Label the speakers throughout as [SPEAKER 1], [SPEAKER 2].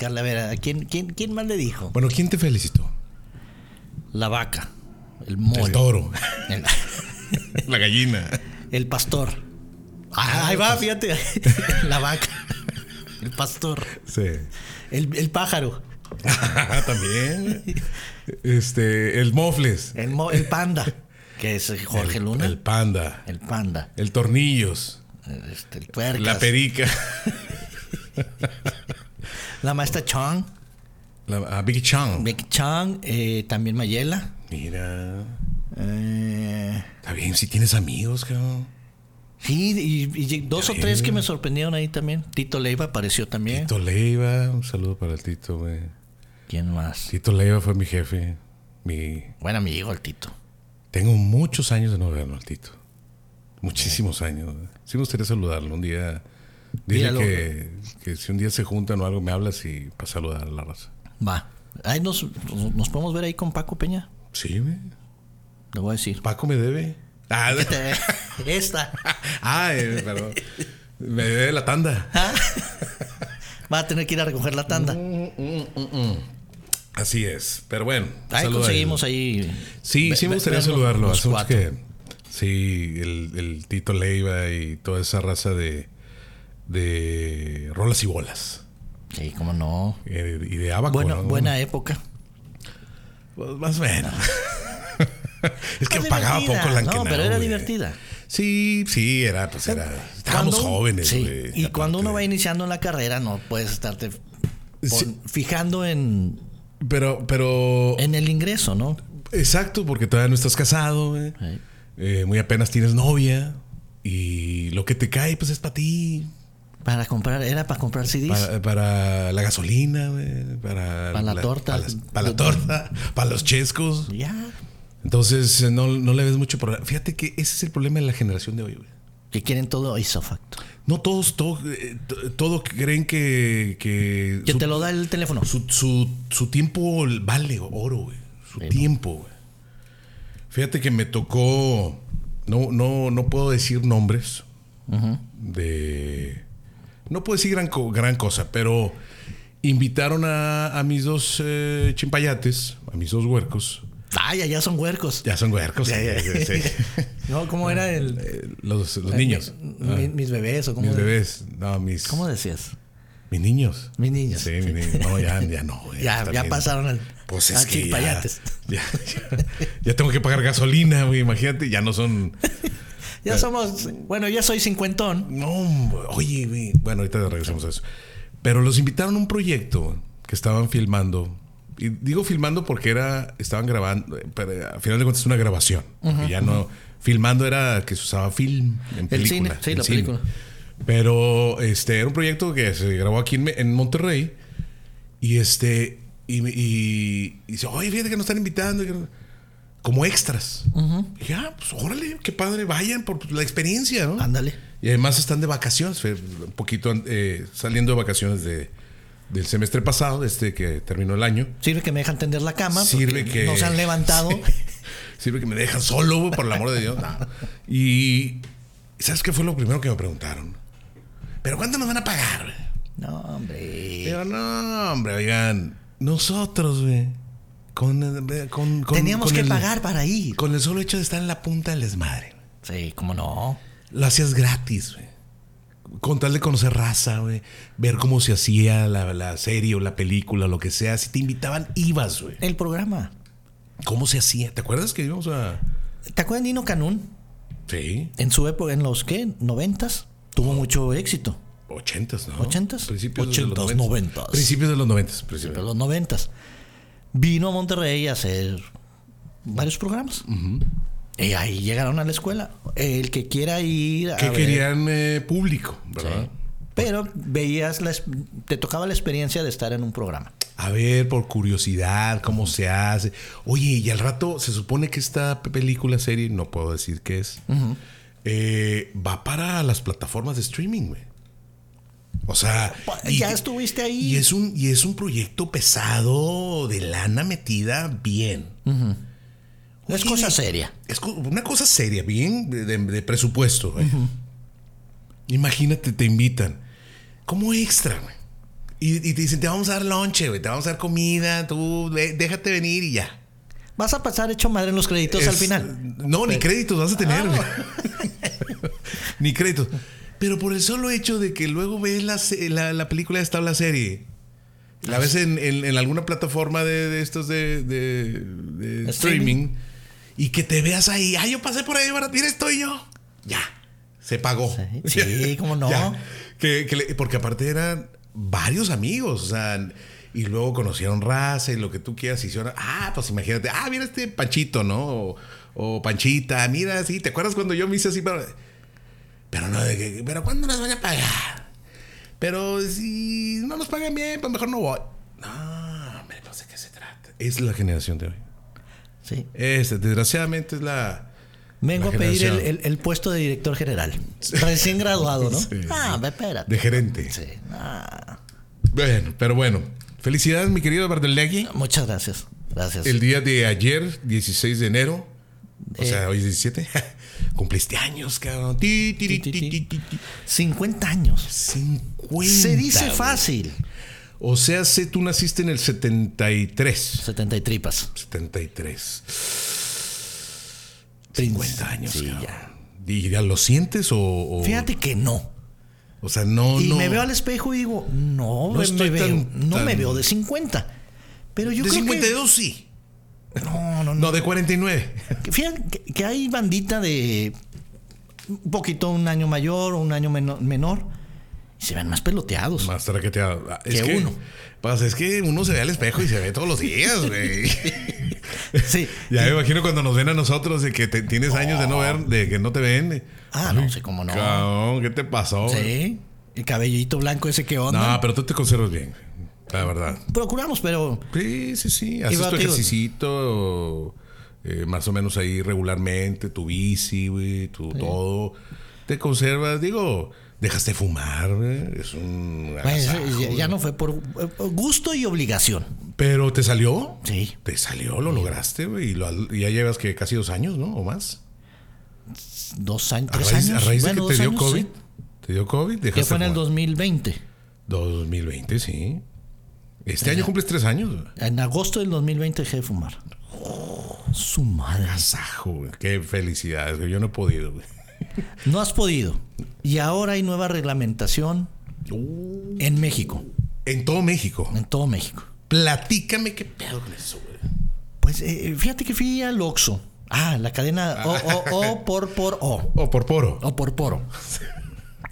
[SPEAKER 1] Carla Vera. ¿Quién, quién, quién más le dijo?
[SPEAKER 2] Bueno, ¿quién te felicitó?
[SPEAKER 1] La vaca, el moro.
[SPEAKER 2] El toro,
[SPEAKER 1] El,
[SPEAKER 2] la gallina.
[SPEAKER 1] el pastor. Ah, ahí
[SPEAKER 2] pues.
[SPEAKER 1] va, fíjate. La vaca. El pastor.
[SPEAKER 2] Sí.
[SPEAKER 1] El, el pájaro.
[SPEAKER 2] También. Este, el mofles.
[SPEAKER 1] El, mo- el panda. Que es Jorge
[SPEAKER 2] el,
[SPEAKER 1] Luna.
[SPEAKER 2] El
[SPEAKER 1] El,
[SPEAKER 2] panda.
[SPEAKER 1] panda.
[SPEAKER 2] El tornillos.
[SPEAKER 1] Este, el tuercas.
[SPEAKER 2] La perica.
[SPEAKER 1] La maestra Chong.
[SPEAKER 2] La, a Big Chang.
[SPEAKER 1] Beck Chang. eh, también Mayela.
[SPEAKER 2] Mira.
[SPEAKER 1] Eh,
[SPEAKER 2] Está bien, si tienes amigos, cabrón.
[SPEAKER 1] sí, y, y dos o
[SPEAKER 2] Ya
[SPEAKER 1] tres
[SPEAKER 2] ves.
[SPEAKER 1] que me sorprendieron ahí también. Tito Leiva apareció también.
[SPEAKER 2] Tito Leiva, un saludo para el Tito, güey.
[SPEAKER 1] ¿Quién más?
[SPEAKER 2] Tito Leiva fue mi jefe. Mi...
[SPEAKER 1] Buen amigo el Tito.
[SPEAKER 2] Tengo muchos años de no verlo al Tito. Muchísimos años. Sí me gustaría saludarlo un día. Dile
[SPEAKER 1] Míralo.
[SPEAKER 2] que, que si un día se juntan o algo, me hablas y para saludar a la raza.
[SPEAKER 1] Va. Ahí nos, nos podemos ver ahí con Paco Peña.
[SPEAKER 2] Sí, güey.
[SPEAKER 1] Le voy a decir.
[SPEAKER 2] Paco me debe. Ah,
[SPEAKER 1] Te- Esta.
[SPEAKER 2] ah, eh, perdón. Me debe la tanda.
[SPEAKER 1] Va a tener que ir a recoger la tanda.
[SPEAKER 2] Así es. Pero bueno.
[SPEAKER 1] Ahí
[SPEAKER 2] saluda a él.
[SPEAKER 1] conseguimos ahí.
[SPEAKER 2] Sí,
[SPEAKER 1] ve-
[SPEAKER 2] sí me
[SPEAKER 1] ve-
[SPEAKER 2] gustaría
[SPEAKER 1] vernos
[SPEAKER 2] saludarlo.
[SPEAKER 1] los
[SPEAKER 2] Hace mucho
[SPEAKER 1] cuatro.
[SPEAKER 2] que- sí, el, el Tito Leiva y toda esa raza de, de rolas y bolas.
[SPEAKER 1] Sí, cómo no.
[SPEAKER 2] eh, Y de abaco.
[SPEAKER 1] Bueno,
[SPEAKER 2] ¿no?
[SPEAKER 1] buena época.
[SPEAKER 2] Pues, más o menos. es que
[SPEAKER 1] Era
[SPEAKER 2] pagaba
[SPEAKER 1] divertida,
[SPEAKER 2] poco la
[SPEAKER 1] No,
[SPEAKER 2] anquenao,
[SPEAKER 1] pero era
[SPEAKER 2] güey.
[SPEAKER 1] divertida.
[SPEAKER 2] Sí, sí, era, pues era. Estábamos
[SPEAKER 1] Cuando-
[SPEAKER 2] jóvenes,
[SPEAKER 1] sí,
[SPEAKER 2] güey.
[SPEAKER 1] Y cuando uno va
[SPEAKER 2] aparte.
[SPEAKER 1] iniciando en la carrera, no puedes estarte pon-
[SPEAKER 2] Sí.
[SPEAKER 1] fijando en,
[SPEAKER 2] Pero, pero.
[SPEAKER 1] en el ingreso, ¿no?
[SPEAKER 2] Exacto, porque todavía no estás casado, güey.
[SPEAKER 1] Sí.
[SPEAKER 2] Eh, muy apenas tienes novia. Y lo que te cae, pues es para ti.
[SPEAKER 1] Para comprar, era para comprar CDs.
[SPEAKER 2] Para, para la gasolina, güey, para,
[SPEAKER 1] Para la torta.
[SPEAKER 2] Para, las- para la torta, para los chescos.
[SPEAKER 1] Ya.
[SPEAKER 2] Entonces, eh, no, no le ves mucho problema. Fíjate que ese es el problema de la generación de hoy, güey.
[SPEAKER 1] Que quieren todo isofacto.
[SPEAKER 2] No todos, todo, eh, to- todo creen que. Que,
[SPEAKER 1] Que
[SPEAKER 2] su,
[SPEAKER 1] te lo da el teléfono.
[SPEAKER 2] su, su- su tiempo vale oro, güey. Su
[SPEAKER 1] Sí, no.
[SPEAKER 2] tiempo, güey. Fíjate que me tocó. No, no, no puedo decir nombres
[SPEAKER 1] Ujú.
[SPEAKER 2] de. No puedo decir gran, co- gran cosa, pero invitaron a, a mis dos eh, chimpayates, a mis dos huercos.
[SPEAKER 1] Ah, ya, ya son huercos.
[SPEAKER 2] Ya son huercos.
[SPEAKER 1] Ya, ya.
[SPEAKER 2] sí, sí, sí.
[SPEAKER 1] No, ¿cómo era el.
[SPEAKER 2] Eh, Los, los niños. Ah.
[SPEAKER 1] Mi- mis bebés o cómo.
[SPEAKER 2] Mis
[SPEAKER 1] de-
[SPEAKER 2] bebés. No, mis,
[SPEAKER 1] ¿Cómo decías?
[SPEAKER 2] mis niños.
[SPEAKER 1] Mis niños.
[SPEAKER 2] Sí, mis niños. No, ya, ya no. güey.
[SPEAKER 1] Ya,
[SPEAKER 2] Está
[SPEAKER 1] ya
[SPEAKER 2] bien.
[SPEAKER 1] pasaron al.
[SPEAKER 2] Pues
[SPEAKER 1] a
[SPEAKER 2] es que ya,
[SPEAKER 1] Chilpayates.
[SPEAKER 2] ya, ya- ya tengo que pagar gasolina, güey. Imagínate, ya no son.
[SPEAKER 1] Ya somos. Bueno, ya soy cincuentón.
[SPEAKER 2] No, hombre, oye, güey. Bueno, ahorita regresamos a eso. Pero los invitaron a un proyecto que estaban filmando. Y digo filmando porque era, estaban grabando, eh, pero al final de cuentas es una grabación. Porque ya no, filmando era que se usaba film en
[SPEAKER 1] El
[SPEAKER 2] película.
[SPEAKER 1] cine, sí,
[SPEAKER 2] el
[SPEAKER 1] la película.
[SPEAKER 2] Pero este, era un proyecto que se grabó aquí en, Me- en Monterrey. Y este, y, me- y- y dice, oye, fíjate que nos están invitando. y que no- Como extras. Y dije, ah, pues órale, qué padre, vayan por la experiencia, ¿no?
[SPEAKER 1] Ándale.
[SPEAKER 2] Y además están de vacaciones, fue un poquito eh, saliendo de vacaciones de, del semestre pasado, de este que terminó el año.
[SPEAKER 1] Sirve que me dejan tender la cama.
[SPEAKER 2] Sirve
[SPEAKER 1] porque
[SPEAKER 2] que.
[SPEAKER 1] Ah, pues Nos han levantado.
[SPEAKER 2] Sirve que me dejan solo, güey, por el amor de Dios. No. Y. ¿Sabes qué fue lo primero que me preguntaron? ¿Pero cuánto nos van a pagar? güey?
[SPEAKER 1] No, hombre.
[SPEAKER 2] Digo, no, hombre, oigan. Nosotros, güey. Con, eh, con, con-
[SPEAKER 1] Teníamos
[SPEAKER 2] con
[SPEAKER 1] que
[SPEAKER 2] el-
[SPEAKER 1] pagar para ir.
[SPEAKER 2] Con el solo hecho de estar en la punta del desmadre. güey.
[SPEAKER 1] Sí, cómo no.
[SPEAKER 2] Lo hacías gratis, güey. Con tal de conocer raza, güey. Ver cómo se hacía la, la serie o la película, lo que sea. Si te invitaban, ibas, güey.
[SPEAKER 1] El programa.
[SPEAKER 2] ¿Cómo se hacía? ¿Te acuerdas que íbamos a...?
[SPEAKER 1] ¿Te acuerdas de Nino Canún?
[SPEAKER 2] Sí.
[SPEAKER 1] En su época, en los qué? ¿Noventas? Tuvo mucho éxito.
[SPEAKER 2] Ochentas, ¿no?
[SPEAKER 1] ¿Ochentas?
[SPEAKER 2] Principios
[SPEAKER 1] Ochentas,
[SPEAKER 2] de los noventas.
[SPEAKER 1] noventas.
[SPEAKER 2] Principios de los noventas. principios.
[SPEAKER 1] Pero los noventas. Vino a Monterrey a hacer varios programas. Y ahí llegaron a la escuela. El que quiera ir a
[SPEAKER 2] Que
[SPEAKER 1] ver-
[SPEAKER 2] querían eh, público, ¿verdad?
[SPEAKER 1] Pero veías, la, es- te tocaba la experiencia de estar en un programa.
[SPEAKER 2] A ver, por curiosidad, cómo se hace. Oye, y al rato se supone que esta pe- película, serie, no puedo decir qué es, eh, va para las plataformas de streaming, güey. O sea,
[SPEAKER 1] Pa- ya estuviste ahí.
[SPEAKER 2] Y es un, y es un proyecto pesado de lana metida bien.
[SPEAKER 1] No es
[SPEAKER 2] Oye,
[SPEAKER 1] cosa
[SPEAKER 2] güey,
[SPEAKER 1] seria.
[SPEAKER 2] Es co- una cosa seria, bien, de, de- de presupuesto. güey. Imagínate, te invitan. Como extra, güey. Y, y te dicen, te vamos a dar lonche, güey, te vamos a dar comida, tú ve- déjate venir y ya.
[SPEAKER 1] Vas a pasar hecho madre en los créditos al
[SPEAKER 2] Es-
[SPEAKER 1] final. Ah.
[SPEAKER 2] No, ni créditos vas a tener. güey. ni créditos. Pero por el solo hecho de que luego ves la, se- la, la película esta o la serie. La ves en, en- en alguna plataforma de, de estos de, de- de
[SPEAKER 1] Streaming.
[SPEAKER 2] streaming. Y que te veas ahí. Ah, yo pasé por ahí, ¿verdad? Mira, estoy yo. Ya. Se pagó.
[SPEAKER 1] Sí, ¿Eh? sí, cómo no.
[SPEAKER 2] Ya. Que- que le- porque aparte eran varios amigos. O sea, y luego conocieron raza y lo que tú quieras. Hicieron. Ah, pues imagínate. Ah, mira este Panchito, ¿no? O, o Panchita. Mira, sí. ¿Te acuerdas cuando yo me hice así para.? Pero no, de que, pero ¿cuándo nos van a pagar? Pero si no nos pagan bien, pues mejor no voy. No, hombre, no sé qué se trata. Es la generación de hoy.
[SPEAKER 1] Sí.
[SPEAKER 2] Este, desgraciadamente es la.
[SPEAKER 1] Vengo a
[SPEAKER 2] la
[SPEAKER 1] pedir el,
[SPEAKER 2] generación
[SPEAKER 1] el- el puesto de director general. Recién graduado, ¿no?
[SPEAKER 2] Sí, sí.
[SPEAKER 1] Ah, ve, espérate.
[SPEAKER 2] De gerente.
[SPEAKER 1] Sí. Ah,
[SPEAKER 2] Bueno, pero bueno. Felicidades, mi querido Bardelegui.
[SPEAKER 1] muchas gracias. Gracias.
[SPEAKER 2] El día de ayer, 16 de enero. O
[SPEAKER 1] Eh.
[SPEAKER 2] sea, hoy es 17. Cumpliste años, cabrón. Ti, ti, ti,
[SPEAKER 1] Ti, ti,
[SPEAKER 2] ti,
[SPEAKER 1] ti.
[SPEAKER 2] ti, ti.
[SPEAKER 1] 50 años.
[SPEAKER 2] 50.
[SPEAKER 1] Se dice
[SPEAKER 2] güey.
[SPEAKER 1] fácil.
[SPEAKER 2] O sea, sé, tú naciste en el 73.
[SPEAKER 1] 70 y tripas.
[SPEAKER 2] 73.
[SPEAKER 1] Prince.
[SPEAKER 2] 50 años.
[SPEAKER 1] Sí,
[SPEAKER 2] cabrón.
[SPEAKER 1] ya.
[SPEAKER 2] ¿Y ya lo sientes o, o-
[SPEAKER 1] Fíjate que no.
[SPEAKER 2] o sea, no,
[SPEAKER 1] Y
[SPEAKER 2] no.
[SPEAKER 1] me veo al espejo y digo, no,
[SPEAKER 2] No
[SPEAKER 1] me- me,
[SPEAKER 2] estoy
[SPEAKER 1] veo,
[SPEAKER 2] tan-
[SPEAKER 1] no me
[SPEAKER 2] tan-
[SPEAKER 1] veo de 50. Pero yo
[SPEAKER 2] de
[SPEAKER 1] creo
[SPEAKER 2] 52 sí.
[SPEAKER 1] que... No, no, no.
[SPEAKER 2] No, de 49.
[SPEAKER 1] Que Fíjate que, que hay bandita de un poquito un año mayor o un año meno- menor. Y se ven más peloteados.
[SPEAKER 2] Más traqueteado. Ah, Es
[SPEAKER 1] Que
[SPEAKER 2] que
[SPEAKER 1] uno.
[SPEAKER 2] Pasa, es que uno se ve al espejo y se ve todos los días, güey.
[SPEAKER 1] Sí.
[SPEAKER 2] ya me imagino cuando nos ven a nosotros de que te- tienes años de no ver, de que no te ven.
[SPEAKER 1] Ah, no sé cómo no.
[SPEAKER 2] Cabrón, ¿qué te pasó?
[SPEAKER 1] Sí. El cabellito blanco ese que
[SPEAKER 2] No,
[SPEAKER 1] onda.
[SPEAKER 2] pero tú te conservas bien, la verdad.
[SPEAKER 1] Procuramos, pero
[SPEAKER 2] Sí, sí, sí. Haces
[SPEAKER 1] va,
[SPEAKER 2] tu
[SPEAKER 1] te digo-
[SPEAKER 2] ejercicito eh, más o menos ahí regularmente, tu bici, güey, tu todo. Te conservas, digo, dejaste de fumar, güey. Es un.
[SPEAKER 1] pues,
[SPEAKER 2] agasajo,
[SPEAKER 1] ya, ya
[SPEAKER 2] güey.
[SPEAKER 1] no fue por eh, gusto y obligación.
[SPEAKER 2] Pero te salió.
[SPEAKER 1] Sí.
[SPEAKER 2] Te salió, lo lograste, güey. Y, lo- y ya llevas que casi dos años, ¿no? O más.
[SPEAKER 1] Dos años,
[SPEAKER 2] A
[SPEAKER 1] tres
[SPEAKER 2] raíz,
[SPEAKER 1] años.
[SPEAKER 2] a raíz
[SPEAKER 1] Bueno,
[SPEAKER 2] de que
[SPEAKER 1] dos
[SPEAKER 2] te dio
[SPEAKER 1] años,
[SPEAKER 2] COVID.
[SPEAKER 1] sí.
[SPEAKER 2] Te dio COVID, dejaste.
[SPEAKER 1] Que fue en
[SPEAKER 2] de
[SPEAKER 1] el
[SPEAKER 2] fumar.
[SPEAKER 1] 2020.
[SPEAKER 2] 2020, sí. Este año cumples tres años, güey.
[SPEAKER 1] En agosto del 2020 dejé de fumar. Su madre.
[SPEAKER 2] Agasajo, güey. Qué felicidades, güey. Yo no he podido, güey.
[SPEAKER 1] No has podido. Y ahora hay nueva reglamentación en México,
[SPEAKER 2] En todo México.
[SPEAKER 1] en todo México.
[SPEAKER 2] Platícame qué pedo con eso, güey.
[SPEAKER 1] Pues eh, fíjate que fui al Oxxo. Ah, la cadena O, O, O, por, por,
[SPEAKER 2] O
[SPEAKER 1] O.
[SPEAKER 2] Oh, por poro.
[SPEAKER 1] O por poro.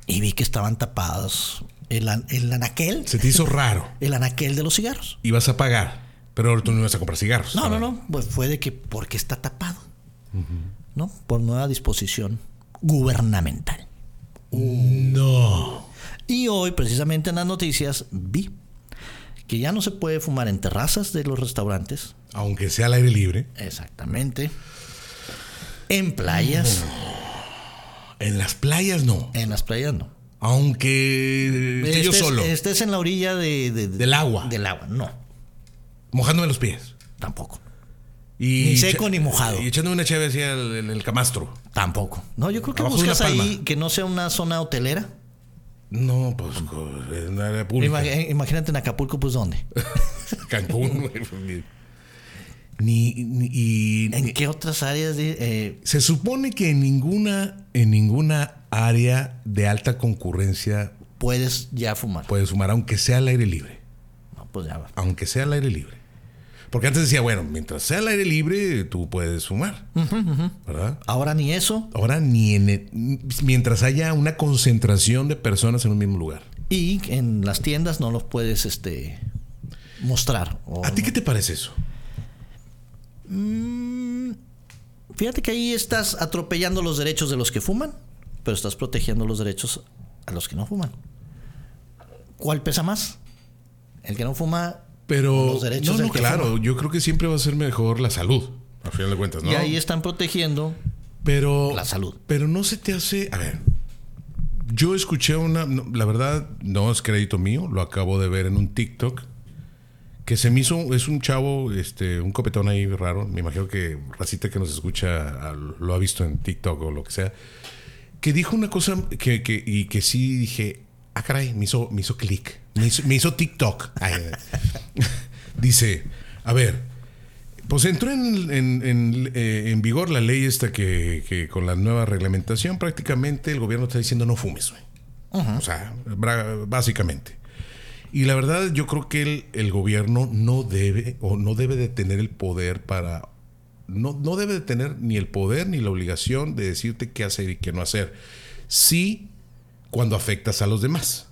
[SPEAKER 1] Y vi que estaban tapados el, an- el anaquel,
[SPEAKER 2] Se te hizo raro.
[SPEAKER 1] el anaquel de los cigarros.
[SPEAKER 2] Ibas a pagar, pero ahora tú no ibas a comprar cigarros.
[SPEAKER 1] No, no, no. Pues fue de que porque está tapado. ¿No? Por nueva disposición gubernamental.
[SPEAKER 2] No.
[SPEAKER 1] Y hoy, precisamente en las noticias, vi que ya no se puede fumar en terrazas de los restaurantes.
[SPEAKER 2] Aunque sea al aire libre.
[SPEAKER 1] Exactamente. En playas.
[SPEAKER 2] Mm. En las playas no.
[SPEAKER 1] En las playas no. Este
[SPEAKER 2] Aunque esté yo
[SPEAKER 1] Estés-
[SPEAKER 2] solo.
[SPEAKER 1] Estés en la orilla de, de-
[SPEAKER 2] Del agua.
[SPEAKER 1] Del agua, no.
[SPEAKER 2] Mojándome los pies.
[SPEAKER 1] Tampoco.
[SPEAKER 2] Y
[SPEAKER 1] Ni seco
[SPEAKER 2] echa-
[SPEAKER 1] ni mojado.
[SPEAKER 2] Y echándome una chévere así al- en el camastro.
[SPEAKER 1] Tampoco. No, yo creo que
[SPEAKER 2] Abajo de
[SPEAKER 1] buscas
[SPEAKER 2] una palma.
[SPEAKER 1] ahí que no sea una zona hotelera.
[SPEAKER 2] No, pues co- en la área pública.
[SPEAKER 1] Ima- eh, Imagínate en Acapulco, pues ¿dónde?
[SPEAKER 2] Cancún. güey. pues, ni, ni- y-
[SPEAKER 1] ¿En qué otras áreas? de- eh,
[SPEAKER 2] Se supone que en ninguna, en ninguna área de alta concurrencia
[SPEAKER 1] puedes ya fumar.
[SPEAKER 2] puedes fumar, aunque sea al aire libre.
[SPEAKER 1] No, pues ya va.
[SPEAKER 2] Aunque sea al aire libre. Porque antes decía, bueno, mientras sea al aire libre, tú puedes fumar. ¿Verdad?
[SPEAKER 1] Ahora ni eso.
[SPEAKER 2] Ahora ni en el- mientras haya una concentración de personas en un mismo lugar.
[SPEAKER 1] Y en las tiendas no los puedes este, mostrar. o
[SPEAKER 2] ¿A ti qué te parece eso?
[SPEAKER 1] Fíjate que ahí estás atropellando los derechos de los que fuman, pero estás protegiendo los derechos a los que no fuman. ¿Cuál pesa más? El que no fuma.
[SPEAKER 2] Pero
[SPEAKER 1] Los derechos
[SPEAKER 2] no,
[SPEAKER 1] del
[SPEAKER 2] no,
[SPEAKER 1] que
[SPEAKER 2] claro, yo creo que siempre va a ser mejor la salud, al final de cuentas, ¿no?
[SPEAKER 1] Y ahí están protegiendo.
[SPEAKER 2] Pero.
[SPEAKER 1] La salud.
[SPEAKER 2] Pero no se te hace. A ver. Yo escuché una. no, la verdad, no es crédito mío. Lo acabo de ver en un TikTok. Que se me hizo. Es un chavo, este, un copetón ahí raro. Me imagino que Racita que nos escucha a- lo ha visto en TikTok o lo que sea. Que dijo una cosa que, que- y que sí dije. Ah, caray, me hizo, me hizo clic. Me hizo, me hizo TikTok. Ay, dice, a ver, pues entró en, en- en, eh, en vigor la ley esta que, que con la nueva reglamentación prácticamente el gobierno está diciendo no fumes, güey. O sea, bra- básicamente. Y la verdad yo creo que el, el gobierno no debe o no debe de tener el poder para... No, no debe de tener ni el poder ni la obligación de decirte qué hacer y qué no hacer. Sí cuando afectas a los demás.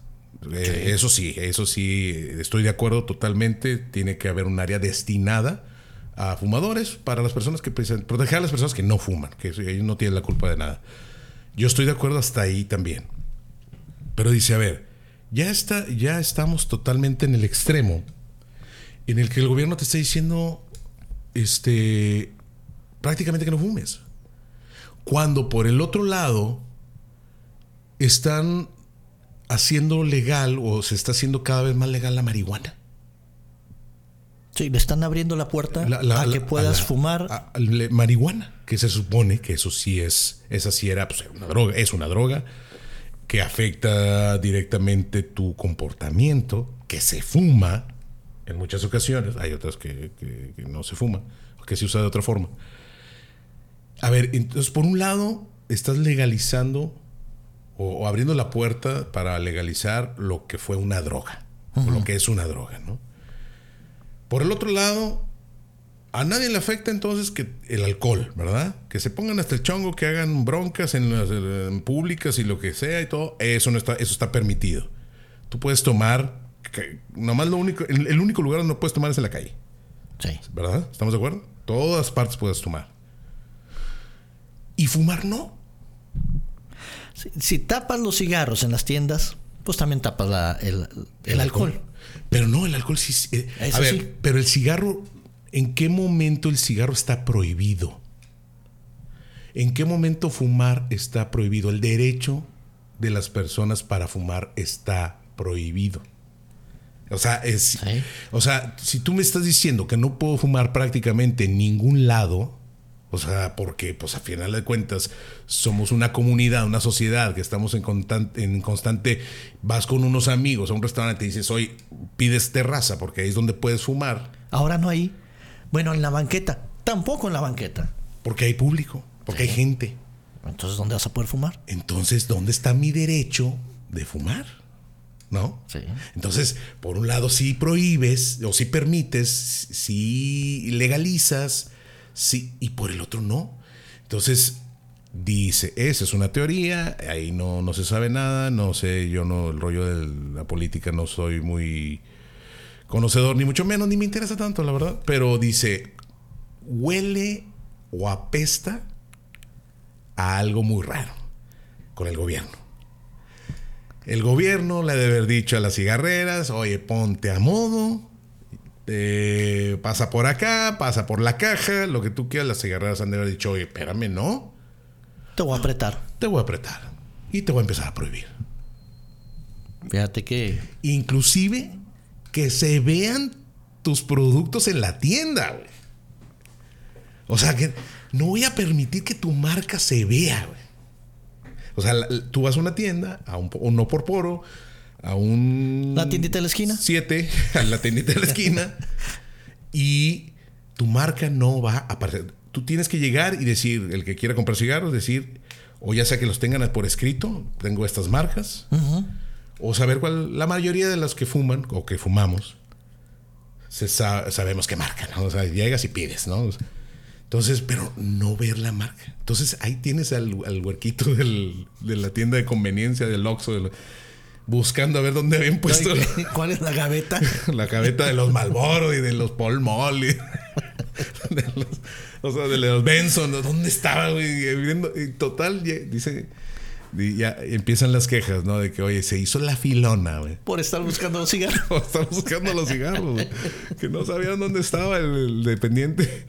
[SPEAKER 2] Eh, eso sí, eso sí, eh, estoy de acuerdo totalmente. Tiene que haber un área destinada a fumadores para las personas que precisan- proteger a las personas que no fuman, que ellos no tienen la culpa de nada. Yo estoy de acuerdo hasta ahí también. Pero dice, a ver, ya está, ya estamos totalmente en el extremo en el que el gobierno te está diciendo, este, prácticamente que no fumes. Cuando por el otro lado están haciendo legal o se está haciendo cada vez más legal la marihuana.
[SPEAKER 1] Sí, le están abriendo la puerta
[SPEAKER 2] La- la-
[SPEAKER 1] a
[SPEAKER 2] la-
[SPEAKER 1] que puedas
[SPEAKER 2] a la-
[SPEAKER 1] fumar.
[SPEAKER 2] a- a la marihuana, que se supone que eso sí es, esa sí era pues, una droga, es una droga que afecta directamente tu comportamiento, que se fuma en muchas ocasiones, hay otras que, que- que no se fuma, o que se usa de otra forma. A ver, entonces por un lado estás legalizando o, o abriendo la puerta para legalizar lo que fue una droga, o lo que es una droga, ¿no? Por el otro lado, a nadie le afecta entonces que el alcohol, ¿verdad? Que se pongan hasta el chongo, que hagan broncas en las eh, en públicas y lo que sea y todo, eso no está, eso está permitido. Tú puedes tomar, que- nomás lo único, el, el único lugar donde no puedes tomar es en la calle,
[SPEAKER 1] Sí.
[SPEAKER 2] ¿verdad? ¿Estamos de acuerdo? Todas partes puedes tomar. Y fumar no.
[SPEAKER 1] Si, si tapas los cigarros en las tiendas, pues también tapas la- el, el alcohol.
[SPEAKER 2] Pero no, el alcohol sí. sí, eh,
[SPEAKER 1] Eso
[SPEAKER 2] a ver,
[SPEAKER 1] sí.
[SPEAKER 2] pero el cigarro, ¿en qué momento el cigarro está prohibido? ¿En qué momento fumar está prohibido? El derecho de las personas para fumar está prohibido. O sea, es,
[SPEAKER 1] Sí.
[SPEAKER 2] o sea, si tú me estás diciendo que no puedo fumar prácticamente en ningún lado, o sea, porque pues a final de cuentas somos una comunidad, una sociedad que estamos en constante, en constante vas con unos amigos a un restaurante y dices, hoy pides terraza porque ahí es donde puedes fumar,
[SPEAKER 1] Ahora no hay. Bueno, en la banqueta. Tampoco en la banqueta.
[SPEAKER 2] porque hay público, porque hay gente.
[SPEAKER 1] Entonces, ¿dónde vas a poder fumar?
[SPEAKER 2] Entonces, ¿dónde está mi derecho de fumar? ¿No?
[SPEAKER 1] Sí.
[SPEAKER 2] Entonces, por un lado, sí prohíbes o sí permites, sí legalizas, sí, y por el otro no. Entonces, dice, esa es una teoría, ahí no, no se sabe nada, no sé, yo no, el rollo de la política no soy muy conocedor, ni mucho menos, ni me interesa tanto, la verdad. Pero dice, huele o apesta a algo muy raro con el gobierno. El gobierno le ha de haber dicho a las cigarreras, oye, ponte a modo, eh, pasa por acá, pasa por la caja, lo que tú quieras, las cigarreras han de haber dicho, oye, espérame, no,
[SPEAKER 1] Te voy a apretar.
[SPEAKER 2] te voy a apretar y te voy a empezar a prohibir.
[SPEAKER 1] Fíjate que.
[SPEAKER 2] Inclusive que se vean tus productos en la tienda, güey. O sea que no voy a permitir que tu marca se vea, güey. O sea, la- la- tú vas a una tienda, a un, po- un no por poro, a un...
[SPEAKER 1] La tiendita de la esquina.
[SPEAKER 2] Siete, a la tiendita de la esquina. y tu marca no va a aparecer. Tú tienes que llegar y decir, el que quiera comprar cigarros, decir, o ya sea que los tengan por escrito, tengo estas marcas,
[SPEAKER 1] Ujú.
[SPEAKER 2] o saber cuál, la mayoría de las que fuman o que fumamos, se sa- sabemos qué marca, ¿no? O sea, llegas y pides, ¿no? Entonces, pero no ver la marca. Entonces ahí tienes al, al huerquito del- de la tienda de conveniencia, del Oxxo, del- buscando a ver dónde habían puesto la,
[SPEAKER 1] ¿Cuál es la gaveta?
[SPEAKER 2] la cabeta de los Malboro y de los Paul Mall y de los, o sea, de los Benson. ¿no? ¿Dónde estaba, güey? Y viendo- y total, ya- dice... y ya empiezan las quejas, ¿no? De que, oye, se hizo la filona, güey.
[SPEAKER 1] Por estar buscando los cigarros.
[SPEAKER 2] O están buscando los cigarros, güey. que no sabían dónde estaba el, el dependiente.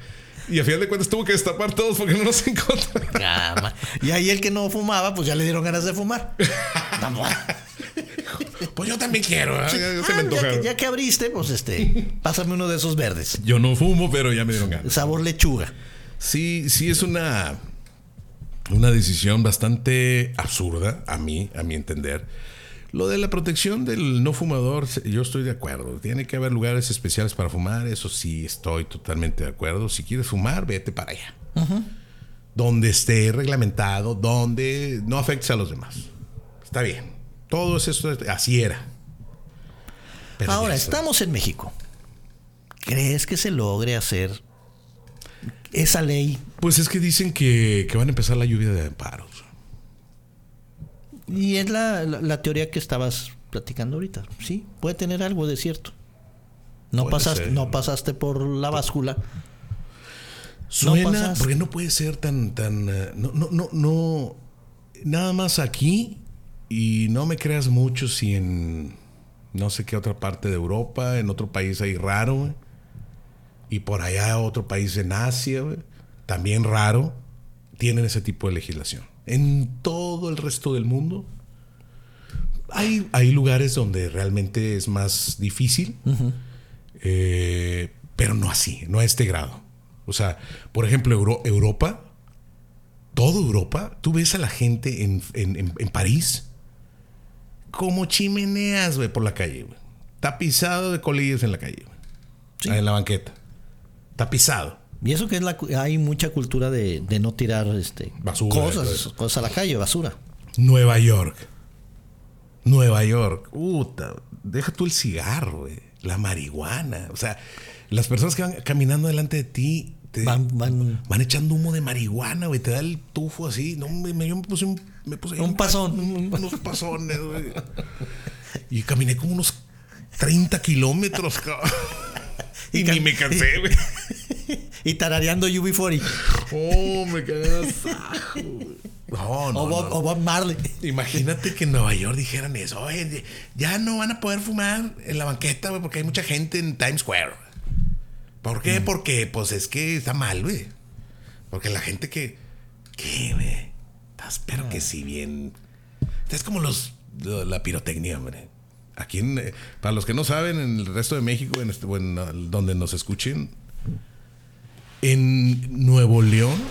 [SPEAKER 2] Y a final de cuentas tuvo que destapar todos porque no los encontraron.
[SPEAKER 1] Ah, ma- y ahí el que no fumaba, pues ya le dieron ganas de fumar. Vamos.
[SPEAKER 2] Pues yo también quiero. ¿verdad? Ya- ya se me
[SPEAKER 1] Ah, ya,
[SPEAKER 2] antojaron.
[SPEAKER 1] que, ya que abriste, pues este, pásame uno de esos verdes.
[SPEAKER 2] Yo no fumo, pero ya me dieron ganas.
[SPEAKER 1] Sabor lechuga.
[SPEAKER 2] Sí, sí es una, una decisión bastante absurda a mí, a mi entender. Lo de la protección del no fumador, se- yo estoy de acuerdo. Tiene que haber lugares especiales para fumar, eso sí, estoy totalmente de acuerdo. Si quieres fumar, vete para allá. Donde esté reglamentado, donde no afectes a los demás. Está bien. Todo es eso, así era. Pero
[SPEAKER 1] Ahora,
[SPEAKER 2] ya está.
[SPEAKER 1] estamos en México. ¿Crees que se logre hacer esa ley?
[SPEAKER 2] Pues es que dicen que, que van a empezar la lluvia de amparos.
[SPEAKER 1] Y es la, la- la teoría que estabas platicando ahorita. Sí, puede tener algo de cierto. No,
[SPEAKER 2] Puede
[SPEAKER 1] pasaste,
[SPEAKER 2] ser.
[SPEAKER 1] no pasaste por la báscula.
[SPEAKER 2] Suena,
[SPEAKER 1] pasas.
[SPEAKER 2] porque no puede ser tan, tan, eh, no, no, no, no, nada más aquí y no me creas mucho si en, no sé qué otra parte de Europa, en otro país ahí raro, güey. y por allá otro país en Asia, güey, también raro, tienen ese tipo de legislación. En todo el resto del mundo hay, hay lugares donde realmente es más difícil. Eh, pero no así, no a este grado. O sea, por ejemplo, Euro- Europa, toda Europa, tú ves a la gente en, en- en- en París como chimeneas, güey, por la calle, güey. Tapizado de colillas en la calle, güey.
[SPEAKER 1] Sí.
[SPEAKER 2] Ah, En la banqueta. Tapizado.
[SPEAKER 1] Y eso que es la, cu- hay mucha cultura de, de no tirar este,
[SPEAKER 2] Basura, todo
[SPEAKER 1] cosas,
[SPEAKER 2] eso.
[SPEAKER 1] cosas a la calle, basura.
[SPEAKER 2] Nueva York. Nueva York. Puta, deja tú el cigarro, güey. La marihuana. O sea, las personas que van caminando delante de ti te,
[SPEAKER 1] Van, van-
[SPEAKER 2] Van echando humo de marihuana, güey. Te da el tufo así. No, hombre, me, yo me puse un... Me puse ahí
[SPEAKER 1] Un pasón.
[SPEAKER 2] un- unos pasones, güey. Y caminé como unos 30 kilómetros, cabrón. Y,
[SPEAKER 1] Y
[SPEAKER 2] ni
[SPEAKER 1] cam-
[SPEAKER 2] me cansé, güey.
[SPEAKER 1] y tarareando UB40
[SPEAKER 2] Oh, me cagué de asajo, güey. No, no,
[SPEAKER 1] o, Bob,
[SPEAKER 2] no.
[SPEAKER 1] o Bob Marley.
[SPEAKER 2] Imagínate que en Nueva York dijeran eso. Oye, ya no van a poder fumar en la banqueta, güey, porque hay mucha gente en Times Square. ¿Por qué? Porque, pues, es que está mal, güey. Porque la gente que... ¿Qué, güey? Estás, pero que si bien... Es como los... lo- La pirotecnia, hombre. Aquí, en, eh, para los que no saben, en el resto de México, en este, o en, eh, donde nos escuchen, en Nuevo León...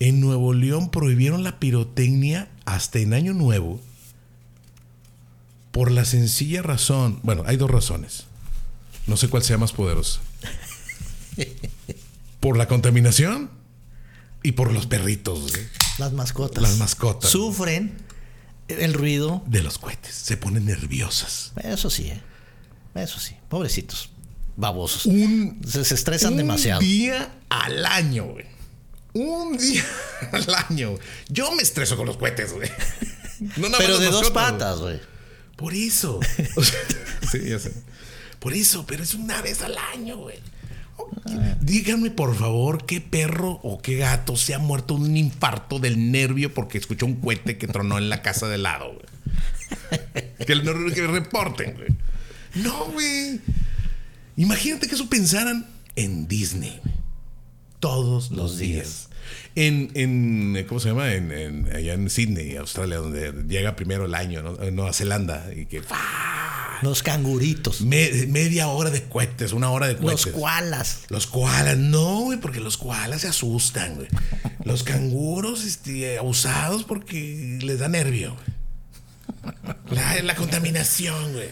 [SPEAKER 2] En Nuevo León prohibieron la pirotecnia hasta en Año Nuevo por la sencilla razón. Bueno, hay dos razones. No sé cuál sea más poderosa. Por la contaminación y por los perritos güey,
[SPEAKER 1] Las mascotas.
[SPEAKER 2] Las mascotas.
[SPEAKER 1] Sufren el ruido.
[SPEAKER 2] de los cohetes. Se ponen nerviosas.
[SPEAKER 1] Eso sí, ¿eh? Eso sí. Pobrecitos. Babosos.
[SPEAKER 2] Un,
[SPEAKER 1] Se, se estresan
[SPEAKER 2] un
[SPEAKER 1] demasiado.
[SPEAKER 2] día al año, güey. Un día al año. güey. Yo me estreso con los cohetes, güey. No nada más
[SPEAKER 1] Pero
[SPEAKER 2] las
[SPEAKER 1] de
[SPEAKER 2] mascotas,
[SPEAKER 1] dos
[SPEAKER 2] güey.
[SPEAKER 1] patas, güey.
[SPEAKER 2] Por eso. O sea, sí, ya sé. Por eso, pero es una vez al año, güey. Díganme, por favor, qué perro o qué gato se ha muerto de un infarto del nervio porque escuchó un cohete que tronó en la casa de al lado, güey. Que el nervio que reporten, güey. No, güey. Imagínate que eso pensaran en Disney, güey. Todos los días. En, en, eh, ¿cómo se llama? En, en- allá en Sydney, Australia, donde llega primero el año, ¿no? En Nueva Zelanda. Y que ¡fa!
[SPEAKER 1] Los canguritos.
[SPEAKER 2] Me- media hora de cohetes, una hora de
[SPEAKER 1] Los
[SPEAKER 2] cohetes.
[SPEAKER 1] koalas.
[SPEAKER 2] Los koalas, no, güey, porque los koalas se asustan, güey. Los canguros este, abusados porque les da nervio, güey. La, la contaminación, güey.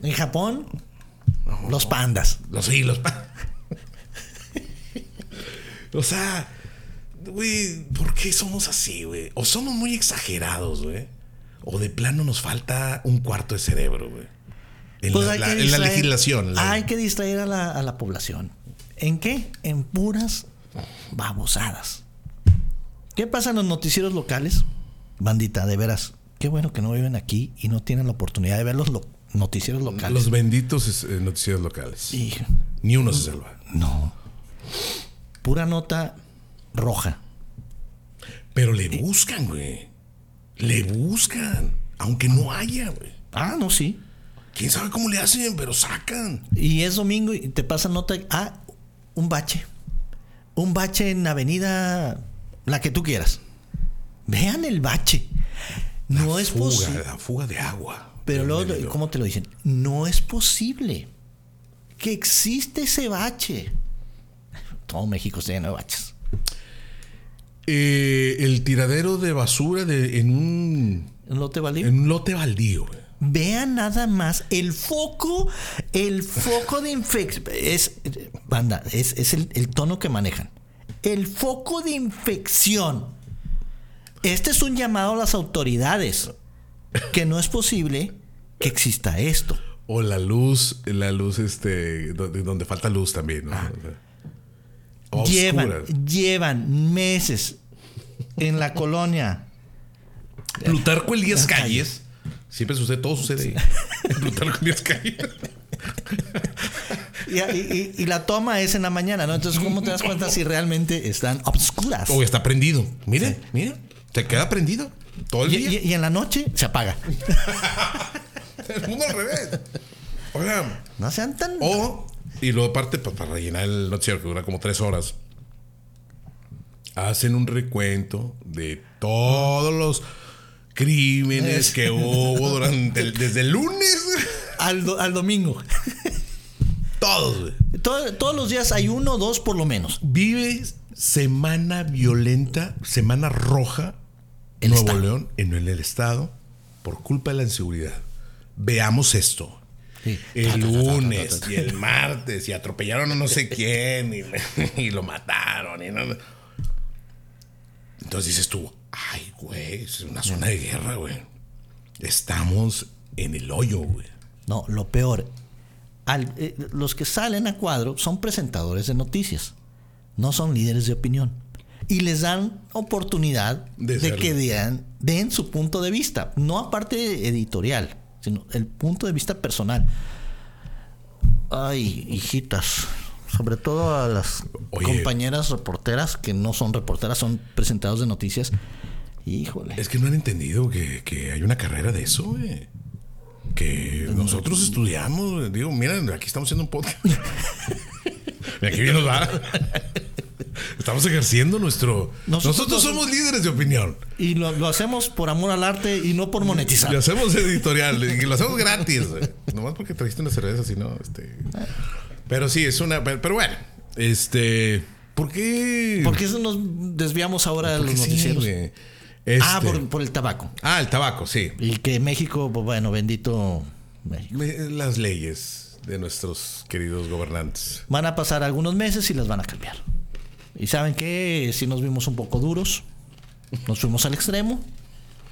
[SPEAKER 1] En Japón, los pandas.
[SPEAKER 2] Los hilos. pa- o sea, güey, ¿por qué somos así, güey? O somos muy exagerados, güey. O de plano nos falta un cuarto de cerebro, güey. En,
[SPEAKER 1] Pues
[SPEAKER 2] la,
[SPEAKER 1] hay
[SPEAKER 2] la-
[SPEAKER 1] que
[SPEAKER 2] en la
[SPEAKER 1] distraer-
[SPEAKER 2] legislación. la-
[SPEAKER 1] Hay que distraer a la, a la población. ¿En qué? En puras babosadas. ¿Qué pasa en los noticieros locales? Bandita, de veras, qué bueno que no viven aquí y no tienen la oportunidad de ver los lo- noticieros locales.
[SPEAKER 2] Los benditos eh, noticieros locales.
[SPEAKER 1] Y-
[SPEAKER 2] Ni uno se salva.
[SPEAKER 1] no. Pura nota roja.
[SPEAKER 2] Pero le buscan, güey. Le buscan. Aunque no haya, güey.
[SPEAKER 1] Ah, no, sí.
[SPEAKER 2] ¿Quién sabe cómo le hacen? Pero sacan.
[SPEAKER 1] Y es domingo y te pasa nota. Ah, un bache. Un bache en avenida, la que tú quieras. Vean el bache. No
[SPEAKER 2] La
[SPEAKER 1] es
[SPEAKER 2] fuga, eh,
[SPEAKER 1] posible.
[SPEAKER 2] La fuga de agua.
[SPEAKER 1] Pero
[SPEAKER 2] Del
[SPEAKER 1] luego,
[SPEAKER 2] medio.
[SPEAKER 1] ¿cómo te lo dicen? No es posible que existe ese bache. Todo México está lleno de baches.
[SPEAKER 2] Eh, el tiradero de basura de, en un
[SPEAKER 1] ¿Un lote baldío?
[SPEAKER 2] En un lote baldío, güey.
[SPEAKER 1] Vean nada más el foco, el foco de infección. Es, banda, es, es el, el tono que manejan. El foco de infección. Este es un llamado a las autoridades. Que no es posible que exista esto.
[SPEAKER 2] O la luz, la luz, este, donde, donde falta luz también, ¿no? O sea, a
[SPEAKER 1] Llevan,
[SPEAKER 2] oscuras.
[SPEAKER 1] llevan meses en la colonia.
[SPEAKER 2] Plutarco Elías Calles. Siempre sucede, todo sucede ahí. Plutarco Elías Calles.
[SPEAKER 1] Y, y- y- y la toma es en la mañana, ¿no? Entonces, ¿cómo te das cuenta si realmente están obscuras?
[SPEAKER 2] O está prendido. Mire, mire. Se queda prendido todo el
[SPEAKER 1] Y,
[SPEAKER 2] día.
[SPEAKER 1] y- y en la noche se apaga.
[SPEAKER 2] El mundo al revés. Oigan.
[SPEAKER 1] No sean tan.
[SPEAKER 2] O, y luego aparte, pa- para rellenar el noticiero que dura como tres horas, hacen un recuento de todos los crímenes que hubo durante el- desde el lunes.
[SPEAKER 1] Al, do- al domingo.
[SPEAKER 2] Todos, güey.
[SPEAKER 1] Todo- todos los días hay uno o dos por lo menos.
[SPEAKER 2] Vive semana violenta, semana roja
[SPEAKER 1] El
[SPEAKER 2] en Nuevo
[SPEAKER 1] Estado.
[SPEAKER 2] León, en el Estado, por culpa de la inseguridad. Veamos esto.
[SPEAKER 1] Sí.
[SPEAKER 2] El lunes y el martes y atropellaron a no sé quién y, y lo mataron. Y no- Entonces dices tú, ay, güey, es una zona de guerra, güey. Estamos en el hoyo, güey.
[SPEAKER 1] No, lo peor. al- eh, los que salen a cuadro son presentadores de noticias. No son líderes de opinión. Y les dan oportunidad
[SPEAKER 2] De
[SPEAKER 1] de,
[SPEAKER 2] serlo.
[SPEAKER 1] que den, den su punto de vista. No aparte editorial, sino el punto de vista personal. Ay, hijitas. Sobre todo a las
[SPEAKER 2] Oye.
[SPEAKER 1] compañeras reporteras que no son reporteras, son presentadoras de noticias. Híjole.
[SPEAKER 2] Es que no han entendido que, que hay una carrera de eso, güey. Que nosotros estudiamos, güey. digo, miren, aquí estamos haciendo un podcast. Mira, qué bien nos va. Estamos ejerciendo nuestro. Nosotros,
[SPEAKER 1] Nosotros-
[SPEAKER 2] somos líderes de opinión.
[SPEAKER 1] Y lo, lo hacemos por amor al arte y no por monetizar.
[SPEAKER 2] Lo hacemos editorial y lo hacemos gratis. güey. Nomás porque trajiste una cerveza, si no. Este... Pero sí, es una. Pero, pero bueno, este. ¿Por qué?
[SPEAKER 1] ¿Por qué nos desviamos ahora de
[SPEAKER 2] ¿Por
[SPEAKER 1] los
[SPEAKER 2] qué sí,
[SPEAKER 1] noticieros?
[SPEAKER 2] güey? Este-
[SPEAKER 1] Ah, por, por el tabaco.
[SPEAKER 2] ah, el tabaco, sí.
[SPEAKER 1] Y que México, pues, bueno, bendito México.
[SPEAKER 2] Me- Las leyes de nuestros queridos gobernantes.
[SPEAKER 1] Van a pasar algunos meses y las van a cambiar. Y saben que si nos vimos un poco duros, nos fuimos al extremo.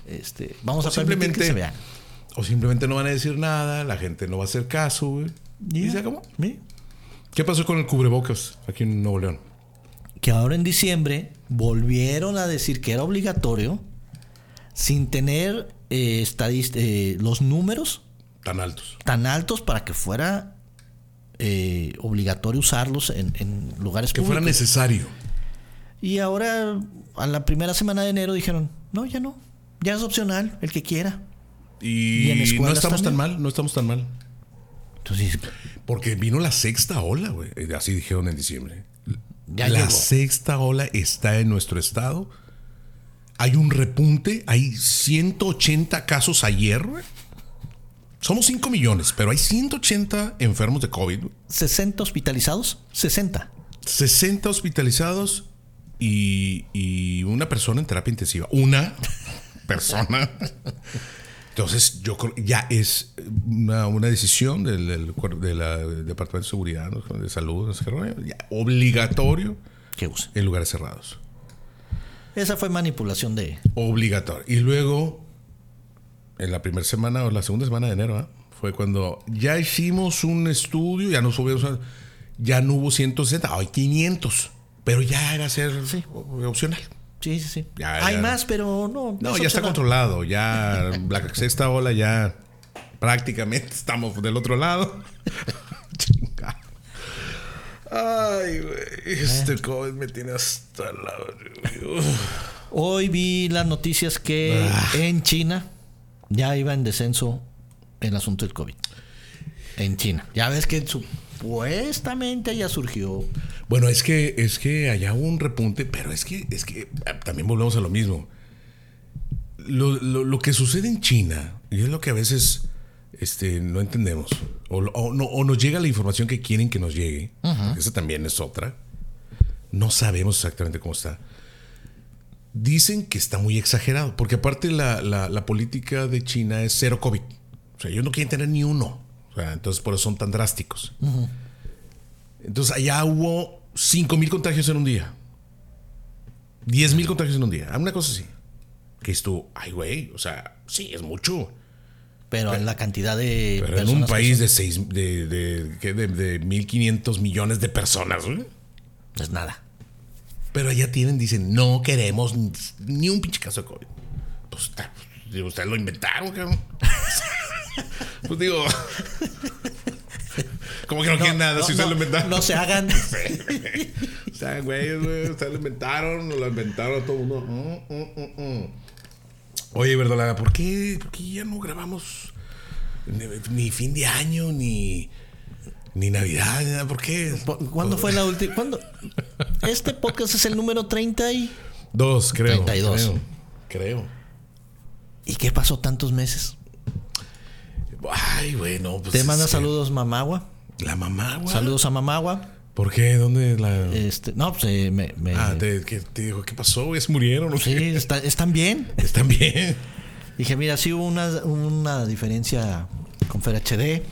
[SPEAKER 1] Este, vamos a simplemente que
[SPEAKER 2] simplemente-
[SPEAKER 1] se vean.
[SPEAKER 2] O simplemente no van a decir nada, la gente no va a hacer caso, güey. ¿Y se acabó?
[SPEAKER 1] Sí.
[SPEAKER 2] ¿Qué pasó con el cubrebocas aquí en Nuevo León?
[SPEAKER 1] Que ahora en diciembre volvieron a decir que era obligatorio sin tener eh, estadis- eh, los números
[SPEAKER 2] Tan altos.
[SPEAKER 1] tan altos para que fuera eh, obligatorio usarlos en, en lugares
[SPEAKER 2] Que fuera
[SPEAKER 1] públicos.
[SPEAKER 2] necesario.
[SPEAKER 1] Y ahora, a la primera semana de enero, dijeron, no, ya no, ya es opcional, el que quiera.
[SPEAKER 2] Y,
[SPEAKER 1] ¿Y en
[SPEAKER 2] no
[SPEAKER 1] escuelas
[SPEAKER 2] estamos tan
[SPEAKER 1] también?
[SPEAKER 2] mal, no estamos tan mal.
[SPEAKER 1] Entonces,
[SPEAKER 2] Porque vino la sexta ola, güey. Eh, Así dijeron en diciembre.
[SPEAKER 1] Ya
[SPEAKER 2] la
[SPEAKER 1] llegó.
[SPEAKER 2] sexta ola está en nuestro estado. Hay un repunte. Hay 180 casos ayer, güey. Somos 5 millones, pero hay 180 enfermos de COVID, güey.
[SPEAKER 1] 60 hospitalizados, 60.
[SPEAKER 2] 60 hospitalizados y, y una persona en terapia intensiva. Una persona. Entonces, yo creo que ya es una, una decisión del, del cuer- de la- del Departamento de Seguridad, ¿no? de Salud, no sé qué rollo, ya obligatorio
[SPEAKER 1] Que use.
[SPEAKER 2] en lugares cerrados.
[SPEAKER 1] Esa fue manipulación de...
[SPEAKER 2] Obligatorio. Y luego, en la primera semana o la segunda semana de enero, ¿ah? fue cuando ya hicimos un estudio, ya nos subimos, a- ya no hubo 160, hay 500, pero ya era ser o- opcional.
[SPEAKER 1] Sí, sí, sí.
[SPEAKER 2] Ya,
[SPEAKER 1] Hay
[SPEAKER 2] ya.
[SPEAKER 1] más, pero no.
[SPEAKER 2] No,
[SPEAKER 1] es
[SPEAKER 2] ya está
[SPEAKER 1] opcional.
[SPEAKER 2] controlado, ya la sexta ola ya prácticamente estamos del otro lado. Chinga. Ay, güey,
[SPEAKER 1] Eh.
[SPEAKER 2] este COVID me tiene hasta la... Uf.
[SPEAKER 1] Hoy vi las noticias que
[SPEAKER 2] Ah.
[SPEAKER 1] en China ya iba en descenso el asunto del COVID. En China. Ya ves que supuestamente ya surgió.
[SPEAKER 2] Bueno, es que, es que allá hubo un repunte, pero es que, es que eh, también volvemos a lo mismo. Lo, lo- lo que sucede en China, y es lo que a veces este, no entendemos, o, lo- o no- o nos llega la información que quieren que nos llegue, esa también es otra, no sabemos exactamente cómo está. Dicen que está muy exagerado, porque aparte la, la- la política de China es cero COVID. O sea, ellos no quieren tener ni uno. O sea, entonces por eso son tan drásticos. Entonces allá hubo 5 mil contagios en un día. 10 mil contagios en un día. Una cosa así. Que dices tú, ay, güey, o sea, sí, es mucho.
[SPEAKER 1] Pero en la cantidad de.
[SPEAKER 2] Pero en
[SPEAKER 1] personas
[SPEAKER 2] un
[SPEAKER 1] que
[SPEAKER 2] país de seis, de, de, ¿qué? de, de 1.500 millones de personas, güey.
[SPEAKER 1] son, pues nada.
[SPEAKER 2] Pero allá tienen, dicen, no queremos ni- ni un pinche caso de COVID. Pues está- digo, ustedes lo inventaron, cabrón. pues digo, como que no, quieren nada si ustedes lo inventaron.
[SPEAKER 1] no se hagan.
[SPEAKER 2] O sea, güey, güey, ustedes lo inventaron, lo inventaron a todo el mundo. Mm, mm, mm, mm. Oye, Verdolaga, ¿por qué, por qué ya no grabamos ni, ni fin de año, ni, ni Navidad? ni nada? ¿Por qué?
[SPEAKER 1] ¿Cu- ¿Cuándo fue la última? ¿Cuándo? Este podcast es el número 30 y.
[SPEAKER 2] Dos, creo.
[SPEAKER 1] 32.
[SPEAKER 2] Creo. creo.
[SPEAKER 1] ¿Y qué pasó tantos meses?
[SPEAKER 2] Ay, güey, no. Pues
[SPEAKER 1] Te
[SPEAKER 2] es
[SPEAKER 1] manda
[SPEAKER 2] que
[SPEAKER 1] saludos Mamagua.
[SPEAKER 2] La mamá, güey.
[SPEAKER 1] Saludos a Mamagua.
[SPEAKER 2] ¿Por qué? ¿Dónde la.?
[SPEAKER 1] Este, no, pues eh, me. me-
[SPEAKER 2] ah, te, que- te dijo, ¿qué pasó? güey? ¿Se murieron? o
[SPEAKER 1] Sí,
[SPEAKER 2] qué?
[SPEAKER 1] está- están bien.
[SPEAKER 2] Están bien.
[SPEAKER 1] Dije, mira, sí hubo una, una diferencia con FerHD. Eh,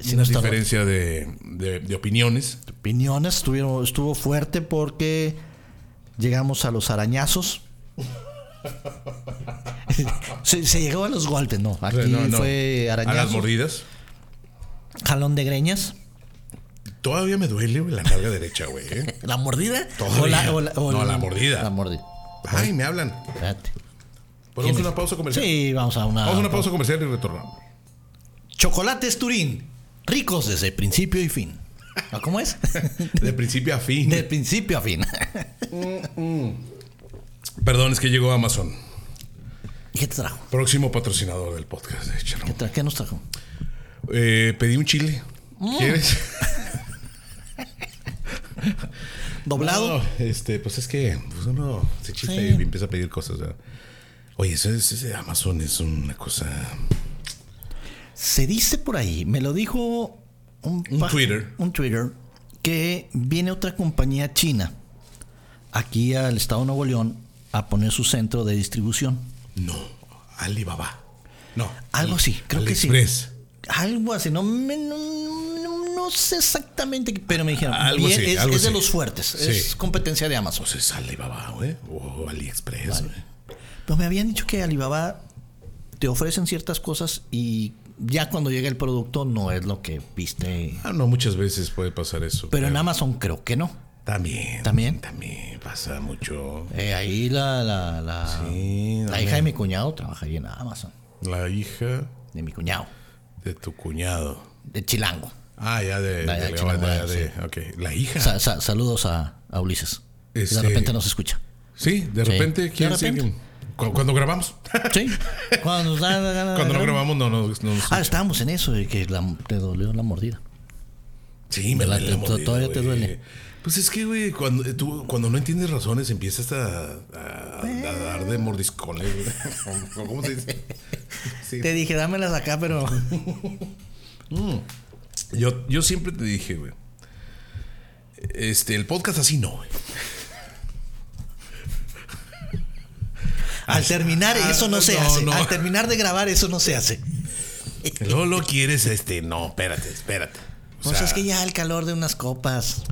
[SPEAKER 1] sí
[SPEAKER 2] Una
[SPEAKER 1] nos tardó-
[SPEAKER 2] diferencia de, de, de opiniones.
[SPEAKER 1] opiniones estuvieron, estuvo fuerte porque llegamos a los arañazos. se, se llegó a los golpes, no. Aquí
[SPEAKER 2] No, no.
[SPEAKER 1] fue
[SPEAKER 2] A las
[SPEAKER 1] arañazos.
[SPEAKER 2] mordidas.
[SPEAKER 1] Jalón de greñas.
[SPEAKER 2] Todavía me duele güey, la nalga derecha, güey. ¿eh?
[SPEAKER 1] ¿La mordida?
[SPEAKER 2] Todavía. No, la mordida.
[SPEAKER 1] La mordida.
[SPEAKER 2] Ay, me hablan.
[SPEAKER 1] Espérate.
[SPEAKER 2] Ponemos
[SPEAKER 1] ¿Quién es?
[SPEAKER 2] una pausa comercial.
[SPEAKER 1] Sí, Ah, vamos a una.
[SPEAKER 2] Vamos a una pausa comercial y retornamos.
[SPEAKER 1] Chocolates Turín. Ricos desde principio y fin. ¿Ah, ¿Cómo es?
[SPEAKER 2] De principio a fin.
[SPEAKER 1] De principio a fin.
[SPEAKER 2] Perdón, es que llegó Amazon.
[SPEAKER 1] ¿Y qué te trajo?
[SPEAKER 2] Próximo patrocinador del podcast de Charro.
[SPEAKER 1] ¿Qué, tra- qué nos trajo?
[SPEAKER 2] Eh, pedí un chile.
[SPEAKER 1] Mm.
[SPEAKER 2] ¿Quieres?
[SPEAKER 1] ¿Doblado?
[SPEAKER 2] No, este, pues es que pues uno se chiste
[SPEAKER 1] Sí.
[SPEAKER 2] y empieza a pedir cosas. ¿verdad? Oye, eso es- ese Amazon es una cosa.
[SPEAKER 1] Se dice por ahí, me lo dijo un,
[SPEAKER 2] Un
[SPEAKER 1] pa-
[SPEAKER 2] Twitter.
[SPEAKER 1] Un Twitter que viene otra compañía china aquí al estado de Nuevo León a poner su centro de distribución.
[SPEAKER 2] No, Alibaba. No.
[SPEAKER 1] Algo así, creo que sí.
[SPEAKER 2] AliExpress.
[SPEAKER 1] Algo así, no, me- no, no- no sé exactamente, pero me dijeron,
[SPEAKER 2] Algo
[SPEAKER 1] bien,
[SPEAKER 2] así,
[SPEAKER 1] es,
[SPEAKER 2] algo
[SPEAKER 1] es de
[SPEAKER 2] así.
[SPEAKER 1] los fuertes, es
[SPEAKER 2] Sí.
[SPEAKER 1] competencia de Amazon.
[SPEAKER 2] Pues es Alibaba, güey. O AliExpress, güey.
[SPEAKER 1] Pero Pues me habían dicho que Alibaba te ofrecen ciertas cosas y ya cuando llega el producto no es lo que viste.
[SPEAKER 2] Ah, no, muchas veces puede pasar eso.
[SPEAKER 1] Pero en Amazon creo que no.
[SPEAKER 2] También.
[SPEAKER 1] También.
[SPEAKER 2] También pasa mucho.
[SPEAKER 1] Eh, ahí la, la, la,
[SPEAKER 2] Sí,
[SPEAKER 1] Ah. la
[SPEAKER 2] dame.
[SPEAKER 1] hija de mi cuñado trabaja ahí en Amazon.
[SPEAKER 2] La hija
[SPEAKER 1] De mi cuñado.
[SPEAKER 2] de tu cuñado.
[SPEAKER 1] De Chilango.
[SPEAKER 2] Ah, ya de.
[SPEAKER 1] La
[SPEAKER 2] de-
[SPEAKER 1] de
[SPEAKER 2] de-
[SPEAKER 1] Chinahuala,
[SPEAKER 2] de- ok. La hija.
[SPEAKER 1] Sa- sa- saludos a, a Ulises. que De
[SPEAKER 2] Este-
[SPEAKER 1] repente nos escucha.
[SPEAKER 2] sí, de
[SPEAKER 1] Sí.
[SPEAKER 2] repente.
[SPEAKER 1] De
[SPEAKER 2] ¿quién sabe
[SPEAKER 1] repente. Ah,
[SPEAKER 2] quién? Cu- Cuando grabamos.
[SPEAKER 1] Sí. Cuando, nos da- da- da- da-
[SPEAKER 2] Cuando no
[SPEAKER 1] da-
[SPEAKER 2] grabamos, no nos. no nos-
[SPEAKER 1] Ah, estábamos en eso, de que la, te dolió la mordida.
[SPEAKER 2] sí, me
[SPEAKER 1] ¿verdad?
[SPEAKER 2] duele la
[SPEAKER 1] Te-
[SPEAKER 2] mordida,
[SPEAKER 1] todavía te
[SPEAKER 2] güey.
[SPEAKER 1] duele.
[SPEAKER 2] Pues es que, güey, cuando, eh, tú, cuando no entiendes razones, empiezas a, a- a dar de mordiscones. güey. ¿Cómo- ¿Cómo se dice? Sí.
[SPEAKER 1] Te dije, dámelas acá, pero.
[SPEAKER 2] Yo, yo siempre te dije, güey. Este, el podcast así no, güey.
[SPEAKER 1] Al terminar,
[SPEAKER 2] Ah,
[SPEAKER 1] eso no se
[SPEAKER 2] no,
[SPEAKER 1] hace.
[SPEAKER 2] no.
[SPEAKER 1] Al terminar de grabar, eso no se hace.
[SPEAKER 2] Lolo quieres este. No, espérate, espérate. O
[SPEAKER 1] Pues
[SPEAKER 2] sea,
[SPEAKER 1] es que ya el calor de unas copas.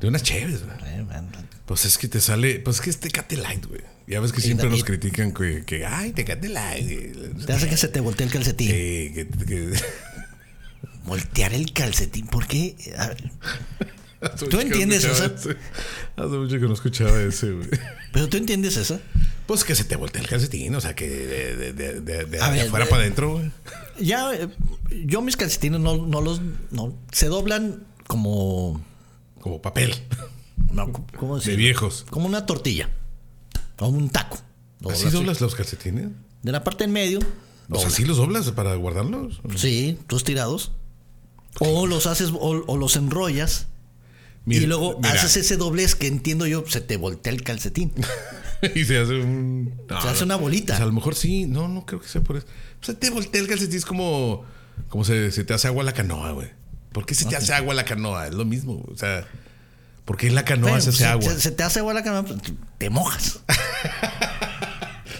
[SPEAKER 2] De unas chéves, güey.
[SPEAKER 1] Eh, man,
[SPEAKER 2] Pues es que te sale. Pues es que es Tecate Light, güey. Ya ves que siempre
[SPEAKER 1] David.
[SPEAKER 2] nos critican que, que, ay, Tecate Light. güey".
[SPEAKER 1] Te hace que se te voltee el calcetín.
[SPEAKER 2] Sí, que- que-
[SPEAKER 1] Voltear el calcetín, ¿por qué? Ah, A ver,
[SPEAKER 2] Hace mucho que
[SPEAKER 1] ¿Tú
[SPEAKER 2] no
[SPEAKER 1] entiendes
[SPEAKER 2] escuchaba
[SPEAKER 1] eso?
[SPEAKER 2] ese. Hace mucho que no escuchaba ese, güey.
[SPEAKER 1] Pero tú entiendes eso.
[SPEAKER 2] Pues que se te voltea el calcetín, o sea, que de, de, de, de- de
[SPEAKER 1] A ver,
[SPEAKER 2] afuera
[SPEAKER 1] de-
[SPEAKER 2] para adentro, güey.
[SPEAKER 1] Ya, eh, yo mis calcetines no, no los. No, se doblan como.
[SPEAKER 2] Como papel
[SPEAKER 1] no, co- ¿Cómo
[SPEAKER 2] de
[SPEAKER 1] decirlo?
[SPEAKER 2] viejos.
[SPEAKER 1] Como una tortilla. Como un taco. Lo
[SPEAKER 2] ¿Así
[SPEAKER 1] doblas
[SPEAKER 2] doblas los calcetines?
[SPEAKER 1] De la parte en medio.
[SPEAKER 2] O sea,
[SPEAKER 1] doblas.
[SPEAKER 2] ¿sí los doblas para guardarlos?
[SPEAKER 1] Sí, tú tirados. O los haces o, o los enrollas.
[SPEAKER 2] Mira,
[SPEAKER 1] y luego
[SPEAKER 2] mira.
[SPEAKER 1] haces ese doblez que entiendo yo, se te voltea el calcetín.
[SPEAKER 2] y se hace un. No,
[SPEAKER 1] Se hace una bolita.
[SPEAKER 2] pues a lo mejor sí, no, no creo que sea por eso. O sea, te voltea el calcetín, es como. Como se, se te hace agua la canoa, güey. ¿Por qué se te hace agua la canoa? Es lo mismo, o sea. Porque en la canoa
[SPEAKER 1] Bueno,
[SPEAKER 2] se hace
[SPEAKER 1] se,
[SPEAKER 2] agua.
[SPEAKER 1] se- se te hace agua la canoa, pues, te mojas.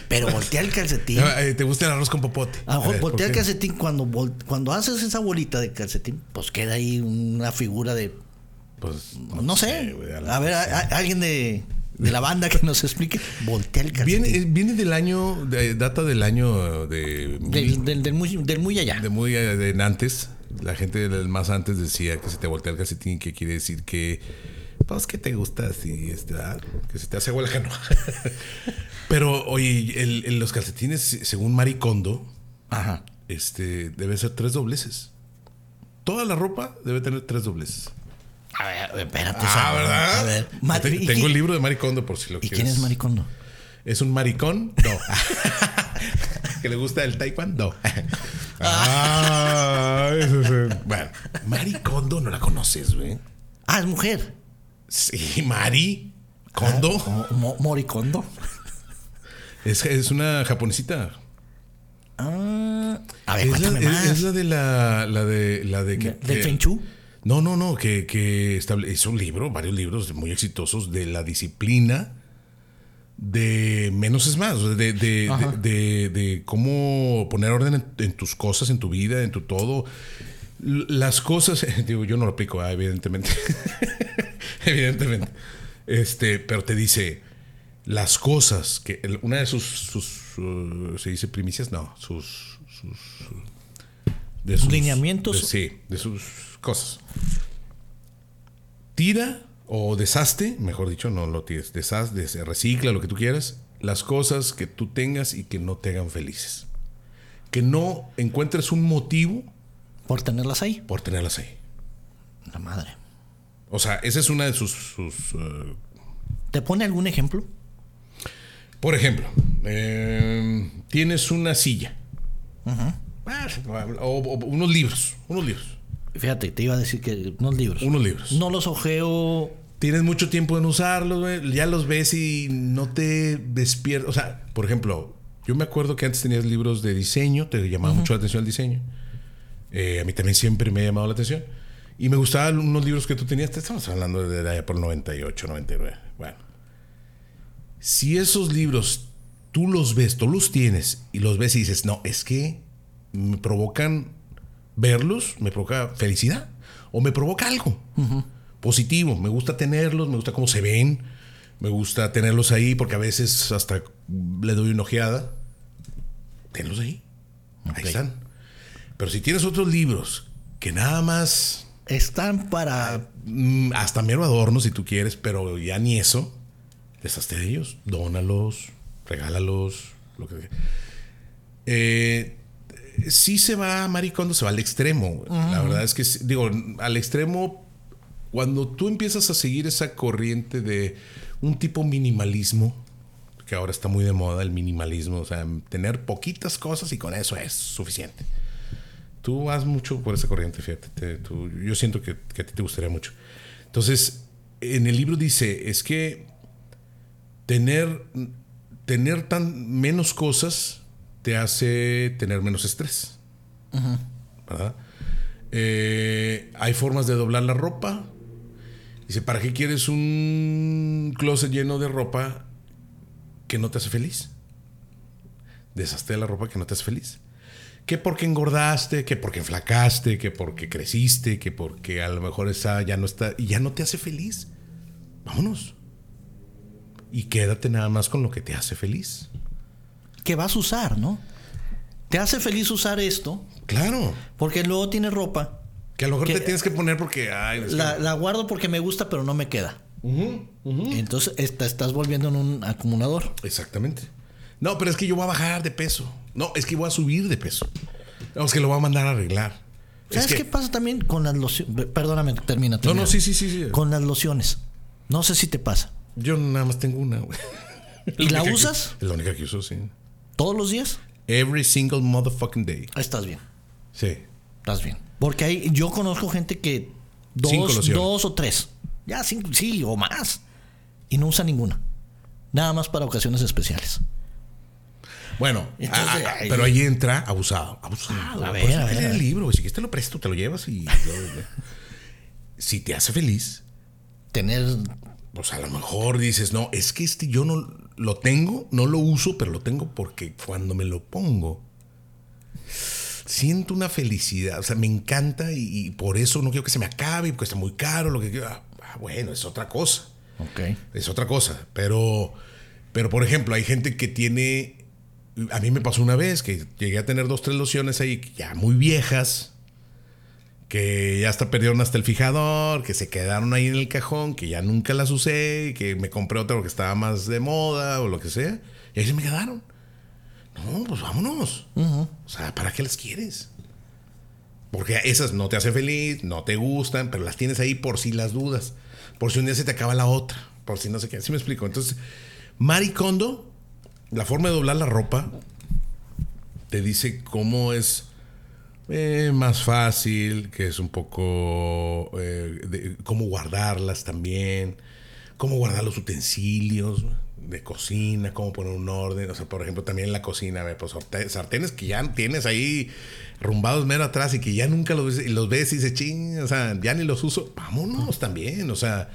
[SPEAKER 1] Pero voltea el calcetín.
[SPEAKER 2] Ah, eh, ¿Te gusta el arroz con popote?
[SPEAKER 1] A lo mejor
[SPEAKER 2] ver, Eh, ¿por
[SPEAKER 1] voltea el
[SPEAKER 2] qué?
[SPEAKER 1] calcetín. Cuando, vol- cuando haces esa bolita de calcetín, pues queda ahí una figura de.
[SPEAKER 2] Pues,
[SPEAKER 1] No, sé.
[SPEAKER 2] güey, a la-
[SPEAKER 1] a ver, a- a- alguien de, de la banda que nos explique. Voltea el Ah, calcetín.
[SPEAKER 2] Viene, eh, viene del año, de- data del año eh, de, mil-
[SPEAKER 1] Del, del- del muy, del muy allá.
[SPEAKER 2] de muy eh, de antes. La gente del más antes decía que se te voltea el calcetín, que quiere decir que, pues, que te gusta así, este, ah, que se te hace agua la canoa. Pero, oye, el- el- los calcetines, según Maricondo,
[SPEAKER 1] Ajá.
[SPEAKER 2] este, debe ser tres dobleces. Toda la ropa debe tener tres dobleces.
[SPEAKER 1] A ver, espérate.
[SPEAKER 2] Ah,
[SPEAKER 1] Samuel.
[SPEAKER 2] ¿verdad?
[SPEAKER 1] A ver.
[SPEAKER 2] Te-
[SPEAKER 1] Madre, ¿y
[SPEAKER 2] tengo
[SPEAKER 1] quién-
[SPEAKER 2] el libro de Maricondo por si lo
[SPEAKER 1] ¿Y
[SPEAKER 2] quieres.
[SPEAKER 1] quién es maricondo?
[SPEAKER 2] ¿Es un maricón? No. ¿Que le gusta el taekwondo? ah, eso sí. Bueno, maricondo no la conoces, güey.
[SPEAKER 1] Ah, es mujer. Ah,
[SPEAKER 2] Sí, Mari. Kondo.
[SPEAKER 1] Mo- mo- moricondo.
[SPEAKER 2] Es, es una japonesita.
[SPEAKER 1] Ah, a ver,
[SPEAKER 2] Es la,
[SPEAKER 1] cuéntame más.
[SPEAKER 2] es- es la de la, la de la de que,
[SPEAKER 1] ¿Del
[SPEAKER 2] que-
[SPEAKER 1] Feng Shui?
[SPEAKER 2] No, no, no, que, que estable- hizo un libro, varios libros muy exitosos de la disciplina de menos es más, de, de, de- de- de cómo poner orden en, en tus cosas, en tu vida, en tu todo. L- Las cosas, digo, yo no lo aplico, ah, evidentemente. evidentemente. Este, pero te dice las cosas que el- una de sus, sus, uh, se dice primicias, no, sus, sus de
[SPEAKER 1] Lineamientos.
[SPEAKER 2] de- sí, de sus cosas. Tira o deshaste, mejor dicho, no lo tires, deshaz, des- recicla lo que tú quieras, las cosas que tú tengas y que no te hagan felices. Que no encuentres un motivo
[SPEAKER 1] Por tenerlas ahí.
[SPEAKER 2] por tenerlas ahí.
[SPEAKER 1] La madre.
[SPEAKER 2] O sea, esa es una de sus... sus, eh,
[SPEAKER 1] ¿Te pone algún ejemplo?
[SPEAKER 2] por ejemplo, eh, tienes una silla. Ah, o, o unos libros, unos libros,
[SPEAKER 1] Fíjate, te iba a decir que unos libros.
[SPEAKER 2] unos libros.
[SPEAKER 1] No los ojeo.
[SPEAKER 2] Tienes mucho tiempo en usarlos, güey. Ya los ves y no te despiertas. O sea, por ejemplo, yo me acuerdo que antes tenías libros de diseño, te llamaba mucho la atención el diseño. Eh, a mí también siempre me ha llamado la atención. Y me gustaban unos libros que tú tenías. Te estamos hablando de allá por el 98, 99. Bueno. Si esos libros tú los ves, tú los tienes y los ves y dices, no, es que me provocan verlos, me provoca felicidad o me provoca algo positivo. Me gusta tenerlos, me gusta cómo se ven, me gusta tenerlos ahí porque a veces hasta le doy una ojeada. Tenlos ahí. Ahí
[SPEAKER 1] Ok.
[SPEAKER 2] están. Pero si tienes otros libros que nada más
[SPEAKER 1] Están para.
[SPEAKER 2] mm, hasta mero adorno si tú quieres, pero ya ni eso, deshazte de ellos, dónalos, regálalos, lo que eh, sí se va, maricondo, se va al extremo. güey. La verdad es que, sí, digo, al extremo, cuando tú empiezas a seguir esa corriente de un tipo minimalismo, que ahora está muy de moda el minimalismo, o sea, tener poquitas cosas y con eso es suficiente. Tú vas mucho por esa corriente, fíjate. te- tú- yo siento que, que a ti te gustaría mucho. Entonces, en el libro dice, es que tener, tener tan menos cosas te hace tener menos estrés. ¿Verdad? Eh, hay formas de doblar la ropa. Dice, ¿para qué quieres un closet lleno de ropa que no te hace feliz? Deshazte de la ropa que no te hace feliz que porque engordaste, que porque enflacaste, que porque creciste, que porque a lo mejor esa ya no está y ya no te hace feliz. Vámonos. Y quédate nada más con lo que te hace feliz.
[SPEAKER 1] que vas a usar, ¿no? Te hace feliz usar esto,
[SPEAKER 2] Claro.
[SPEAKER 1] porque luego tienes ropa.
[SPEAKER 2] Que a lo mejor
[SPEAKER 1] Que-
[SPEAKER 2] te tienes que poner porque ay, es que-
[SPEAKER 1] La, la guardo porque me gusta, pero no me queda. Entonces esta- estás volviendo en un acumulador.
[SPEAKER 2] exactamente. No, pero es que yo voy a bajar de peso. No, es que voy a subir de peso. No, es que lo voy a mandar a arreglar. Es
[SPEAKER 1] ¿Sabes
[SPEAKER 2] que-
[SPEAKER 1] qué pasa también con las lociones? Perdóname, termina.
[SPEAKER 2] No, no,
[SPEAKER 1] termina.
[SPEAKER 2] sí, sí, sí, sí.
[SPEAKER 1] Con las lociones. No sé si te pasa.
[SPEAKER 2] Yo nada más tengo una, güey.
[SPEAKER 1] ¿Y la
[SPEAKER 2] única que-
[SPEAKER 1] usas?
[SPEAKER 2] Es la única que uso, sí.
[SPEAKER 1] ¿Todos los días?
[SPEAKER 2] Every single motherfucking day.
[SPEAKER 1] Estás bien.
[SPEAKER 2] Sí.
[SPEAKER 1] Estás bien. Porque hay, yo conozco gente que
[SPEAKER 2] Cinco
[SPEAKER 1] dos,
[SPEAKER 2] lociones.
[SPEAKER 1] dos o tres. Ya cinco, sí, o más. Y no usa ninguna. Nada más para ocasiones especiales.
[SPEAKER 2] Bueno,
[SPEAKER 1] Entonces,
[SPEAKER 2] ah, ah,
[SPEAKER 1] ahí-
[SPEAKER 2] pero ahí entra abusado. Abusado.
[SPEAKER 1] A
[SPEAKER 2] Por
[SPEAKER 1] ver,
[SPEAKER 2] eso
[SPEAKER 1] a
[SPEAKER 2] hay que
[SPEAKER 1] ver,
[SPEAKER 2] leer
[SPEAKER 1] a
[SPEAKER 2] el
[SPEAKER 1] ver.
[SPEAKER 2] libro. güey. Si quieres te lo presto, te lo llevas y... si te hace feliz,
[SPEAKER 1] tener.
[SPEAKER 2] Pues a lo mejor dices, no, es que este yo no lo tengo, no lo uso, pero lo tengo porque cuando me lo pongo, siento una felicidad, o sea, me encanta y, y por eso no quiero que se me acabe, porque está muy caro, lo que quiera. Ah, bueno, es otra cosa,
[SPEAKER 1] Ok.
[SPEAKER 2] es otra cosa, pero, pero por ejemplo, hay gente que tiene, a mí me pasó una vez que llegué a tener dos, tres lociones ahí ya muy viejas, que ya hasta perdieron hasta el fijador, que se quedaron ahí en el cajón, que ya nunca las usé, que me compré otra porque estaba más de moda o lo que sea, y ahí se me quedaron. No, pues vámonos. O sea, ¿para qué las quieres? Porque esas no te hacen feliz, no te gustan, pero las tienes ahí por si las dudas, por si un día se te acaba la otra, por si no sé qué. ¿Sí me explico? Entonces, Marie Kondo, la forma de doblar la ropa, te dice cómo es eh, más fácil, que es un poco eh, de- cómo guardarlas también, cómo guardar los utensilios de cocina, cómo poner un orden. O sea, por ejemplo, también en la cocina, a ver, pues sartén- sartenes que ya tienes ahí rumbados mero atrás y que ya nunca los ves, y los ves y dices, ching, o sea, ya ni los uso. Vámonos también, o sea.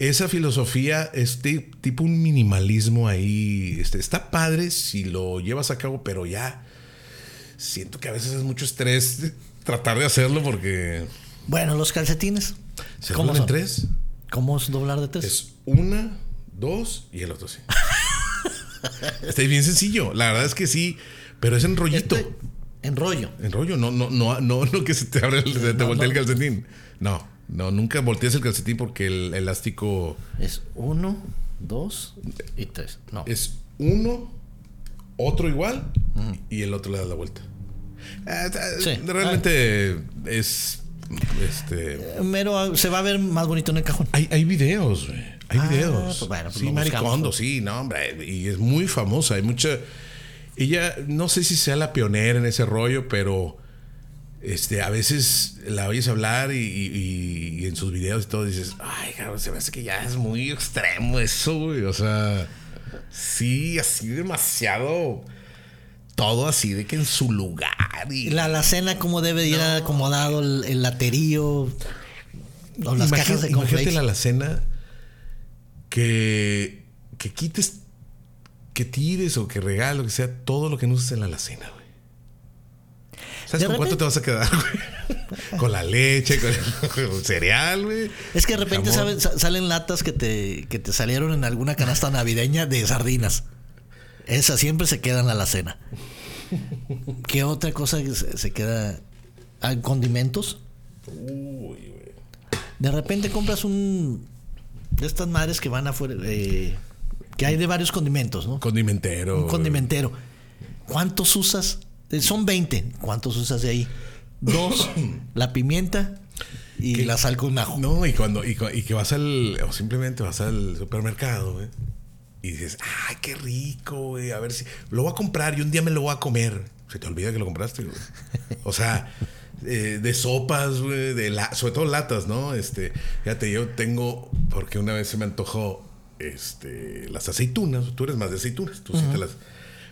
[SPEAKER 2] Esa filosofía, este tipo un minimalismo ahí, este, está padre si lo llevas a cabo, pero ya siento que a veces es mucho estrés de tratar de hacerlo porque
[SPEAKER 1] Bueno, los calcetines.
[SPEAKER 2] se
[SPEAKER 1] ¿Cómo
[SPEAKER 2] ¿Cómo en
[SPEAKER 1] son?
[SPEAKER 2] tres.
[SPEAKER 1] ¿Cómo es doblar de tres?
[SPEAKER 2] Es una, dos y el otro sí. Está bien sencillo. La verdad es que sí, pero es en rollito.
[SPEAKER 1] Este, en rollo.
[SPEAKER 2] En rollo, no, no, no, no, no que se te abre, el, se te
[SPEAKER 1] No,
[SPEAKER 2] voltee el
[SPEAKER 1] no.
[SPEAKER 2] calcetín. No, no, nunca voltees el calcetín porque el elástico
[SPEAKER 1] Es uno, dos y tres. No.
[SPEAKER 2] es uno, otro igual y el otro le da la vuelta. Ah, ah,
[SPEAKER 1] Sí.
[SPEAKER 2] Realmente es este.
[SPEAKER 1] Mero ah, se va a ver más bonito en el cajón.
[SPEAKER 2] Hay, hay videos, güey. Hay
[SPEAKER 1] Ah,
[SPEAKER 2] videos.
[SPEAKER 1] pues bueno, pues
[SPEAKER 2] sí,
[SPEAKER 1] lo
[SPEAKER 2] Marie
[SPEAKER 1] buscamos,
[SPEAKER 2] Kondo, sí, no, hombre. Y es muy famosa. Hay mucha. Ella, no sé si sea la pionera en ese rollo, pero este, a veces la oyes hablar y, y- y en sus videos y todo dices, ay, cabrón, se me hace que ya es muy extremo eso, güey. O sea, sí, así demasiado. Todo así de que en su lugar. Y,
[SPEAKER 1] Y La alacena, cómo debe de ir acomodado el, el laterío. O las
[SPEAKER 2] Imagina-
[SPEAKER 1] cajas de
[SPEAKER 2] Imagínate
[SPEAKER 1] cornflakes.
[SPEAKER 2] la alacena que, que quites, que tires o que regales, lo que sea, todo lo que no uses en la alacena, güey. ¿Sabes
[SPEAKER 1] De
[SPEAKER 2] con cuánto
[SPEAKER 1] repente-
[SPEAKER 2] te vas a quedar, güey? con la leche, con el, con el cereal, güey.
[SPEAKER 1] Es que de repente
[SPEAKER 2] Jamón.
[SPEAKER 1] saben- sa- salen latas que te, que te salieron en alguna canasta navideña de sardinas. Esas siempre se quedan a la cena. ¿Qué otra cosa que se, se queda? Ah, ¿Condimentos? De repente compras un... De estas madres que van afuera... eh, que hay de varios condimentos, ¿no?
[SPEAKER 2] Condimentero.
[SPEAKER 1] Un condimentero. ¿Cuántos usas? Eh, Son 20. ¿Cuántos usas de ahí? Dos. la pimienta y
[SPEAKER 2] ¿Qué?
[SPEAKER 1] la sal con ajo.
[SPEAKER 2] No, y cuando, y, cu- y que vas al, o simplemente vas al supermercado, güey. Y dices, ay, qué rico, güey. A ver si lo voy a comprar y un día me lo voy a comer. Se te olvida que lo compraste, güey. O sea, eh, de sopas, güey, de la, sobre todo latas, ¿no? Este, fíjate, yo tengo, porque una vez se me antojó, este, las aceitunas. Tú eres más de aceitunas, tú sí te las.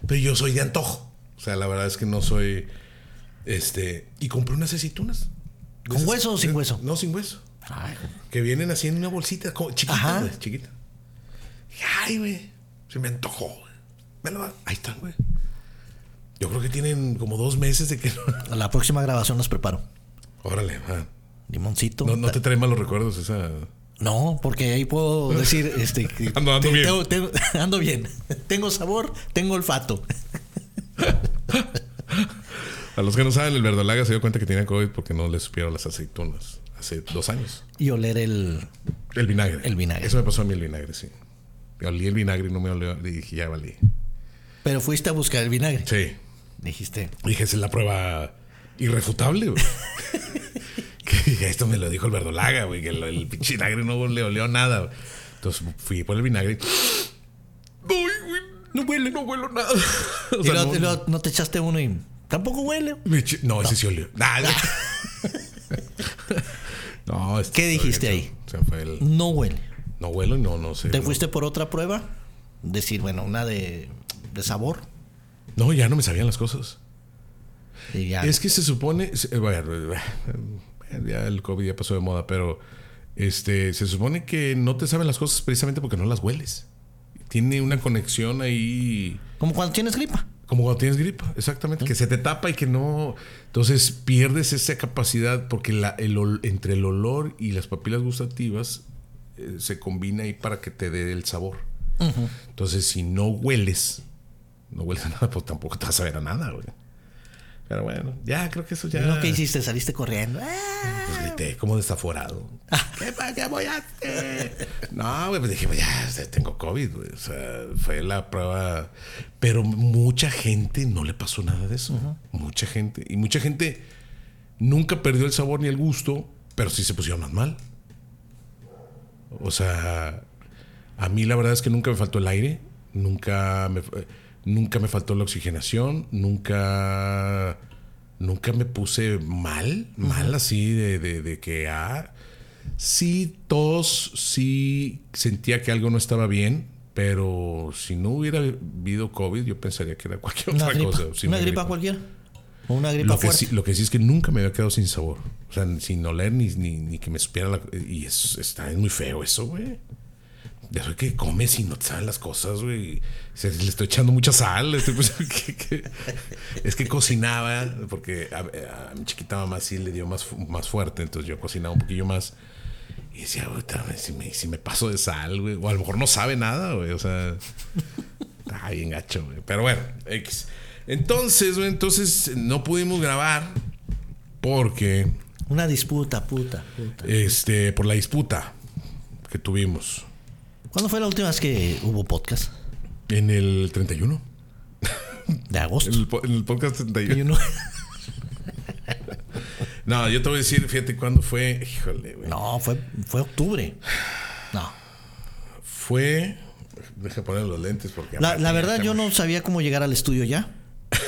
[SPEAKER 2] Pero yo soy de antojo. O sea, la verdad es que no soy, este, y compré unas aceitunas.
[SPEAKER 1] ¿Con
[SPEAKER 2] Esas-
[SPEAKER 1] hueso o sin hueso?
[SPEAKER 2] eh, No, sin hueso.
[SPEAKER 1] Ay,
[SPEAKER 2] Que vienen así en una bolsita, como chiquita,
[SPEAKER 1] Ajá.
[SPEAKER 2] güey, chiquita. Dije, Ay, güey, se me antojó, güey. Me lo va- Ahí están, güey. Yo creo que tienen como dos meses de que no.
[SPEAKER 1] a la próxima grabación los preparo.
[SPEAKER 2] Órale, va.
[SPEAKER 1] Limoncito.
[SPEAKER 2] No, no
[SPEAKER 1] Ta-
[SPEAKER 2] te trae malos recuerdos esa.
[SPEAKER 1] No, porque ahí puedo decir, este, que
[SPEAKER 2] Ando- ando bien.
[SPEAKER 1] tengo- tengo- ando bien. Tengo sabor, tengo olfato.
[SPEAKER 2] A los que no saben, el verdolaga se dio cuenta que tenía COVID porque no le supieron las aceitunas hace dos años.
[SPEAKER 1] Y oler el.
[SPEAKER 2] El vinagre.
[SPEAKER 1] El vinagre.
[SPEAKER 2] Eso me pasó a mí el vinagre, sí. Olí el vinagre y no me olió. Y dije, ya valí.
[SPEAKER 1] Pero fuiste a buscar el vinagre.
[SPEAKER 2] Sí.
[SPEAKER 1] Dijiste.
[SPEAKER 2] Dije, esa es la prueba irrefutable, güey. que dije, esto me lo dijo el verdolaga, güey, que el, el pinche vinagre no le olió nada. güey. Entonces fui por el vinagre. No, güey, no huele, no huelo nada. O
[SPEAKER 1] Y
[SPEAKER 2] sea,
[SPEAKER 1] luego-
[SPEAKER 2] no-
[SPEAKER 1] y luego no te echaste uno y. Tampoco huele.
[SPEAKER 2] me eché- no, ese sí olió. Nah, no, este-
[SPEAKER 1] ¿Qué dijiste
[SPEAKER 2] se-
[SPEAKER 1] ahí?
[SPEAKER 2] se fue el-
[SPEAKER 1] No huele.
[SPEAKER 2] no huelo, no, no sé.
[SPEAKER 1] ¿Te
[SPEAKER 2] no.
[SPEAKER 1] fuiste por otra prueba? Decir, bueno, una de, de sabor.
[SPEAKER 2] No, ya no me sabían las cosas.
[SPEAKER 1] Y ya.
[SPEAKER 2] eh, Es que se supone, se- eh, bueno, eh, ya el COVID ya pasó de moda, pero Este, se supone que no te saben las cosas precisamente porque no las hueles. Tiene una conexión ahí.
[SPEAKER 1] Como cuando tienes gripa.
[SPEAKER 2] Como cuando tienes gripa, exactamente, que se te tapa y que no. Entonces pierdes esa capacidad porque la, el ol- entre el olor y las papilas gustativas eh, se combina ahí para que te dé el sabor. Entonces, si no hueles, no hueles a nada, pues tampoco te vas a ver a nada, güey. Pero bueno, ya creo que eso ya.
[SPEAKER 1] Es lo que hiciste, saliste corriendo. ¡Ah!
[SPEAKER 2] Pues grité como desaforado. ¿Qué, pa- qué voy a hacer? No, güey, pues dije, pues ya o sea, tengo COVID, güey. O sea, fue la prueba. Pero mucha gente no le pasó nada de eso. Mucha gente. Y mucha gente nunca perdió el sabor ni el gusto, pero sí se pusieron más mal. O sea, a mí la verdad es que nunca me faltó el aire, nunca me, eh, nunca me faltó la oxigenación, nunca, nunca me puse mal, mal así de, de- de que ah, sí tos, sí sentía que algo no estaba bien, pero si no hubiera habido COVID, yo pensaría que era cualquier
[SPEAKER 1] Una
[SPEAKER 2] otra
[SPEAKER 1] gripa,
[SPEAKER 2] cosa. sí,
[SPEAKER 1] una gripa cualquiera. O una gripa
[SPEAKER 2] lo que,
[SPEAKER 1] fuerte.
[SPEAKER 2] sí, lo que sí es que nunca me había quedado sin sabor. O sea, sin oler ni, ni, ni que me supiera la- Y es, está es muy feo eso, güey. De eso que comes y no te saben las cosas, güey. Se- le estoy echando mucha sal. le estoy pensando que- que- es que cocinaba, porque a, a mi chiquita mamá sí le dio más, fu- más fuerte. Entonces yo cocinaba un poquillo más. Y decía, "Uy, tarde, si me, si me paso de sal, güey. O a lo mejor no sabe nada, güey. O sea, está bien gacho, güey. Pero bueno, X. Entonces, güey, entonces no pudimos grabar porque,
[SPEAKER 1] Una disputa, puta, puta.
[SPEAKER 2] este, por la disputa que tuvimos
[SPEAKER 1] ¿Cuándo fue la última vez que hubo podcast?
[SPEAKER 2] en el 31.
[SPEAKER 1] De agosto.
[SPEAKER 2] En el, po- en el podcast 31.
[SPEAKER 1] Yo no-
[SPEAKER 2] No, yo te voy a decir, fíjate cuándo fue. Híjole, güey.
[SPEAKER 1] No, fue, fue octubre. No.
[SPEAKER 2] Fue. Deja poner los lentes porque.
[SPEAKER 1] La,
[SPEAKER 2] aparte
[SPEAKER 1] la
[SPEAKER 2] ya
[SPEAKER 1] verdad, yo
[SPEAKER 2] estamos-
[SPEAKER 1] no sabía cómo llegar al estudio ya.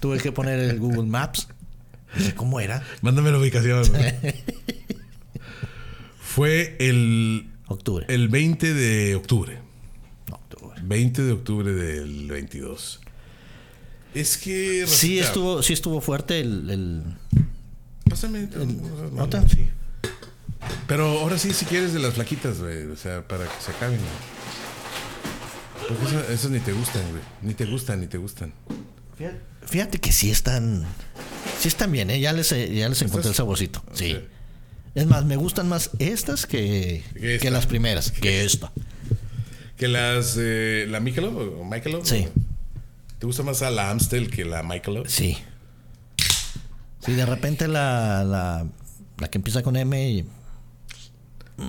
[SPEAKER 1] Tuve que poner el Google Maps. Dije, ¿Cómo era?
[SPEAKER 2] Mándame la ubicación. güey. fue el,
[SPEAKER 1] Octubre.
[SPEAKER 2] el 20 de octubre.
[SPEAKER 1] No, octubre.
[SPEAKER 2] 20 de octubre del 22. Es que.
[SPEAKER 1] Sí
[SPEAKER 2] resulta-
[SPEAKER 1] estuvo, sí estuvo fuerte el, el-
[SPEAKER 2] Pásame.
[SPEAKER 1] ¿Nota?
[SPEAKER 2] Sí. Pero ahora sí, si quieres, de las flaquitas, güey. O sea, para que se acaben, güey. Porque esa- esas, ni te gustan, güey. Ni te gustan, ni te gustan.
[SPEAKER 1] Fíjate que sí están. Sí están bien, ¿eh? Ya les, eh, ya les encontré el saborcito. Sí. Es más, me gustan más estas que,
[SPEAKER 2] Que esta.
[SPEAKER 1] que las primeras. Que esta.
[SPEAKER 2] Que las. eh, la Michelob o Michelob.
[SPEAKER 1] Sí.
[SPEAKER 2] ¿Te gusta más a la Amstel que la Michelob?
[SPEAKER 1] Sí. Sí, de repente la, la, la que empieza con M. y,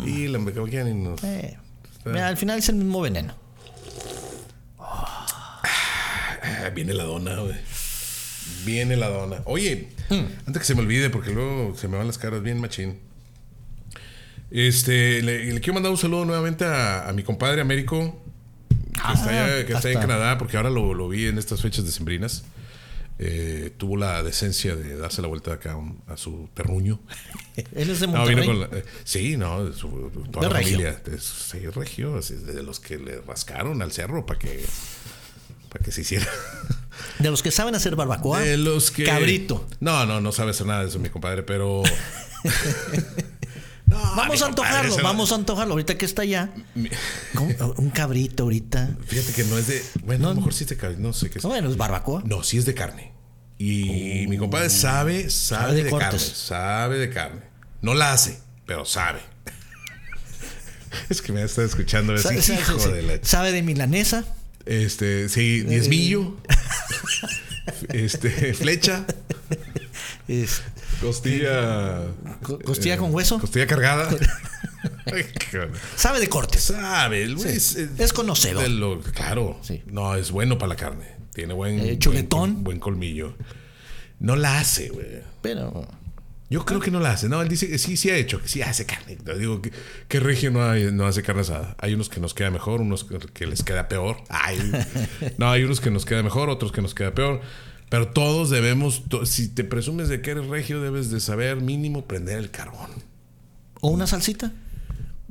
[SPEAKER 2] Y la Michelob ya ni nos.
[SPEAKER 1] eh, mira, al final es el mismo veneno.
[SPEAKER 2] Ah, viene la dona, güey. Viene la dona. Oye, antes que se me olvide, porque luego se me van las caras bien machín. Este, le, le quiero mandar un saludo nuevamente a, a mi compadre Américo, que está, allá- que está allá en
[SPEAKER 1] Ah, hasta-
[SPEAKER 2] Canadá, porque ahora lo, lo vi en estas fechas decembrinas. Eh, tuvo la decencia de darse la vuelta acá a un- a su terruño.
[SPEAKER 1] Él es de
[SPEAKER 2] No, vino
[SPEAKER 1] Monterrey.
[SPEAKER 2] con la- eh, sí, no, de su, toda
[SPEAKER 1] De
[SPEAKER 2] la
[SPEAKER 1] regio.
[SPEAKER 2] familia. de su- sí, regio, así, de los que le rascaron al cerro para que, para que se hiciera.
[SPEAKER 1] De los que saben hacer barbacoa.
[SPEAKER 2] De los que.
[SPEAKER 1] Cabrito.
[SPEAKER 2] No, no, no sabe hacer nada de eso, mi compadre, pero. No, mi
[SPEAKER 1] Vamos
[SPEAKER 2] Ah, compadre,
[SPEAKER 1] a antojarlo,
[SPEAKER 2] ese no-
[SPEAKER 1] vamos a antojarlo. Ahorita que está allá.
[SPEAKER 2] Mi-
[SPEAKER 1] Con- Un cabrito ahorita.
[SPEAKER 2] Fíjate que no es de. Bueno, a lo mejor sí es de carne, no sé qué es.
[SPEAKER 1] No, bueno, es barbacoa.
[SPEAKER 2] No, sí es de carne. Y mi compadre sabe, sabe,
[SPEAKER 1] Oh. de
[SPEAKER 2] de,
[SPEAKER 1] cortes.
[SPEAKER 2] carne. Sabe de carne. No la hace, pero sabe. es que me está escuchando
[SPEAKER 1] Sa-
[SPEAKER 2] decir,
[SPEAKER 1] sa- sa-
[SPEAKER 2] hijo de la
[SPEAKER 1] sabe de milanesa.
[SPEAKER 2] Este, sí, diezmillo. este, flecha.
[SPEAKER 1] es-
[SPEAKER 2] Costilla.
[SPEAKER 1] Co-
[SPEAKER 2] Eh,
[SPEAKER 1] costilla con hueso.
[SPEAKER 2] Costilla cargada.
[SPEAKER 1] sabe de cortes.
[SPEAKER 2] Sabe, el güey es, es
[SPEAKER 1] Es conocedor.
[SPEAKER 2] de lo- claro.
[SPEAKER 1] Sí.
[SPEAKER 2] No, es bueno para la carne. Tiene buen.
[SPEAKER 1] Eh,
[SPEAKER 2] buen-
[SPEAKER 1] chuletón.
[SPEAKER 2] Buen, colmillo. No la hace, güey.
[SPEAKER 1] Pero
[SPEAKER 2] Yo creo que no la hace. No, él dice que sí, sí ha hecho, que sí hace carne. Yo digo que, que Regio no, hay- no hace carne asada. Hay unos que nos queda mejor, unos que- que les queda peor. Ay, no, hay unos que nos queda mejor, otros que nos queda peor. Pero todos debemos, to- si te presumes de que eres regio, debes de saber mínimo prender el carbón.
[SPEAKER 1] o una salsita.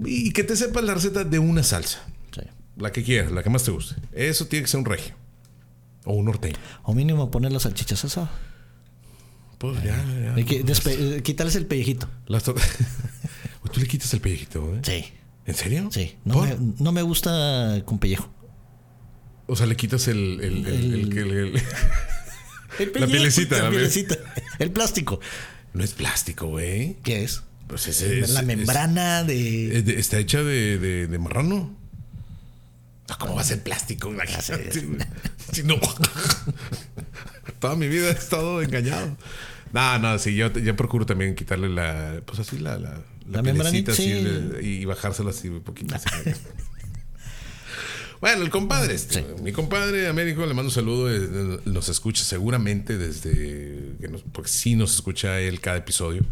[SPEAKER 2] Y que te sepas la receta de una salsa.
[SPEAKER 1] Sí.
[SPEAKER 2] La que quieras, la que más te guste. Eso tiene que ser un regio. O un norteño.
[SPEAKER 1] O mínimo poner las salchichas asadas.
[SPEAKER 2] Pues ya, ya.
[SPEAKER 1] pues. Hay que despe- eh, quitarles el eh, pellejito.
[SPEAKER 2] Las tor- Pero tú le quitas el pellejito, ¿eh?
[SPEAKER 1] Sí,
[SPEAKER 2] ¿En serio?
[SPEAKER 1] sí. No
[SPEAKER 2] ¿Por?
[SPEAKER 1] me, no me gusta con pellejo.
[SPEAKER 2] O sea, le quitas el. el, el- el- el- el- La pielecita,
[SPEAKER 1] La
[SPEAKER 2] la piel-
[SPEAKER 1] pielecita. El plástico.
[SPEAKER 2] No es plástico, güey.
[SPEAKER 1] ¿Qué es?
[SPEAKER 2] Pues ese es-
[SPEAKER 1] la
[SPEAKER 2] es-
[SPEAKER 1] membrana de...
[SPEAKER 2] es de- está hecha de, de, de marrano. Ah, ¿Cómo va a ser plástico? Imagínate. Sí, no. Toda mi vida he estado engañado. No, no, sí, yo, yo procuro también quitarle la. Pues así la. La, pielecita
[SPEAKER 1] La membranita,
[SPEAKER 2] así,
[SPEAKER 1] sí.
[SPEAKER 2] le- y bajársela así un poquito. así. Bueno, el compadre, este, mi compadre Américo, le mando un saludo, eh, nos escucha seguramente desde, que nos- porque sí nos escucha él cada episodio.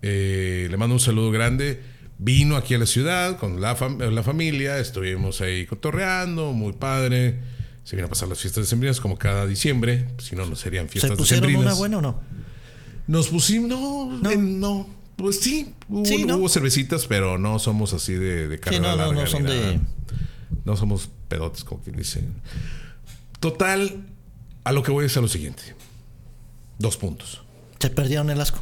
[SPEAKER 2] Eh, le mando un saludo grande. Vino aquí a la ciudad con la, fam- la familia, estuvimos ahí cotorreando, muy padre. Se vino a pasar las fiestas decembrinas como cada diciembre, si no, no serían
[SPEAKER 1] ¿Se
[SPEAKER 2] fiestas
[SPEAKER 1] pusieron una
[SPEAKER 2] decembrinas.
[SPEAKER 1] buena o no?
[SPEAKER 2] Nos pusimos, no,
[SPEAKER 1] No.
[SPEAKER 2] eh, no. Pues sí, hubo,
[SPEAKER 1] Sí, ¿no?
[SPEAKER 2] hubo cervecitas, pero no somos así de, de carrera
[SPEAKER 1] no, no,
[SPEAKER 2] larga
[SPEAKER 1] no
[SPEAKER 2] ni
[SPEAKER 1] son
[SPEAKER 2] nada.
[SPEAKER 1] de-
[SPEAKER 2] No somos pedotes, como quien dice. Total, a lo que voy es a lo siguiente. Dos puntos.
[SPEAKER 1] Se perdieron el asco.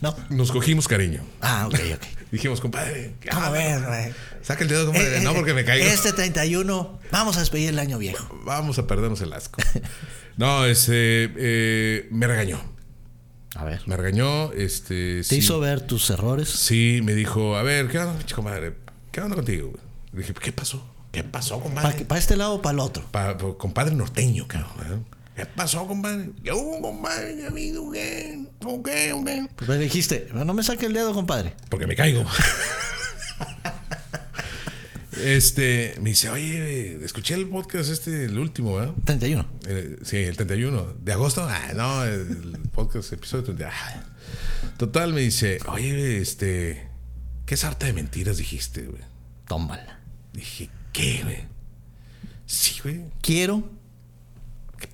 [SPEAKER 1] no.
[SPEAKER 2] Nos cogimos cariño.
[SPEAKER 1] Ah, ok, ok.
[SPEAKER 2] Dijimos, compadre,
[SPEAKER 1] Vamos a ver, güey.
[SPEAKER 2] saca el dedo, compadre.
[SPEAKER 1] Eh,
[SPEAKER 2] Ah, no,
[SPEAKER 1] eh,
[SPEAKER 2] porque me caigo.
[SPEAKER 1] Este 31 vamos a despedir el año viejo.
[SPEAKER 2] Vamos a perdernos el asco. No, este, eh, me regañó.
[SPEAKER 1] A ver.
[SPEAKER 2] Me regañó, este...
[SPEAKER 1] Te hizo ver tus errores.
[SPEAKER 2] Sí, me dijo, a ver, ¿qué onda, chico madre? ¿Qué onda contigo? güey? Le dije, ¿qué pasó? ¿Qué pasó,
[SPEAKER 1] ¿Para
[SPEAKER 2] compadre?
[SPEAKER 1] este lado o para el otro?
[SPEAKER 2] Pa- pa- compadre norteño, cabrón. ¿eh? ¿Qué pasó, compadre? ¿Qué hubo, compadre? ¿Qué ha habido? ¿Qué? ¿Cómo qué? ¿Cómo qué?
[SPEAKER 1] Pues le dijiste, no me saque el dedo, compadre.
[SPEAKER 2] Porque me caigo. este, me dice, oye, escuché el podcast este, el último, ¿verdad?
[SPEAKER 1] 31.
[SPEAKER 2] Eh, sí, el 31 de agosto. Ah, no, el podcast, episodio 31. Ah. Total, me dice, oye, este, ¿qué sarta de mentiras dijiste, güey?
[SPEAKER 1] Tómala.
[SPEAKER 2] Dije, ¿qué, güey? Sí, güey.
[SPEAKER 1] Quiero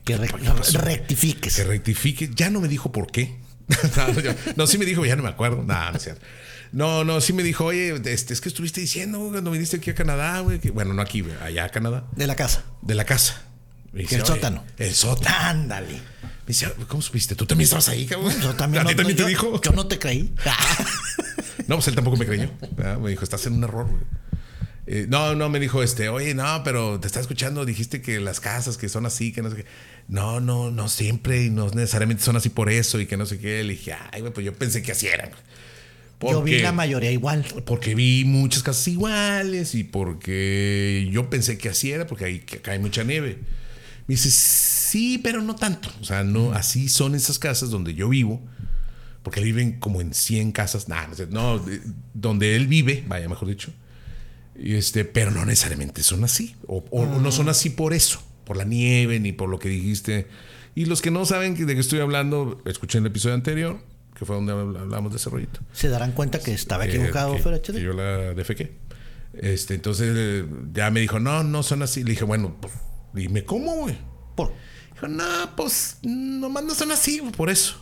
[SPEAKER 1] que re-
[SPEAKER 2] ¿Qué pasó? Que
[SPEAKER 1] rectifiques.
[SPEAKER 2] rectifique. Ya no me dijo por qué. no, yo- no, sí me dijo, ya no me acuerdo. No, no es cierto. No, no, sí me dijo, oye, este, es que estuviste diciendo güey, cuando viniste aquí a Canadá, güey. que- bueno, no aquí, güey, allá a Canadá.
[SPEAKER 1] De la casa.
[SPEAKER 2] De la casa. Me dice,
[SPEAKER 1] El
[SPEAKER 2] "Oye,
[SPEAKER 1] sótano".
[SPEAKER 2] El sótano. Ándale. Me dice, ¿cómo supiste? ¿Tú también estabas ahí, cabrón?
[SPEAKER 1] Yo también.
[SPEAKER 2] ¿A
[SPEAKER 1] no-
[SPEAKER 2] ti también
[SPEAKER 1] no-
[SPEAKER 2] te
[SPEAKER 1] yo-
[SPEAKER 2] dijo?
[SPEAKER 1] Yo no te creí.
[SPEAKER 2] No, pues él tampoco me creyó. ¿verdad? Me dijo, estás en un error, güey. Eh, no, no, me dijo este, oye, no, pero te está escuchando, dijiste que las casas que son así, que no sé qué. No, no, no siempre y no necesariamente son así por eso y que no sé qué. Le dije, ay, güey, pues yo pensé que así eran.
[SPEAKER 1] Yo vi
[SPEAKER 2] Porque-
[SPEAKER 1] la mayoría igual.
[SPEAKER 2] porque vi muchas casas iguales y porque yo pensé que así era, porque ahí que acá hay mucha nieve. Me dice, sí, pero no tanto. O sea, no, así son esas casas donde yo vivo, porque viven como en 100 casas, nada, no, sé, no, de- donde él vive, vaya, mejor dicho. Y este, pero no necesariamente son así, o, o no son así por eso, por la nieve ni por lo que dijiste. Y los que no saben de qué estoy hablando, escuchen el episodio anterior, que fue donde habl- hablamos de ese rollito
[SPEAKER 1] Se darán cuenta que estaba
[SPEAKER 2] que-
[SPEAKER 1] equivocado,
[SPEAKER 2] Eh, que-
[SPEAKER 1] fuera
[SPEAKER 2] que
[SPEAKER 1] HD.
[SPEAKER 2] yo la defequé. Este, entonces eh, ya me dijo, no, no son así. Le dije, bueno, pues, dime cómo, güey.
[SPEAKER 1] Por-
[SPEAKER 2] Dijo, no, pues nomás no son así, güey, por eso.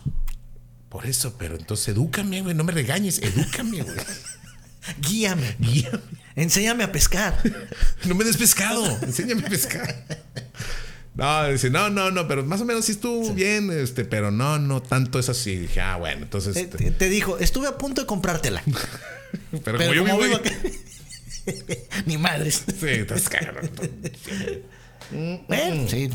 [SPEAKER 2] Por eso, pero entonces edúcame, güey, no me regañes, edúcame, güey.
[SPEAKER 1] Guíame.
[SPEAKER 2] Guíame.
[SPEAKER 1] Enséñame a pescar.
[SPEAKER 2] No me des pescado, enséñame a pescar. No, dice, no, no, no, pero más o menos sí estuvo bien, este, pero no, no tanto es así. Dije, ah, bueno, entonces,
[SPEAKER 1] Eh,
[SPEAKER 2] este,
[SPEAKER 1] Te, te dijo, estuve a punto de comprártela.
[SPEAKER 2] pero,
[SPEAKER 1] Pero
[SPEAKER 2] como yo
[SPEAKER 1] como
[SPEAKER 2] vivo
[SPEAKER 1] vivo
[SPEAKER 2] ahí-
[SPEAKER 1] acá- Ni madres.
[SPEAKER 2] Sí, estás cagando.
[SPEAKER 1] Bueno, sí.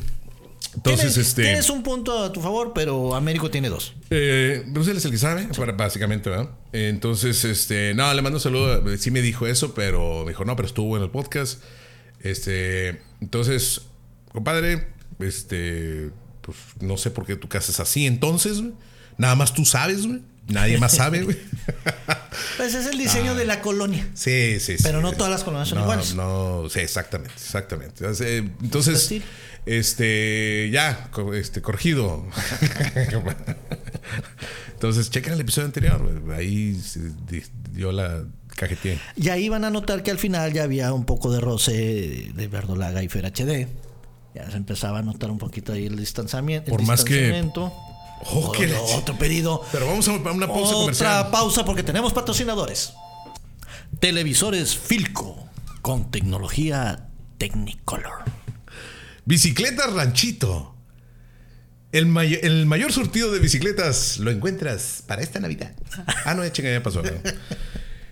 [SPEAKER 2] Entonces,
[SPEAKER 1] tienes,
[SPEAKER 2] Mm. este.
[SPEAKER 1] tienes un punto a tu favor, pero Américo tiene dos.
[SPEAKER 2] Eh, Bruce Lee es el que sabe, para- básicamente, ¿verdad? Entonces, este, no, le mando un saludo. Sí me dijo eso, pero me dijo, no, pero estuvo en el podcast. Este, entonces, compadre, este, pues no sé por qué tu casa es así. Entonces, güey, nada más tú sabes, güey. Nadie más sabe, güey.
[SPEAKER 1] Pues es el diseño
[SPEAKER 2] Ah.
[SPEAKER 1] de la colonia.
[SPEAKER 2] Sí, sí, sí.
[SPEAKER 1] Pero no todas las colonias son
[SPEAKER 2] No,
[SPEAKER 1] iguales.
[SPEAKER 2] No, sí, exactamente, exactamente. Entonces, eh, entonces,
[SPEAKER 1] Pues sí.
[SPEAKER 2] este, ya, co- este, corregido. entonces, chequen el episodio anterior. güey. Ahí se di- dio la cajetilla.
[SPEAKER 1] Y ahí van a notar que al final ya había un poco de roce de Verdolaga y Fer HD. Ya se empezaba a notar un poquito ahí el distanciamiento. el
[SPEAKER 2] Por más que-
[SPEAKER 1] distanciamiento.
[SPEAKER 2] Oh, qué la ch-
[SPEAKER 1] Otro pedido.
[SPEAKER 2] Pero vamos a a una pausa
[SPEAKER 1] Otra
[SPEAKER 2] comercial.
[SPEAKER 1] pausa porque tenemos patrocinadores. Televisores Filco con tecnología Technicolor.
[SPEAKER 2] Bicicleta Ranchito. El, may- el mayor surtido de bicicletas lo encuentras para esta Navidad. Ah, no, chinga, ya pasó. ¿no?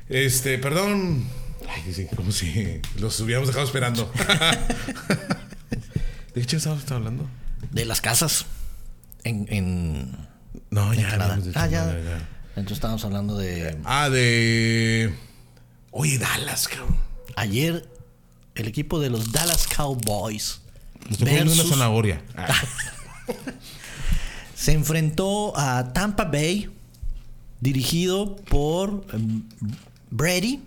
[SPEAKER 2] Este, perdón. Ay, sí, como si los hubiéramos dejado esperando. ¿De qué estamos hablando?
[SPEAKER 1] De las casas. En. en
[SPEAKER 2] No, ya.
[SPEAKER 1] Canadá.
[SPEAKER 2] habíamos dicho,
[SPEAKER 1] Ah, ya.
[SPEAKER 2] no, ya.
[SPEAKER 1] Entonces estábamos hablando de.
[SPEAKER 2] Ah, de. Oye, Dallas, cabrón.
[SPEAKER 1] Ayer, el equipo de los Dallas Cowboys.
[SPEAKER 2] Me estoy comiendo una
[SPEAKER 1] versus-
[SPEAKER 2] zanahoria. Ah,
[SPEAKER 1] se enfrentó a Tampa Bay, dirigido por em, Brady,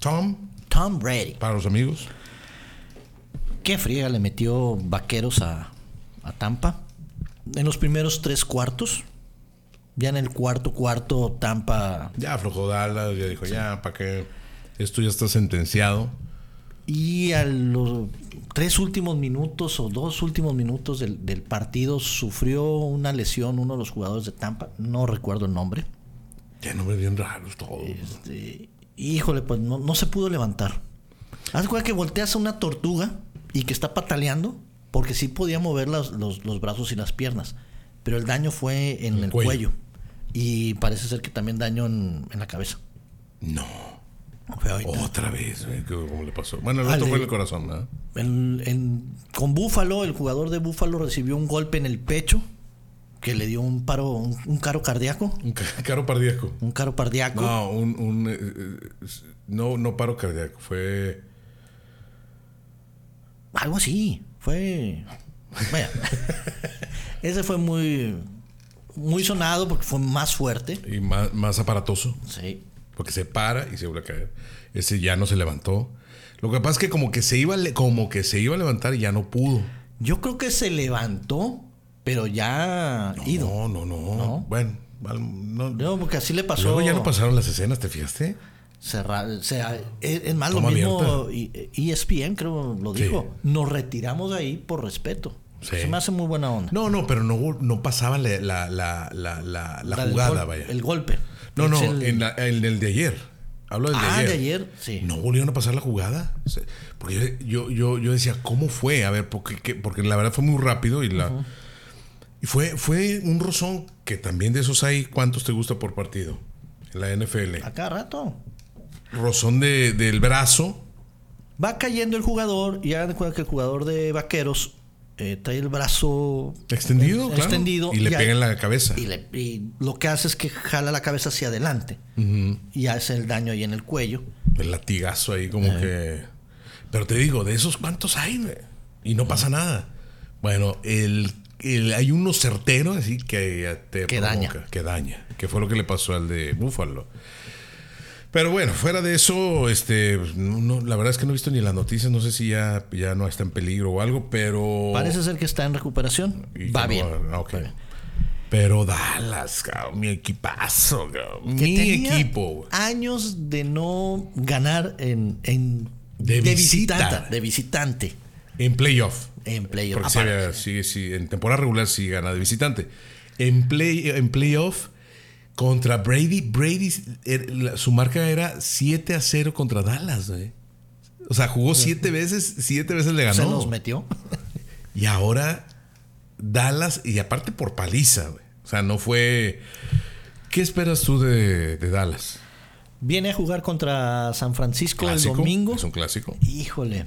[SPEAKER 2] Tom,
[SPEAKER 1] Tom Brady.
[SPEAKER 2] para los amigos.
[SPEAKER 1] Qué friega le metió vaqueros a, a Tampa. En los primeros tres cuartos. Ya en el cuarto cuarto, Tampa.
[SPEAKER 2] Ya aflojó Dallas, ya dijo, ya, ¿para qué? Esto ya está sentenciado.
[SPEAKER 1] Y a los tres últimos minutos o dos últimos minutos del, del partido sufrió una lesión uno de los jugadores de Tampa. No recuerdo el nombre.
[SPEAKER 2] Ya nombres bien raros todos.
[SPEAKER 1] Este, híjole, pues no, no se pudo levantar. Haz de cuenta que volteas a una tortuga y que está pataleando, porque sí podía mover las- los, los brazos y las piernas, pero el daño fue en el, cuello.
[SPEAKER 2] cuello.
[SPEAKER 1] Y parece ser que también daño en, en la cabeza.
[SPEAKER 2] No.
[SPEAKER 1] Fue ahorita.
[SPEAKER 2] Otra vez, güey, que- ¿cómo le pasó? Bueno, el
[SPEAKER 1] Al
[SPEAKER 2] otro
[SPEAKER 1] de-
[SPEAKER 2] fue en el corazón, ¿verdad?
[SPEAKER 1] El- en- con Búfalo, el jugador de Búfalo recibió un golpe en el pecho que le dio un paro, un, un caro cardíaco,
[SPEAKER 2] Un ca- caro cardíaco.
[SPEAKER 1] un caro cardíaco.
[SPEAKER 2] No, un. un, eh, eh, no, no paro cardíaco. Fue.
[SPEAKER 1] Algo así. Fue. Vaya. Ese fue muy. Muy sonado porque fue más fuerte.
[SPEAKER 2] Y más, más aparatoso.
[SPEAKER 1] Sí.
[SPEAKER 2] Porque se para y se vuelve a caer. Ese ya no se levantó. Lo que pasa es que como que se iba a, le- como que se iba a levantar y ya no pudo.
[SPEAKER 1] Yo creo que se levantó, pero ya ido.
[SPEAKER 2] No, no, no.
[SPEAKER 1] No.
[SPEAKER 2] Bueno, al- no.
[SPEAKER 1] No, porque así le pasó.
[SPEAKER 2] Luego ya no pasaron las escenas, ¿te fijaste?
[SPEAKER 1] Cerra- o sea, es, es más, lo
[SPEAKER 2] Toma
[SPEAKER 1] mismo y- E ESPN, creo, lo
[SPEAKER 2] Sí.
[SPEAKER 1] dijo. Nos retiramos de ahí por respeto.
[SPEAKER 2] Sí.
[SPEAKER 1] Se me hace muy buena onda.
[SPEAKER 2] No, no, pero no, no pasaba la, la, la, la, la, la
[SPEAKER 1] La del
[SPEAKER 2] jugada,
[SPEAKER 1] gol-
[SPEAKER 2] vaya.
[SPEAKER 1] El golpe.
[SPEAKER 2] No,
[SPEAKER 1] Es
[SPEAKER 2] no,
[SPEAKER 1] el-
[SPEAKER 2] en, la- en el de ayer. Hablo del
[SPEAKER 1] ah,
[SPEAKER 2] de ayer.
[SPEAKER 1] de ayer. Sí.
[SPEAKER 2] No volvieron a pasar la jugada. O sea, Porque yo, yo, yo decía, ¿cómo fue? A ver, porque, que- porque la verdad fue muy rápido y la. Y fue, fue un rozón que también de esos hay, ¿cuántos te gusta por partido? En la NFL.
[SPEAKER 1] A cada rato.
[SPEAKER 2] Rozón de, del brazo.
[SPEAKER 1] Va cayendo el jugador y hagan de cuenta que el jugador de Vaqueros eh, trae el brazo
[SPEAKER 2] Extendido,
[SPEAKER 1] eh,
[SPEAKER 2] claro.
[SPEAKER 1] extendido
[SPEAKER 2] Y le
[SPEAKER 1] ahí-
[SPEAKER 2] pega en la cabeza.
[SPEAKER 1] y le- y lo que hace es que jala la cabeza hacia adelante y hace el daño ahí en el cuello.
[SPEAKER 2] El latigazo ahí, como que. Pero te digo, de esos cuántos hay, güey? Y no pasa nada. Bueno, el, el- hay uno certero así que te
[SPEAKER 1] Que daña.
[SPEAKER 2] que daña. Que fue lo que le pasó al de Búfalo. Pero bueno, fuera de eso, este, pues, no, no, la verdad es que no he visto ni las noticias, no sé si ya, ya no está en peligro o algo, pero.
[SPEAKER 1] Parece ser que está en recuperación.
[SPEAKER 2] Oh. y
[SPEAKER 1] Va
[SPEAKER 2] que
[SPEAKER 1] bien.
[SPEAKER 2] no- ah, ok.
[SPEAKER 1] Va bien.
[SPEAKER 2] Pero Dallas, cabrón, mi equipazo, cabrón,
[SPEAKER 1] Que
[SPEAKER 2] mi
[SPEAKER 1] tenía
[SPEAKER 2] equipo. güey.
[SPEAKER 1] Años de no ganar en, en-
[SPEAKER 2] De visita.
[SPEAKER 1] visitanta- de visitante
[SPEAKER 2] En playoff.
[SPEAKER 1] en playoff.
[SPEAKER 2] Porque sí,
[SPEAKER 1] Aparte,
[SPEAKER 2] había- sí, sí, en temporada regular sí gana de visitante. En, play, en playoff contra Brady, Brady, eh, la- su marca era 7 a 0 contra Dallas. güey. O sea, jugó 7 veces, 7 veces le
[SPEAKER 1] se
[SPEAKER 2] ganó.
[SPEAKER 1] los metió.
[SPEAKER 2] Y ahora Dallas, y aparte por paliza. güey. O sea, no fue... ¿Qué esperas tú de, de Dallas?
[SPEAKER 1] Viene a jugar contra San Francisco el domingo.
[SPEAKER 2] Es un clásico.
[SPEAKER 1] Híjole,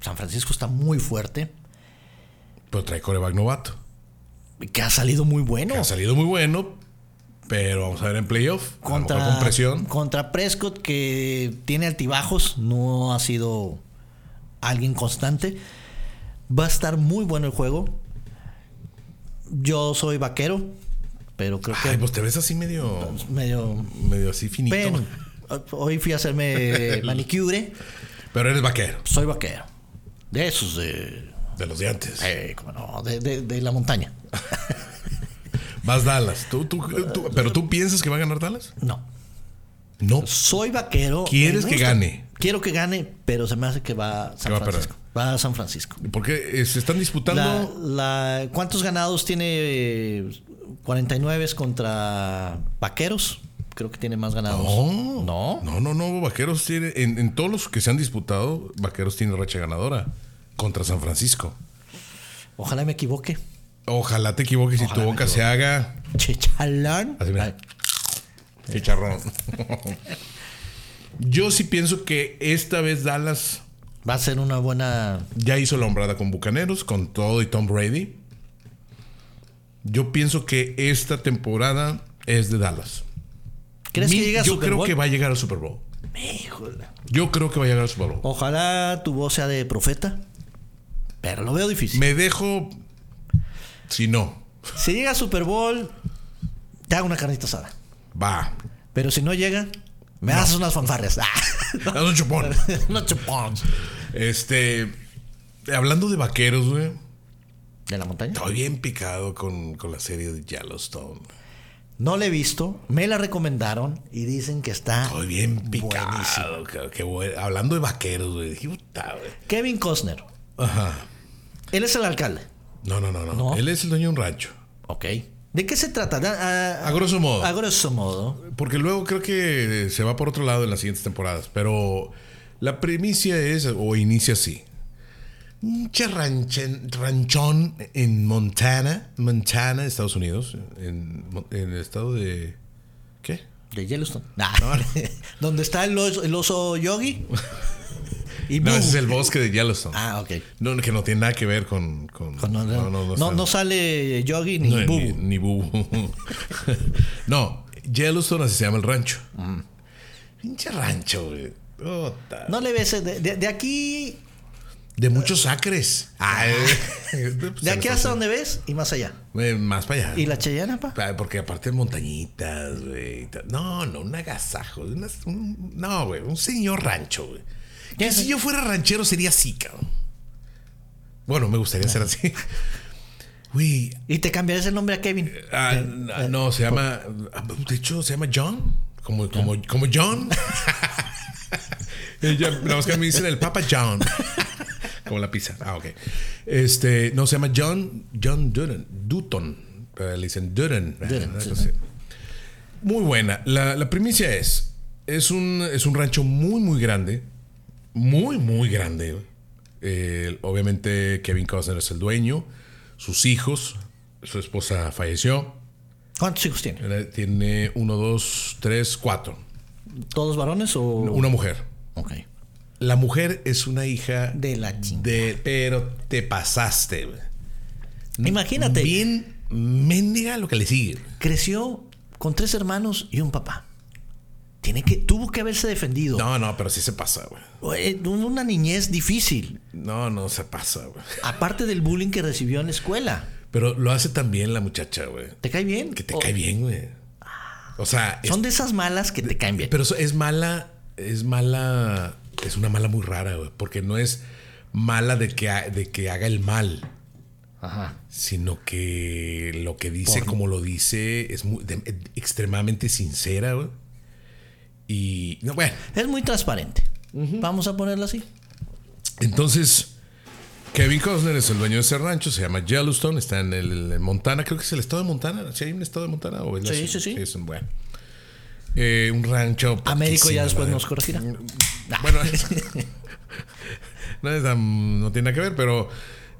[SPEAKER 1] San Francisco está muy fuerte,
[SPEAKER 2] Pero trae coreback novato.
[SPEAKER 1] que ha salido muy bueno.
[SPEAKER 2] Que ha salido muy bueno, pero vamos a ver en playoff. a lo mejor
[SPEAKER 1] Contra,
[SPEAKER 2] con presión.
[SPEAKER 1] contra Prescott, que tiene altibajos, no ha sido alguien constante. Va a estar muy bueno el juego. Yo soy vaquero, pero creo
[SPEAKER 2] Ay,
[SPEAKER 1] que
[SPEAKER 2] pues te ves así medio.
[SPEAKER 1] medio...
[SPEAKER 2] medio así finito.
[SPEAKER 1] Pen. Hoy fui a hacerme manicure.
[SPEAKER 2] Pero eres vaquero,
[SPEAKER 1] Soy vaquero. De esos, de...
[SPEAKER 2] de los dientes.
[SPEAKER 1] eh, cómo no, de- de- de la montaña.
[SPEAKER 2] Vas Dallas. ¿Tú, tú, tú- pero tú piensas que va a ganar Dallas?
[SPEAKER 1] No.
[SPEAKER 2] No.
[SPEAKER 1] Soy vaquero.
[SPEAKER 2] ¿Quieres
[SPEAKER 1] me
[SPEAKER 2] que
[SPEAKER 1] gusta.
[SPEAKER 2] gane?
[SPEAKER 1] Quiero que gane, pero se me hace que va a San
[SPEAKER 2] va a
[SPEAKER 1] Francisco. va a San Francisco.
[SPEAKER 2] Porque eh, se están
[SPEAKER 1] La-
[SPEAKER 2] disputando.
[SPEAKER 1] la- ¿Cuántos ganados tiene eh, 49 contra Vaqueros? Creo que tiene más ganados.
[SPEAKER 2] No.
[SPEAKER 1] No.
[SPEAKER 2] No, no, no. Vaqueros tiene. En, en todos los que se han disputado, Vaqueros tiene racha ganadora contra San Francisco.
[SPEAKER 1] Ojalá me equivoque.
[SPEAKER 2] Ojalá te equivoques y tu boca se haga
[SPEAKER 1] Chichalón.
[SPEAKER 2] Así mira.
[SPEAKER 1] Ay,
[SPEAKER 2] chicharrón. Yo sí pienso que esta vez Dallas
[SPEAKER 1] Va a ser una buena.
[SPEAKER 2] ya hizo la hombrada con Bucaneros, con todo y Tom Brady. Yo pienso que esta temporada es de Dallas.
[SPEAKER 1] ¿Crees
[SPEAKER 2] Mi-
[SPEAKER 1] que llega a
[SPEAKER 2] yo
[SPEAKER 1] Super
[SPEAKER 2] creo
[SPEAKER 1] Bowl?
[SPEAKER 2] que va a llegar al Super Bowl.
[SPEAKER 1] Híjole.
[SPEAKER 2] Yo creo que va a llegar al Super Bowl.
[SPEAKER 1] Ojalá tu voz sea de profeta. Pero lo veo difícil.
[SPEAKER 2] Me dejo. Si no,
[SPEAKER 1] Si llega a Super Bowl, te hago una carnita asada.
[SPEAKER 2] va.
[SPEAKER 1] Pero si no llega, me haces unas fanfarrias. Ah,
[SPEAKER 2] Haz un chupón.
[SPEAKER 1] no chupons.
[SPEAKER 2] Este. Hablando de vaqueros, güey.
[SPEAKER 1] ¿De la montaña?
[SPEAKER 2] Estoy bien picado con, con la serie de Yellowstone.
[SPEAKER 1] No la he visto. Me la recomendaron y dicen que está.
[SPEAKER 2] Estoy bien
[SPEAKER 1] buenísima.
[SPEAKER 2] picado. cabrón, qué bueno. Hablando de vaqueros, güey. Dije, puta, güey.
[SPEAKER 1] Kevin Costner.
[SPEAKER 2] Ajá.
[SPEAKER 1] Él es el alcalde.
[SPEAKER 2] No, no, no, no,
[SPEAKER 1] No.
[SPEAKER 2] Él es el dueño de un rancho.
[SPEAKER 1] Ok. ¿De qué se trata? Da- a-
[SPEAKER 2] A grosso modo.
[SPEAKER 1] a grosso modo.
[SPEAKER 2] Porque luego creo que se va por otro lado en las siguientes temporadas. Pero la primicia es, o inicia así. Un che ranchen- ranchón en Montana, Montana, Estados Unidos, en, Mon- en el estado de... ¿Qué?
[SPEAKER 1] De Yellowstone. Nah. Ah. Donde está el oso, el oso yogi. y
[SPEAKER 2] No,
[SPEAKER 1] boom.
[SPEAKER 2] ese es el bosque de Yellowstone.
[SPEAKER 1] Ah, ok.
[SPEAKER 2] No, que no tiene nada que ver con... con-
[SPEAKER 1] Pues No, no, no,
[SPEAKER 2] está-
[SPEAKER 1] no sale yogi ni
[SPEAKER 2] No, ni-
[SPEAKER 1] bubu.
[SPEAKER 2] ni Bubu. no, Yellowstone así se llama el rancho. Pinche rancho, güey. Puta.
[SPEAKER 1] No le ves. eh, De, de- de aquí.
[SPEAKER 2] De muchos acres. Este, pues, Ay,
[SPEAKER 1] De aquí hasta donde ves y más allá.
[SPEAKER 2] Eh, Más para allá.
[SPEAKER 1] ¿Y la Cheyenne, pa?
[SPEAKER 2] Pa- Porque aparte montañitas, güey. y tal. No, no, un agasajo. unas- un- no, güey. Un señor rancho, güey. Que
[SPEAKER 1] Ya sé.
[SPEAKER 2] si yo fuera ranchero sería así, cabrón. Bueno, me gustaría ser así. Güey.
[SPEAKER 1] Y te cambiarás el nombre a Kevin.
[SPEAKER 2] ah,
[SPEAKER 1] eh,
[SPEAKER 2] no, no, se llama. ah, De hecho, se llama John. Como, como, como John. Ella, nada más que me dicen el Papa John. Como la pizza. Ah, ok. Este, no, se llama John, John Dutton. Dutton. Eh, le dicen Dutton.
[SPEAKER 1] Dutton,
[SPEAKER 2] Ah,
[SPEAKER 1] sí.
[SPEAKER 2] no sé. Muy buena. La, la primicia es, es un, es un rancho muy, muy grande. Muy, muy grande. Eh, obviamente Kevin Costner es el dueño. Sus hijos. Su esposa falleció.
[SPEAKER 1] ¿Cuántos hijos tiene?
[SPEAKER 2] Eh, Tiene uno, dos, tres, cuatro.
[SPEAKER 1] ¿Todos varones o.?
[SPEAKER 2] Una mujer.
[SPEAKER 1] Ok.
[SPEAKER 2] La mujer es una hija
[SPEAKER 1] De la chingada.
[SPEAKER 2] de- pero te pasaste. güey.
[SPEAKER 1] Mm, Imagínate.
[SPEAKER 2] Bien mendiga lo que le sigue.
[SPEAKER 1] Creció con tres hermanos y un papá. Tiene que, tuvo que haberse defendido.
[SPEAKER 2] No, no, pero sí se pasa, güey.
[SPEAKER 1] Eh, Una niñez difícil.
[SPEAKER 2] No, no se pasa, güey.
[SPEAKER 1] Aparte del bullying que recibió en la escuela.
[SPEAKER 2] Pero lo hace también la muchacha, güey.
[SPEAKER 1] ¿Te cae bien?
[SPEAKER 2] Que te
[SPEAKER 1] O-
[SPEAKER 2] cae bien, güey. O sea, es-
[SPEAKER 1] Oh. Ah. Son de esas malas que te caen bien.
[SPEAKER 2] pero eso es mala, es mala, es una mala muy rara, güey. Porque no es mala de que, ha- de que haga el mal,
[SPEAKER 1] Ajá.
[SPEAKER 2] sino que lo que dice,
[SPEAKER 1] Por-
[SPEAKER 2] como lo dice, es muy- de- eh, extremadamente sincera, güey. Y, no, bueno,
[SPEAKER 1] Es muy transparente. Vamos a ponerlo así.
[SPEAKER 2] Entonces, Kevin Costner es el dueño de ese rancho, se llama Yellowstone, está en el en Montana, creo que es el estado de Montana. ¿Sí hay un estado de Montana? ¿O es la
[SPEAKER 1] Sí,
[SPEAKER 2] ciudad?
[SPEAKER 1] sí, sí.
[SPEAKER 2] es un, bueno. Eh, un rancho.
[SPEAKER 1] Américo
[SPEAKER 2] poquísima
[SPEAKER 1] ya después
[SPEAKER 2] madre.
[SPEAKER 1] nos corregirá.
[SPEAKER 2] Ah, Bueno, es- no, es tan- no tiene nada que ver, pero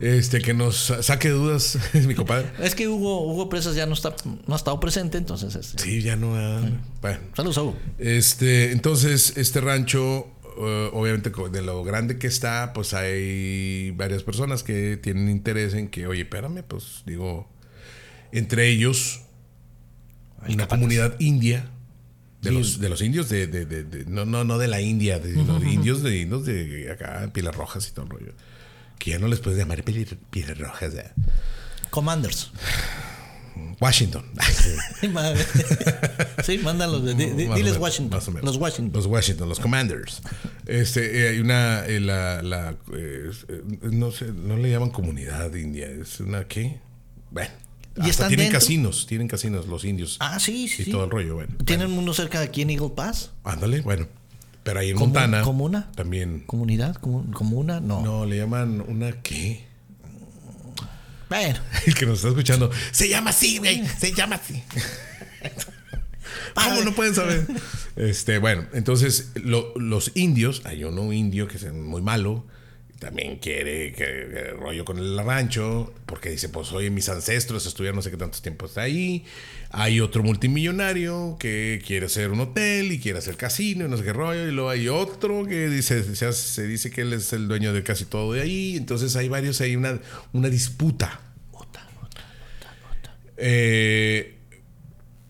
[SPEAKER 2] este que nos sa- saque dudas es mi compadre.
[SPEAKER 1] Es que Hugo, Hugo Presas ya no está, no ha estado presente, entonces. este,
[SPEAKER 2] Sí, ya no. ah, Bueno.
[SPEAKER 1] Saludos a Hugo.
[SPEAKER 2] Este, entonces, este rancho, eh, obviamente, co- de lo grande que está, pues hay varias personas que tienen interés en que, oye, espérame, pues digo, entre ellos, una comunidad india, de, los, de los indios, de, de- de- de- no, no, no de la India, de los indios, de indios de acá, pilas rojas y todo el rollo. Que ya no les puedes llamar pieles pieles rojas. ya.
[SPEAKER 1] Commanders.
[SPEAKER 2] Washington.
[SPEAKER 1] Madre. sí, mándalos. di- di-
[SPEAKER 2] Mm, Más o
[SPEAKER 1] diles
[SPEAKER 2] menos,
[SPEAKER 1] Washington.
[SPEAKER 2] más o menos.
[SPEAKER 1] Los Washington.
[SPEAKER 2] Los Washington, los Commanders. Este, eh, hay una, eh, la, la, eh, eh, no sé, no le llaman comunidad india, es una qué. Bueno,
[SPEAKER 1] ¿Y
[SPEAKER 2] hasta
[SPEAKER 1] están
[SPEAKER 2] tienen
[SPEAKER 1] dentro?
[SPEAKER 2] casinos, tienen casinos los indios
[SPEAKER 1] Ah, sí, sí.
[SPEAKER 2] y
[SPEAKER 1] sí.
[SPEAKER 2] todo el rollo, bueno.
[SPEAKER 1] Tienen uno cerca de aquí en Eagle Pass.
[SPEAKER 2] Ándale, bueno. Pero ahí en
[SPEAKER 1] Comun-
[SPEAKER 2] Montana.
[SPEAKER 1] comuna.
[SPEAKER 2] También.
[SPEAKER 1] Comunidad, comu- comuna, no.
[SPEAKER 2] No, le llaman una qué.
[SPEAKER 1] Bueno,
[SPEAKER 2] El que nos está escuchando. Se llama así, güey. Se llama así. ¿Cómo no pueden saber? Este, bueno, entonces lo- los indios, hay uno indio que es muy malo, También quiere que, que rollo con el rancho, porque dice, pues oye, mis ancestros estuvieron no sé qué tantos tiempos ahí. Hay otro multimillonario que quiere hacer un hotel y quiere hacer casino y no sé qué rollo. Y luego hay otro que dice, se, hace- se dice que él es el dueño de casi todo de ahí. Entonces hay varios, hay una, una disputa.
[SPEAKER 1] Puta,
[SPEAKER 2] Eh,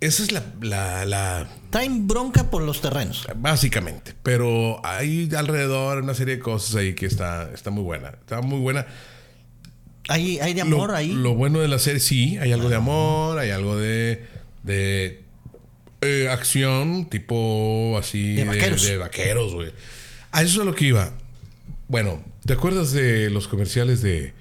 [SPEAKER 2] esa es la- la- la
[SPEAKER 1] Traen bronca por los terrenos.
[SPEAKER 2] Básicamente, pero hay alrededor una serie de cosas ahí que está, está muy buena. Está muy buena.
[SPEAKER 1] Hay, hay de
[SPEAKER 2] Lo-
[SPEAKER 1] amor ahí. Ah.
[SPEAKER 2] Lo bueno de la serie, sí, hay algo de amor, hay algo de, de eh, acción, tipo así.
[SPEAKER 1] De vaqueros.
[SPEAKER 2] De, vaqueros, güey. A eso es a lo que iba. Bueno, ¿te acuerdas de los comerciales de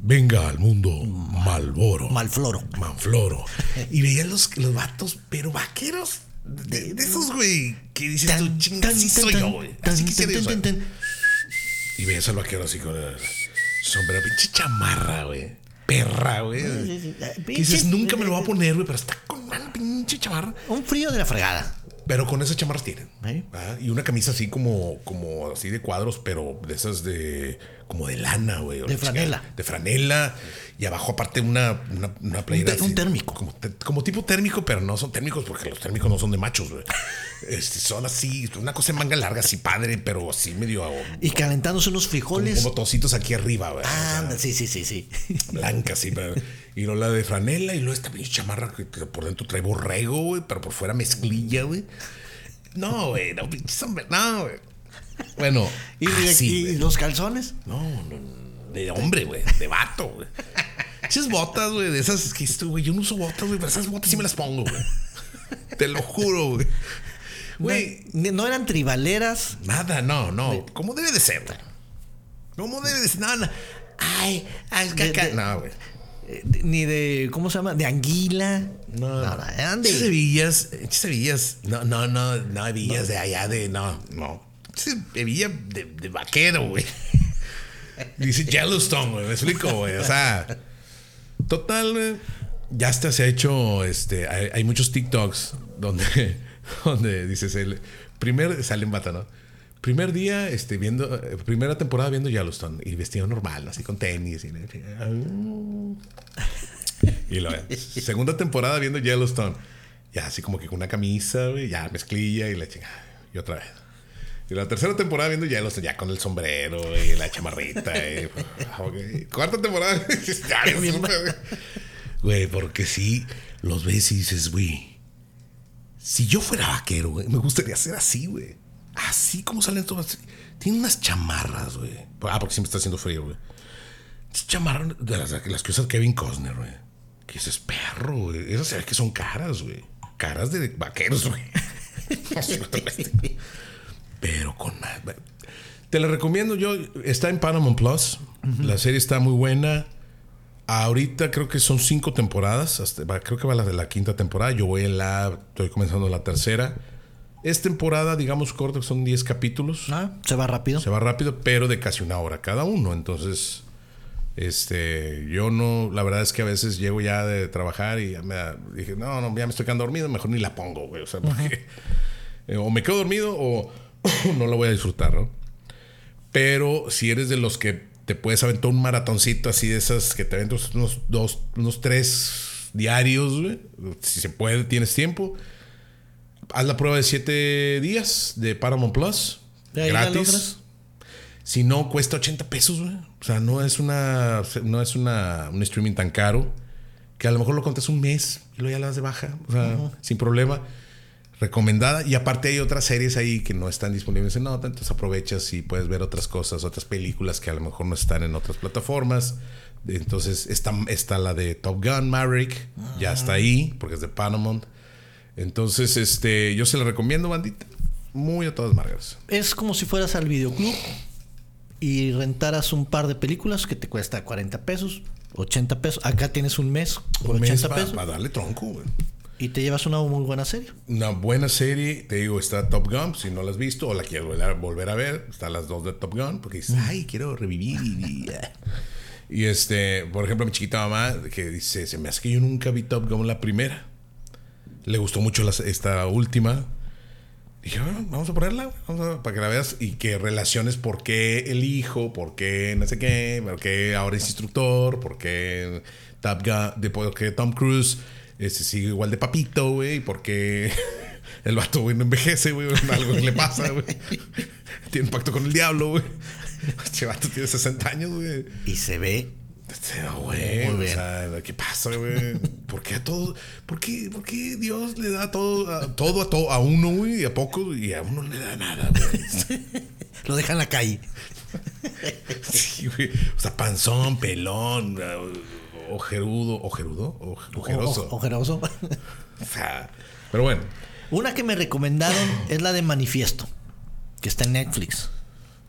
[SPEAKER 2] Venga al mundo,
[SPEAKER 1] Mm.
[SPEAKER 2] Malboro?
[SPEAKER 1] Malfloro.
[SPEAKER 2] Manfloro. Y veían los, los vatos, pero vaqueros. De, de esos, güey, que dices, tú,
[SPEAKER 1] Tan,
[SPEAKER 2] "Chinga,
[SPEAKER 1] tan,
[SPEAKER 2] sí soy
[SPEAKER 1] tan,
[SPEAKER 2] yo, güey.
[SPEAKER 1] tan,
[SPEAKER 2] Así quisiera yo
[SPEAKER 1] tan,
[SPEAKER 2] ser".
[SPEAKER 1] tan, tan.
[SPEAKER 2] Y veías al vaquero así con el sombrero, pinche chamarra, güey. Perra, güey.
[SPEAKER 1] sí, sí.
[SPEAKER 2] Que dices, nunca me lo voy a poner, güey, pero está con una pinche chamarra.
[SPEAKER 1] Un frío de la fregada.
[SPEAKER 2] Pero con esas chamarras tienen.
[SPEAKER 1] ¿Eh?
[SPEAKER 2] ¿verdad? Y una camisa así como, como así de cuadros, pero de esas de como de lana, güey. o
[SPEAKER 1] De
[SPEAKER 2] la chingada.
[SPEAKER 1] franela.
[SPEAKER 2] De franela. Y abajo aparte una, una, una playera.
[SPEAKER 1] te- un
[SPEAKER 2] así,
[SPEAKER 1] térmico.
[SPEAKER 2] Como, te- como tipo térmico, pero no son térmicos porque los térmicos no son de machos, güey. Este, son así, una cosa en manga larga, así padre, pero así medio oh,
[SPEAKER 1] Y calentándose unos
[SPEAKER 2] con
[SPEAKER 1] frijoles.
[SPEAKER 2] botoncitos aquí arriba, güey.
[SPEAKER 1] Ah,
[SPEAKER 2] O sea,
[SPEAKER 1] anda, sí, sí, sí, sí.
[SPEAKER 2] Blanca, sí, pero. Y luego la de franela y luego esta pinche chamarra que, que por dentro trae borrego, güey, pero por fuera mezclilla, güey. No, güey, no, pinche hombre, no, güey. Bueno,
[SPEAKER 1] Y,
[SPEAKER 2] así,
[SPEAKER 1] y- y
[SPEAKER 2] güey.
[SPEAKER 1] los calzones.
[SPEAKER 2] No, no, no, de hombre, güey, de vato, güey. Esas botas, güey, de esas que esto, güey, yo no uso botas, güey, pero esas botas sí me las pongo, güey. Te lo juro, güey. Güey,
[SPEAKER 1] No, no eran tribaleras.
[SPEAKER 2] Nada, no, no. ¿Cómo debe de ser? güey? ¿Cómo debe de ser? No, no. Ay, ay,
[SPEAKER 1] De-
[SPEAKER 2] caca.
[SPEAKER 1] de-
[SPEAKER 2] No, güey.
[SPEAKER 1] eh, de- Ni de, ¿cómo se llama? De anguila.
[SPEAKER 2] No, no.
[SPEAKER 1] Nada, eran
[SPEAKER 2] Pinches
[SPEAKER 1] de
[SPEAKER 2] hebillas, pinches hebillas. ¿eh, No, no, no, no, hebillas de allá de. No, no. Pinches hebillas de, de vaquero, güey. Dice Yellowstone, güey. Me explico, güey. O sea. Total, güey. Ya hasta se ha hecho. Este. Hay, hay muchos TikToks donde. Donde dices el. Primer. Sale en bata, ¿no? Primer día, este, viendo, eh, primera temporada viendo Yellowstone y vestido normal, así con tenis. Y, y lo Segunda temporada viendo Yellowstone. Ya así como que con una camisa, güey, ya mezclilla y la chingada. Y otra vez. Y la tercera temporada viendo Yellowstone, ya con el sombrero y la chamarrita. y- ok. Cuarta temporada. ya, es
[SPEAKER 1] Bien.
[SPEAKER 2] súper- Güey, porque sí, los ves y dices, güey. Si yo fuera vaquero, güey, me gustaría ser así, güey. Así como salen todas. Tiene unas chamarras, güey. Ah, porque siempre está haciendo frío, güey. Esas chamarras de las, las que usa Kevin Costner, güey. Que ese es perro, güey. Esas se ve que son caras, güey. Caras de vaqueros, güey. No sé, no te ves. Pero con más. güey. Te la recomiendo yo. Está en Paramount Plus. La serie está muy buena. Ahorita creo que son cinco temporadas. hasta- va- creo que va la de la quinta temporada. Yo voy en la. Estoy comenzando la tercera. Es temporada, digamos, corta, que son 10 capítulos.
[SPEAKER 1] Ah, se va rápido.
[SPEAKER 2] Se va rápido, pero de casi una hora cada uno. Entonces, este, yo no, la verdad es que a veces llego ya de trabajar y ya me da- dije, no, no, ya me estoy quedando dormido, mejor ni la pongo, güey. O sea, porque eh, o me quedo dormido o no la voy a disfrutar, ¿no? Pero si eres de los que te puedes aventar un maratoncito así de esas que te aventas unos dos, unos tres diarios, güey. Si se puede, tienes tiempo. Haz la prueba de siete días de Paramount Plus.
[SPEAKER 1] Ya, ya
[SPEAKER 2] gratis.
[SPEAKER 1] logras.
[SPEAKER 2] Si no, cuesta 80 pesos, güey. O sea, no es una. No es una, un streaming tan caro. Que a lo mejor lo contas un mes y luego ya las de baja. O sea, sin problema. Recomendada. Y aparte hay otras series ahí que no están disponibles en Nota. Entonces aprovechas y puedes ver otras cosas, otras películas que a lo mejor no están en otras plataformas. Entonces está, está la de Top Gun Maverick. Ya está ahí porque es de Paramount. Entonces, este, yo se la recomiendo, bandita. Muy a todas marcas.
[SPEAKER 1] Es como si fueras al videoclub y rentaras un par de películas que te cuesta 40 pesos, 80 pesos. Acá tienes un mes por
[SPEAKER 2] Un
[SPEAKER 1] 80
[SPEAKER 2] mes para
[SPEAKER 1] pesos
[SPEAKER 2] darle tronco, güey.
[SPEAKER 1] y te llevas una muy buena serie.
[SPEAKER 2] Una buena serie, te digo, está Top Gun, si no la has visto o la quieres volver a, volver a ver, están las dos de Top Gun, porque dices, ay, quiero revivir. y- eh". Y este, por ejemplo, mi chiquita mamá que dice, se me hace que yo nunca vi Top Gun la primera. Le gustó mucho las- esta última. dije, bueno, vamos a ponerla, güey, vamos a- para que la veas y que relaciones por qué el hijo, por qué no sé qué, por qué ahora es instructor, por qué, Top Gun- de, por qué Tom Cruise este, sigue igual de papito, güey, y por qué el vato, güey, no envejece, güey, algo que le pasa, güey. Tiene un pacto con el diablo, güey. Este vato tiene 60 años, güey.
[SPEAKER 1] Y se ve.
[SPEAKER 2] Este, no, güey,
[SPEAKER 1] Muy
[SPEAKER 2] o
[SPEAKER 1] bien.
[SPEAKER 2] sea, ¿qué pasa, güey? ¿Por qué a todos? ¿Por qué, por qué Dios le da todo a, todo a todo a uno, güey, y a poco y a uno no le da nada, güey?
[SPEAKER 1] Lo deja en la calle.
[SPEAKER 2] Sí, güey. O sea, panzón, pelón, eh, ojerudo, ojerudo, Oj- ojeroso.
[SPEAKER 1] O- Ojeroso.
[SPEAKER 2] O sea, pero bueno,
[SPEAKER 1] Una que me recomendaron es la de Manifiesto, que está en Netflix.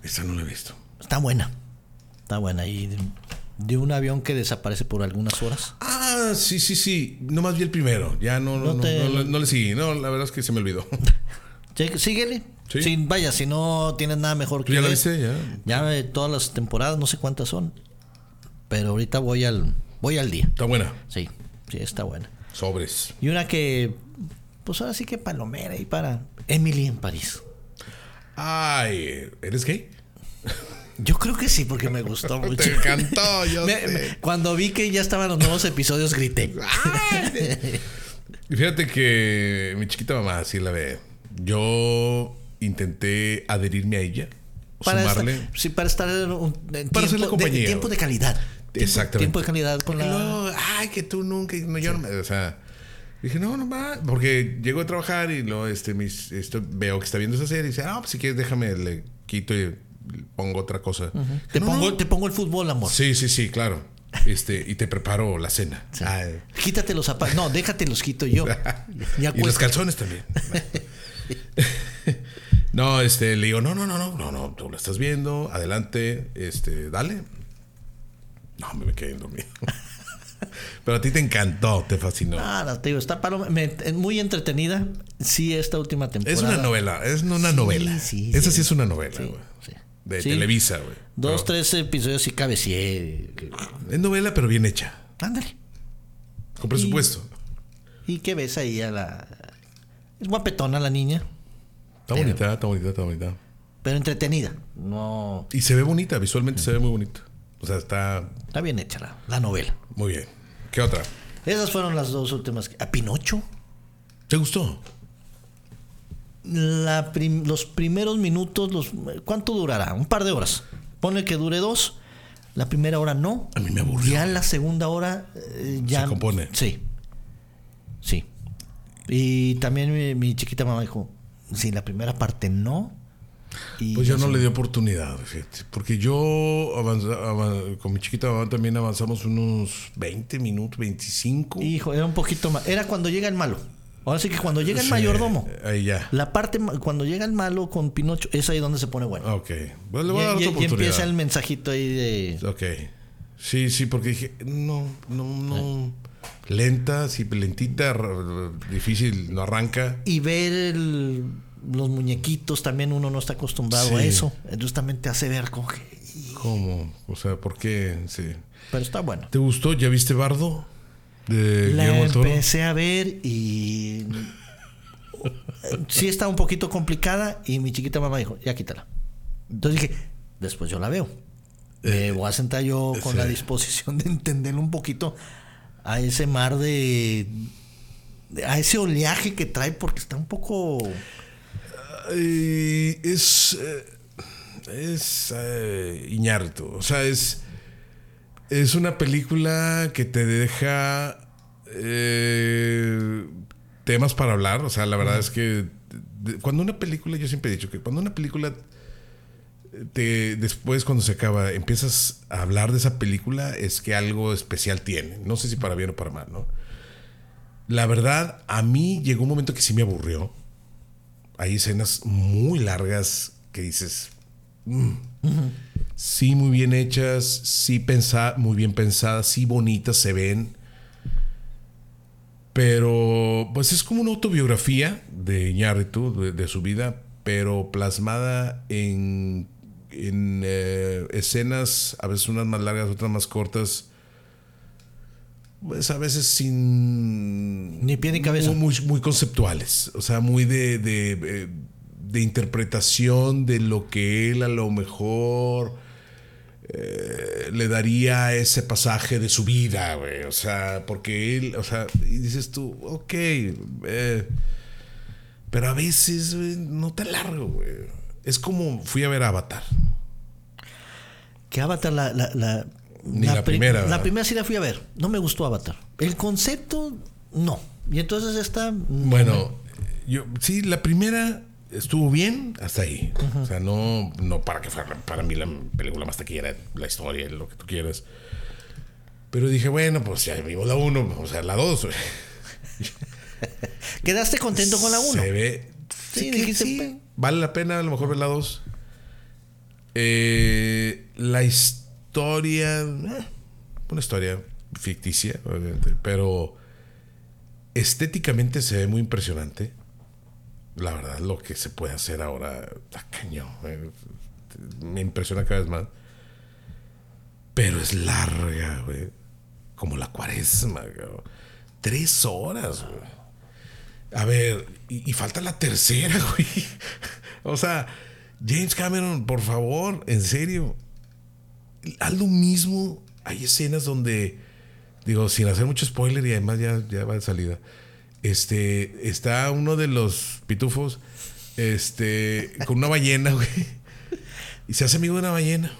[SPEAKER 2] esa no la he visto.
[SPEAKER 1] Está buena. Está buena. Y de, de un avión que desaparece por algunas horas.
[SPEAKER 2] Ah, sí, sí, sí. Nomás vi el primero. Ya no, no,
[SPEAKER 1] No
[SPEAKER 2] no,
[SPEAKER 1] te-
[SPEAKER 2] no le- no le seguí. No, la verdad es que se me olvidó.
[SPEAKER 1] Sí, Síguele.
[SPEAKER 2] Sí.
[SPEAKER 1] Sí, vaya, si no tienes nada mejor que
[SPEAKER 2] ¿Ya la
[SPEAKER 1] ver.
[SPEAKER 2] viste? Ya.
[SPEAKER 1] Ya eh, todas las temporadas, no sé cuántas son. Pero ahorita voy al voy al día.
[SPEAKER 2] Está buena.
[SPEAKER 1] Sí, sí, está buena.
[SPEAKER 2] Sobres.
[SPEAKER 1] Y una que, pues ahora sí que palomera y para Emily en París.
[SPEAKER 2] Ay, ¿eres gay?
[SPEAKER 1] Yo creo que sí, porque me gustó mucho.
[SPEAKER 2] Te encantó, yo
[SPEAKER 1] Me-
[SPEAKER 2] sé. Ah,
[SPEAKER 1] me- cuando vi que ya estaban los nuevos episodios, grité.
[SPEAKER 2] Y fíjate que mi chiquita mamá sí la ve. Yo intenté adherirme a ella,
[SPEAKER 1] Para estar,
[SPEAKER 2] sumarle.
[SPEAKER 1] sí, para estar en un en
[SPEAKER 2] Para hacerle
[SPEAKER 1] tiempo, de,
[SPEAKER 2] compañía,
[SPEAKER 1] tiempo de
[SPEAKER 2] güey.
[SPEAKER 1] calidad. Tiempo-
[SPEAKER 2] Exactamente.
[SPEAKER 1] Tiempo de calidad con
[SPEAKER 2] Y
[SPEAKER 1] la.
[SPEAKER 2] luego, ay, que tú nunca. y No, yo no me- O sea, dije, no, no va. Porque llego a trabajar y luego este, mis, esto, veo que está viendo esa serie y dice, ah, pues si quieres, déjame, le quito y le pongo otra cosa. Dije,
[SPEAKER 1] Te,
[SPEAKER 2] "No,
[SPEAKER 1] pongo,
[SPEAKER 2] no".
[SPEAKER 1] te pongo el fútbol, amor.
[SPEAKER 2] Sí, sí, sí, claro. Este, y te preparo la cena. Ah, Ay.
[SPEAKER 1] Quítate los zapatos. No, déjate los quito yo. Ya
[SPEAKER 2] y los calzones también. No, este, le digo, no, no, no, no, no, no, tú lo estás viendo, adelante, este, dale. No, me quedé dormido. Pero a ti te encantó, te fascinó.
[SPEAKER 1] Ah, no, te digo, está paloma- me- es muy entretenida. Sí, esta última temporada.
[SPEAKER 2] es una novela, es una
[SPEAKER 1] Sí,
[SPEAKER 2] novela.
[SPEAKER 1] sí,
[SPEAKER 2] Esa
[SPEAKER 1] sí.
[SPEAKER 2] sí es una novela, güey.
[SPEAKER 1] Sí.
[SPEAKER 2] De
[SPEAKER 1] Sí.
[SPEAKER 2] Televisa, güey.
[SPEAKER 1] Dos,
[SPEAKER 2] Pero
[SPEAKER 1] tres episodios y cabecié.
[SPEAKER 2] Es novela, pero bien hecha.
[SPEAKER 1] Ándale.
[SPEAKER 2] Con presupuesto.
[SPEAKER 1] ¿Y qué ves ahí a la. Es guapetona la niña,
[SPEAKER 2] Está bonita, está bonita, está bonita.
[SPEAKER 1] pero entretenida. No.
[SPEAKER 2] Y se ve bonita, visualmente se ve muy bonita. O sea, está
[SPEAKER 1] Está bien hecha la, la novela.
[SPEAKER 2] muy bien. ¿Qué otra?
[SPEAKER 1] Esas fueron las dos últimas. que- A Pinocho.
[SPEAKER 2] ¿Te gustó?
[SPEAKER 1] La prim- los primeros minutos, los, ¿cuánto durará? Un par de horas. Pone que dure dos. La primera hora no.
[SPEAKER 2] A mí me aburrió.
[SPEAKER 1] Ya la segunda hora eh, ya.
[SPEAKER 2] Se compone.
[SPEAKER 1] Sí. Sí. Y también mi, mi chiquita mamá dijo: Sí, la primera parte no. Y
[SPEAKER 2] Pues yo
[SPEAKER 1] ya
[SPEAKER 2] no
[SPEAKER 1] se-
[SPEAKER 2] le di oportunidad, fíjate. Porque yo avanza- avan- con mi chiquita mamá también avanzamos unos 20 minutos, 25.
[SPEAKER 1] Hijo, era un poquito más. Era cuando llega el malo. Ahora sí que cuando llega el
[SPEAKER 2] Sí,
[SPEAKER 1] mayordomo.
[SPEAKER 2] Ahí ya.
[SPEAKER 1] La parte ma- cuando llega el malo con Pinocho, es ahí donde se pone bueno.
[SPEAKER 2] Ah, Ok. Pues le voy a dar
[SPEAKER 1] y, y-
[SPEAKER 2] otra
[SPEAKER 1] y empieza el
[SPEAKER 2] oportunidad.
[SPEAKER 1] mensajito ahí de.
[SPEAKER 2] Ok. Sí, sí, porque dije, no, no, no.
[SPEAKER 1] Ah.
[SPEAKER 2] Lenta, sí, lentita, r- r- difícil, no arranca.
[SPEAKER 1] Y ver el- los muñequitos también uno no está acostumbrado
[SPEAKER 2] Sí.
[SPEAKER 1] a eso. Entonces también te hace ver con que.
[SPEAKER 2] ¿Cómo? O sea, ¿por qué? Sí.
[SPEAKER 1] Pero está bueno.
[SPEAKER 2] ¿Te gustó? ¿Ya viste Bardo? De
[SPEAKER 1] La
[SPEAKER 2] Guillermo del Toro.
[SPEAKER 1] empecé a ver y. sí está un poquito complicada. Y mi chiquita mamá dijo, ya quítala. Entonces dije, después yo la veo. Me voy a sentar yo con
[SPEAKER 2] Eh, sí.
[SPEAKER 1] la disposición de entender un poquito a ese mar de. de- a ese oleaje que trae, porque está un poco.
[SPEAKER 2] Eh, es. eh, es. eh, Iñárritu. O sea, es. Es una película que te deja. eh, temas para hablar. O sea, la verdad es que. de- Cuando una película, yo siempre he dicho que cuando una película. eh, Te, después cuando se acaba empiezas a hablar de esa película es que algo especial tiene no sé si para bien o para mal no la verdad a mí llegó un momento que sí me aburrió hay escenas muy largas que dices. "Mm". Sí, muy bien hechas, sí pensa- muy bien pensadas, sí bonitas se ven. Pero pues es como una autobiografía de Iñárritu, de, de su vida, pero plasmada en, en, eh, escenas, a veces unas más largas, otras más cortas. Pues a veces sin
[SPEAKER 1] Ni pie ni cabeza.
[SPEAKER 2] muy, muy, muy conceptuales, o sea, muy de, de, eh, de interpretación de lo que él a lo mejor eh, le daría a ese pasaje de su vida, güey. O sea, porque él, o sea, y dices tú, ok, eh, pero a veces güey, no tan largo, güey. Es como fui a ver Avatar.
[SPEAKER 1] Que Avatar la... la, la
[SPEAKER 2] Ni la primera, ¿verdad?
[SPEAKER 1] La primera sí la fui a ver. No me gustó Avatar. El concepto, no. Y entonces esta... mm,
[SPEAKER 2] Bueno, yo sí, la primera estuvo bien hasta ahí. O sea, no, no para que fuera para mí la película más taquillera, la historia, lo que tú quieras. Pero dije, bueno, pues ya vimos la 1, vamos a ver la 2.
[SPEAKER 1] Quedaste contento con la 1.
[SPEAKER 2] Se ve.
[SPEAKER 1] Sí,
[SPEAKER 2] que
[SPEAKER 1] dijiste,
[SPEAKER 2] sí,
[SPEAKER 1] "Pe-".
[SPEAKER 2] Vale la pena a lo mejor ver la 2. Eh, la historia. eh, una historia ficticia, obviamente. Pero estéticamente se ve muy impresionante. La verdad, lo que se puede hacer ahora está cañón. eh. Me impresiona cada vez más. Pero es larga, güey. Como la cuaresma, güey. Tres horas, güey. A ver, y, y falta la tercera, güey. O sea, James Cameron, por favor, en serio. Haz lo mismo. Hay escenas donde, digo, sin hacer mucho spoiler y además ya, ya va de salida. Este, está uno de los pitufos, este, con una ballena, güey. Y se hace amigo de una ballena.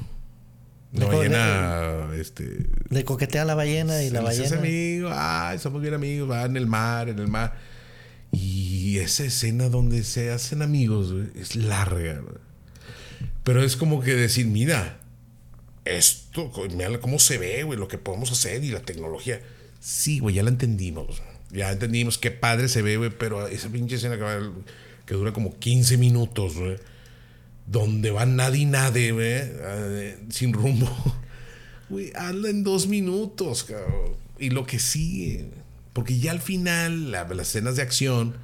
[SPEAKER 2] Una
[SPEAKER 1] Mejor,
[SPEAKER 2] ballena, este,
[SPEAKER 1] Le coquetea a la ballena y la
[SPEAKER 2] se les hace
[SPEAKER 1] ballena...
[SPEAKER 2] amigo, ay, somos bien amigos, va en el mar, en el mar. Y esa escena donde se hacen amigos güey, es larga. güey. Pero es como que decir, mira, esto, co- mira cómo se ve, güey, lo que podemos hacer y la tecnología. Sí, güey, ya la entendimos. Ya entendimos qué padre se ve, güey, pero esa pinche escena que, va- que dura como 15 minutos, güey, donde va nadie y nadie, güey, eh, sin rumbo. Güey, hazla en dos minutos, cabrón. Y lo que sigue. Porque ya al final, la- las escenas de acción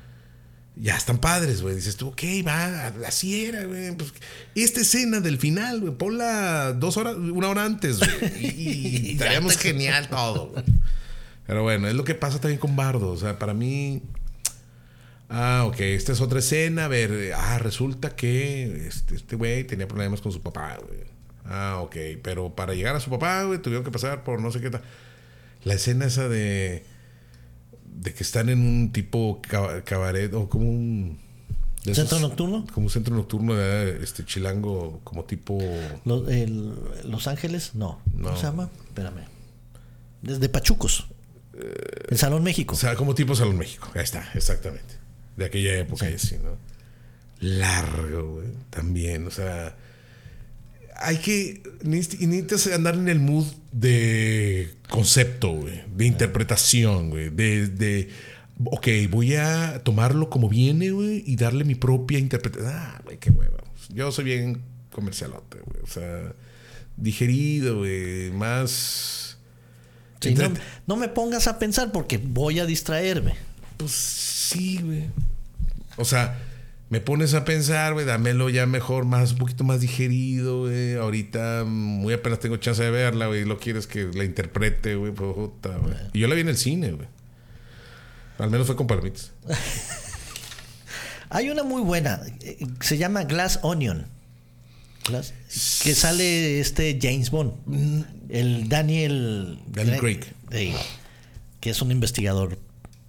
[SPEAKER 2] ya están padres, güey. Dices tú, ok, va, así era, güey. Pues, esta escena del final, güey, ponla dos horas, una hora antes, güey. Y, y estaríamos genial todo, güey. Pero bueno, es lo que pasa también con Bardo. O sea, para mí. Ah, ok, esta es otra escena. A ver, eh, ah, resulta que este este güey tenía problemas con su papá, güey. Ah, ok, pero para llegar a su papá, güey, tuvieron que pasar por no sé qué tal. La escena esa de. de que están en un tipo ca- cabaret o como un. de esos-
[SPEAKER 1] ¿Centro nocturno?
[SPEAKER 2] Como un centro nocturno de este chilango, como tipo.
[SPEAKER 1] Los, el- Los Ángeles, no.
[SPEAKER 2] No.
[SPEAKER 1] ¿Cómo se llama? Espérame. Desde Pachucos.
[SPEAKER 2] Eh,
[SPEAKER 1] el Salón México.
[SPEAKER 2] O sea, como tipo Salón México. Ahí está, exactamente. De aquella época y así, ¿no? Largo, güey. También, o sea. Hay que. neces- y Necesitas andar en el mood de concepto, güey.
[SPEAKER 1] Ah.
[SPEAKER 2] De interpretación, güey. De, de. Ok, voy a tomarlo como viene, güey. Y darle mi propia interpretación. Ah, güey, qué hueva. Yo soy bien comercialote, güey. O sea. Digerido, güey. Más.
[SPEAKER 1] Sí, no,
[SPEAKER 2] entrete-
[SPEAKER 1] no me pongas a pensar porque voy a distraerme.
[SPEAKER 2] Pues sí, güey. O sea, me pones a pensar, güey, dámelo ya mejor, más, un poquito más digerido, güey. Ahorita muy apenas tengo chance de verla, güey. Lo quieres que la interprete, güey, pues, puta, güey. Y yo la vi en el cine, güey. Al menos fue con palomitas.
[SPEAKER 1] Hay una muy buena, eh, se llama Glass Onion. Glass- que sale este James Bond. El Daniel.
[SPEAKER 2] Mm. Daniel
[SPEAKER 1] Dra-
[SPEAKER 2] Craig.
[SPEAKER 1] Sí, que es un investigador.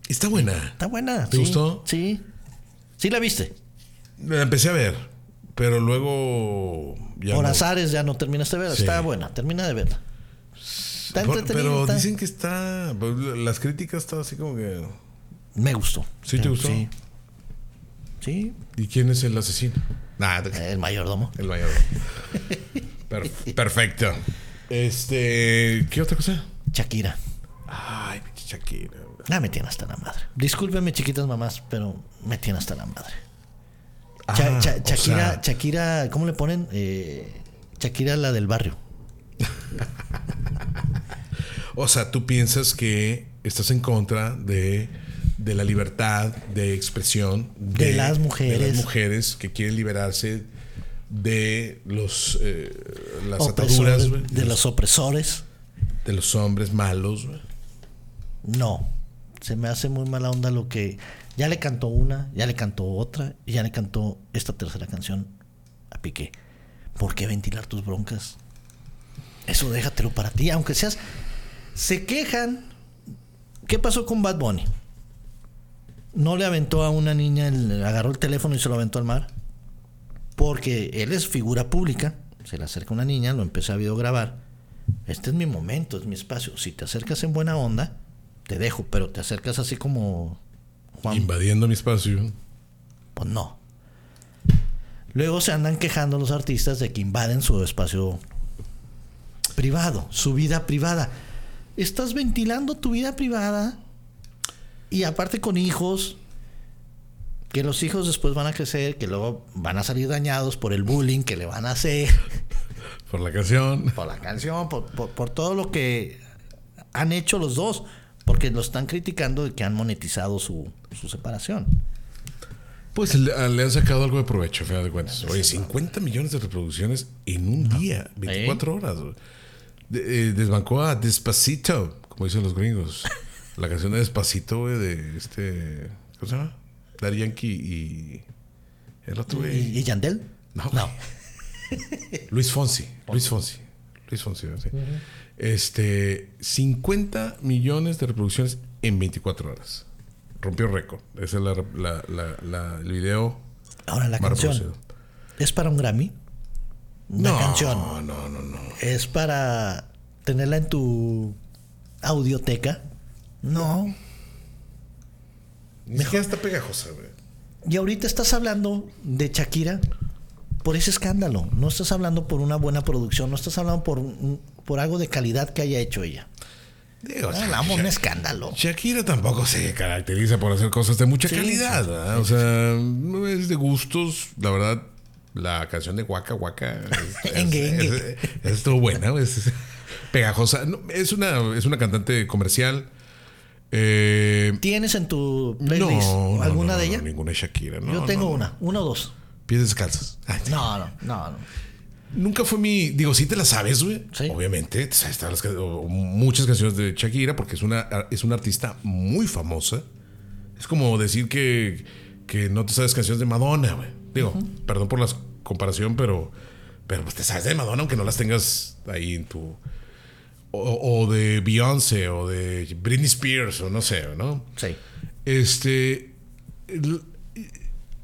[SPEAKER 2] Está buena.
[SPEAKER 1] Está buena.
[SPEAKER 2] ¿Te
[SPEAKER 1] sí,
[SPEAKER 2] gustó?
[SPEAKER 1] Sí. Sí la viste.
[SPEAKER 2] La empecé a ver, pero luego. Ya
[SPEAKER 1] Por
[SPEAKER 2] no.
[SPEAKER 1] azares ya no terminaste de verla.
[SPEAKER 2] Sí.
[SPEAKER 1] Está buena, termina de verla. Está
[SPEAKER 2] Por-
[SPEAKER 1] entretenida.
[SPEAKER 2] pero
[SPEAKER 1] está-
[SPEAKER 2] dicen que está. pues, Las críticas están así como que.
[SPEAKER 1] Me gustó.
[SPEAKER 2] ¿Sí te gustó?
[SPEAKER 1] Sí. Sí,
[SPEAKER 2] ¿Y quién es el asesino? Nah, te-
[SPEAKER 1] el mayordomo.
[SPEAKER 2] El mayor. Per- perfecto. Este. ¿Qué otra cosa?
[SPEAKER 1] Shakira.
[SPEAKER 2] Ay, pinche Shakira. güey.
[SPEAKER 1] Ah, me tiene hasta la madre. Discúlpenme, chiquitas mamás, pero me tiene hasta la madre.
[SPEAKER 2] Ah,
[SPEAKER 1] Cha- cha-
[SPEAKER 2] o
[SPEAKER 1] Shakira,
[SPEAKER 2] sea,
[SPEAKER 1] Shakira, ¿cómo le ponen? Eh, Shakira la del barrio.
[SPEAKER 2] o sea, tú piensas que estás en contra de, de la libertad de expresión
[SPEAKER 1] De las mujeres.
[SPEAKER 2] de las mujeres que quieren liberarse de los eh, las
[SPEAKER 1] Opresores,
[SPEAKER 2] ataduras güey,
[SPEAKER 1] de los opresores.
[SPEAKER 2] de los hombres malos. güey.
[SPEAKER 1] No. Se me hace muy mala onda lo que Ya le cantó una, ya le cantó otra, y ya le cantó esta tercera canción a Piqué. ¿Por qué ventilar tus broncas? Eso déjatelo para ti, aunque seas. Se quejan. ¿Qué pasó con Bad Bunny? No le aventó a una niña, el- agarró el teléfono y se lo aventó al mar. Porque él es figura pública. Se le acerca una niña, lo empecé a videograbar. Este es mi momento, es mi espacio. Si te acercas en buena onda, te dejo, pero te acercas así como Juan.
[SPEAKER 2] Invadiendo mi espacio.
[SPEAKER 1] Pues no. Luego se andan quejando los artistas de que invaden su espacio privado, su vida privada. Estás ventilando tu vida privada y aparte con hijos, que los hijos después van a crecer, que luego van a salir dañados por el bullying que le van a hacer,
[SPEAKER 2] Por la canción.
[SPEAKER 1] por la canción, por, por- por todo lo que han hecho los dos, porque lo están criticando de que han monetizado su, su separación.
[SPEAKER 2] Pues le, le han sacado algo de provecho, a final de cuentas. Oye, 50 millones de reproducciones en un
[SPEAKER 1] ¿Eh?
[SPEAKER 2] día, 24 horas. güey. De- eh, desbancó a Despacito, como dicen los gringos. La canción de Despacito, güey, de este. ¿Cómo se llama? Daddy Yankee y. El otro, güey.
[SPEAKER 1] ¿Y, y Yandel?
[SPEAKER 2] No. Luis Fonsi. Luis Fonsi. Luis Fonsi. sí. Este, 50 millones de reproducciones en 24 horas. Rompió récord. Ese es la, la- la- la- el video
[SPEAKER 1] Ahora la
[SPEAKER 2] más
[SPEAKER 1] canción.
[SPEAKER 2] reproducido.
[SPEAKER 1] ¿Es para un Grammy? Una
[SPEAKER 2] No,
[SPEAKER 1] canción.
[SPEAKER 2] no, no, no, no.
[SPEAKER 1] ¿Es para tenerla en tu audioteca? No.
[SPEAKER 2] Ni siquiera está pegajosa, güey.
[SPEAKER 1] Y ahorita estás hablando de Shakira por ese escándalo. No estás hablando por una buena producción. No estás hablando por, un- por algo de calidad que haya hecho ella.
[SPEAKER 2] Digo, o sea,
[SPEAKER 1] Hablamos de un
[SPEAKER 2] Sha-
[SPEAKER 1] escándalo.
[SPEAKER 2] Shakira tampoco se caracteriza por hacer cosas de mucha calidad, ¿verdad? O sea, no es de gustos, la verdad. La canción de Waka Waka es,
[SPEAKER 1] Engue,
[SPEAKER 2] es-
[SPEAKER 1] engue.
[SPEAKER 2] es- es todo buena, es es pegajosa. No, es, una, es una cantante comercial. Eh,
[SPEAKER 1] ¿Tienes en tu
[SPEAKER 2] no,
[SPEAKER 1] playlist
[SPEAKER 2] no,
[SPEAKER 1] alguna
[SPEAKER 2] no,
[SPEAKER 1] de
[SPEAKER 2] no,
[SPEAKER 1] ellas?
[SPEAKER 2] ninguna Shakira. no,
[SPEAKER 1] Yo
[SPEAKER 2] no,
[SPEAKER 1] tengo
[SPEAKER 2] no.
[SPEAKER 1] una, una o dos.
[SPEAKER 2] Pies descalzos. Ay,
[SPEAKER 1] No, no, no. no.
[SPEAKER 2] Nunca fue mi. Digo, sí te la sabes, güey.
[SPEAKER 1] Sí.
[SPEAKER 2] Obviamente, te sabes todas las can- o- o muchas canciones de Shakira porque es una, es una artista muy famosa. Es como decir que, que no te sabes canciones de Madonna, güey. Digo, perdón por la comparación, pero, pero pues te sabes de Madonna aunque no las tengas ahí en tu. O, o de Beyoncé o de Britney Spears o no sé, ¿no?
[SPEAKER 1] Sí.
[SPEAKER 2] Eh, Este. el-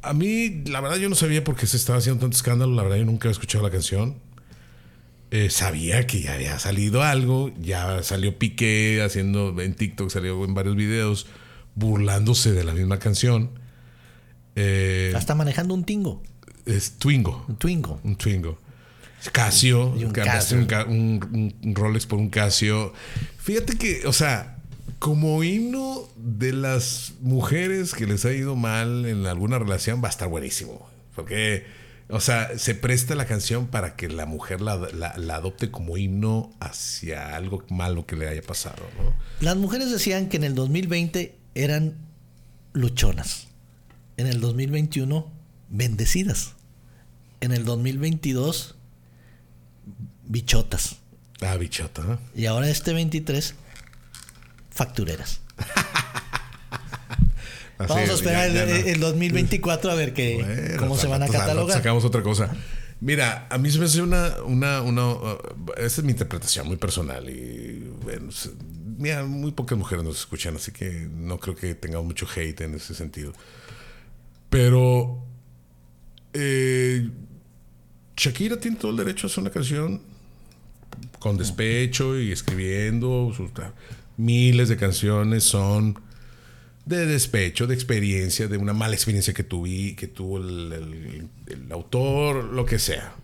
[SPEAKER 2] a mí, la verdad, yo no sabía por qué se estaba haciendo tanto escándalo. La verdad, yo nunca había escuchado la canción. Eh, sabía que ya había salido algo. Ya salió Piqué haciendo en TikTok, salió en varios videos burlándose de la misma canción. Eh,
[SPEAKER 1] Hasta manejando un tingo.
[SPEAKER 2] es Twingo.
[SPEAKER 1] Un twingo.
[SPEAKER 2] Un Twingo. Casio.
[SPEAKER 1] Y un
[SPEAKER 2] cambiaste
[SPEAKER 1] Casio.
[SPEAKER 2] Un, ca- un- un Rolex por un Casio. Fíjate que, o sea, como himno de las mujeres que les ha ido mal en alguna relación, va a estar buenísimo. Porque, o sea, se presta la canción para que la mujer la, la- la adopte como himno hacia algo malo que le haya pasado, ¿no?
[SPEAKER 1] Las mujeres decían que en el 2020 eran luchonas. En el 2021, bendecidas. En el 2022, bichotas.
[SPEAKER 2] Ah, bichota. ¿no?
[SPEAKER 1] Y ahora este 23, factureras.
[SPEAKER 2] Así
[SPEAKER 1] Vamos a
[SPEAKER 2] es,
[SPEAKER 1] esperar
[SPEAKER 2] ya- ya
[SPEAKER 1] el,
[SPEAKER 2] no.
[SPEAKER 1] el 2024 a ver que,
[SPEAKER 2] Bueno,
[SPEAKER 1] cómo se
[SPEAKER 2] al
[SPEAKER 1] van a
[SPEAKER 2] rato- al rato
[SPEAKER 1] catalogar.
[SPEAKER 2] Sacamos otra cosa. Mira, a mí se me hace una, una, una, uh, esta es mi interpretación muy personal y bueno, se- mira, muy pocas mujeres nos escuchan, así que no creo que tengamos mucho hate en ese sentido. Pero eh, Shakira tiene todo el derecho a hacer una canción con despecho y escribiendo sus miles de canciones son de despecho, de experiencia, de una mala experiencia que tuve, que tuvo el, el- el autor, lo que sea.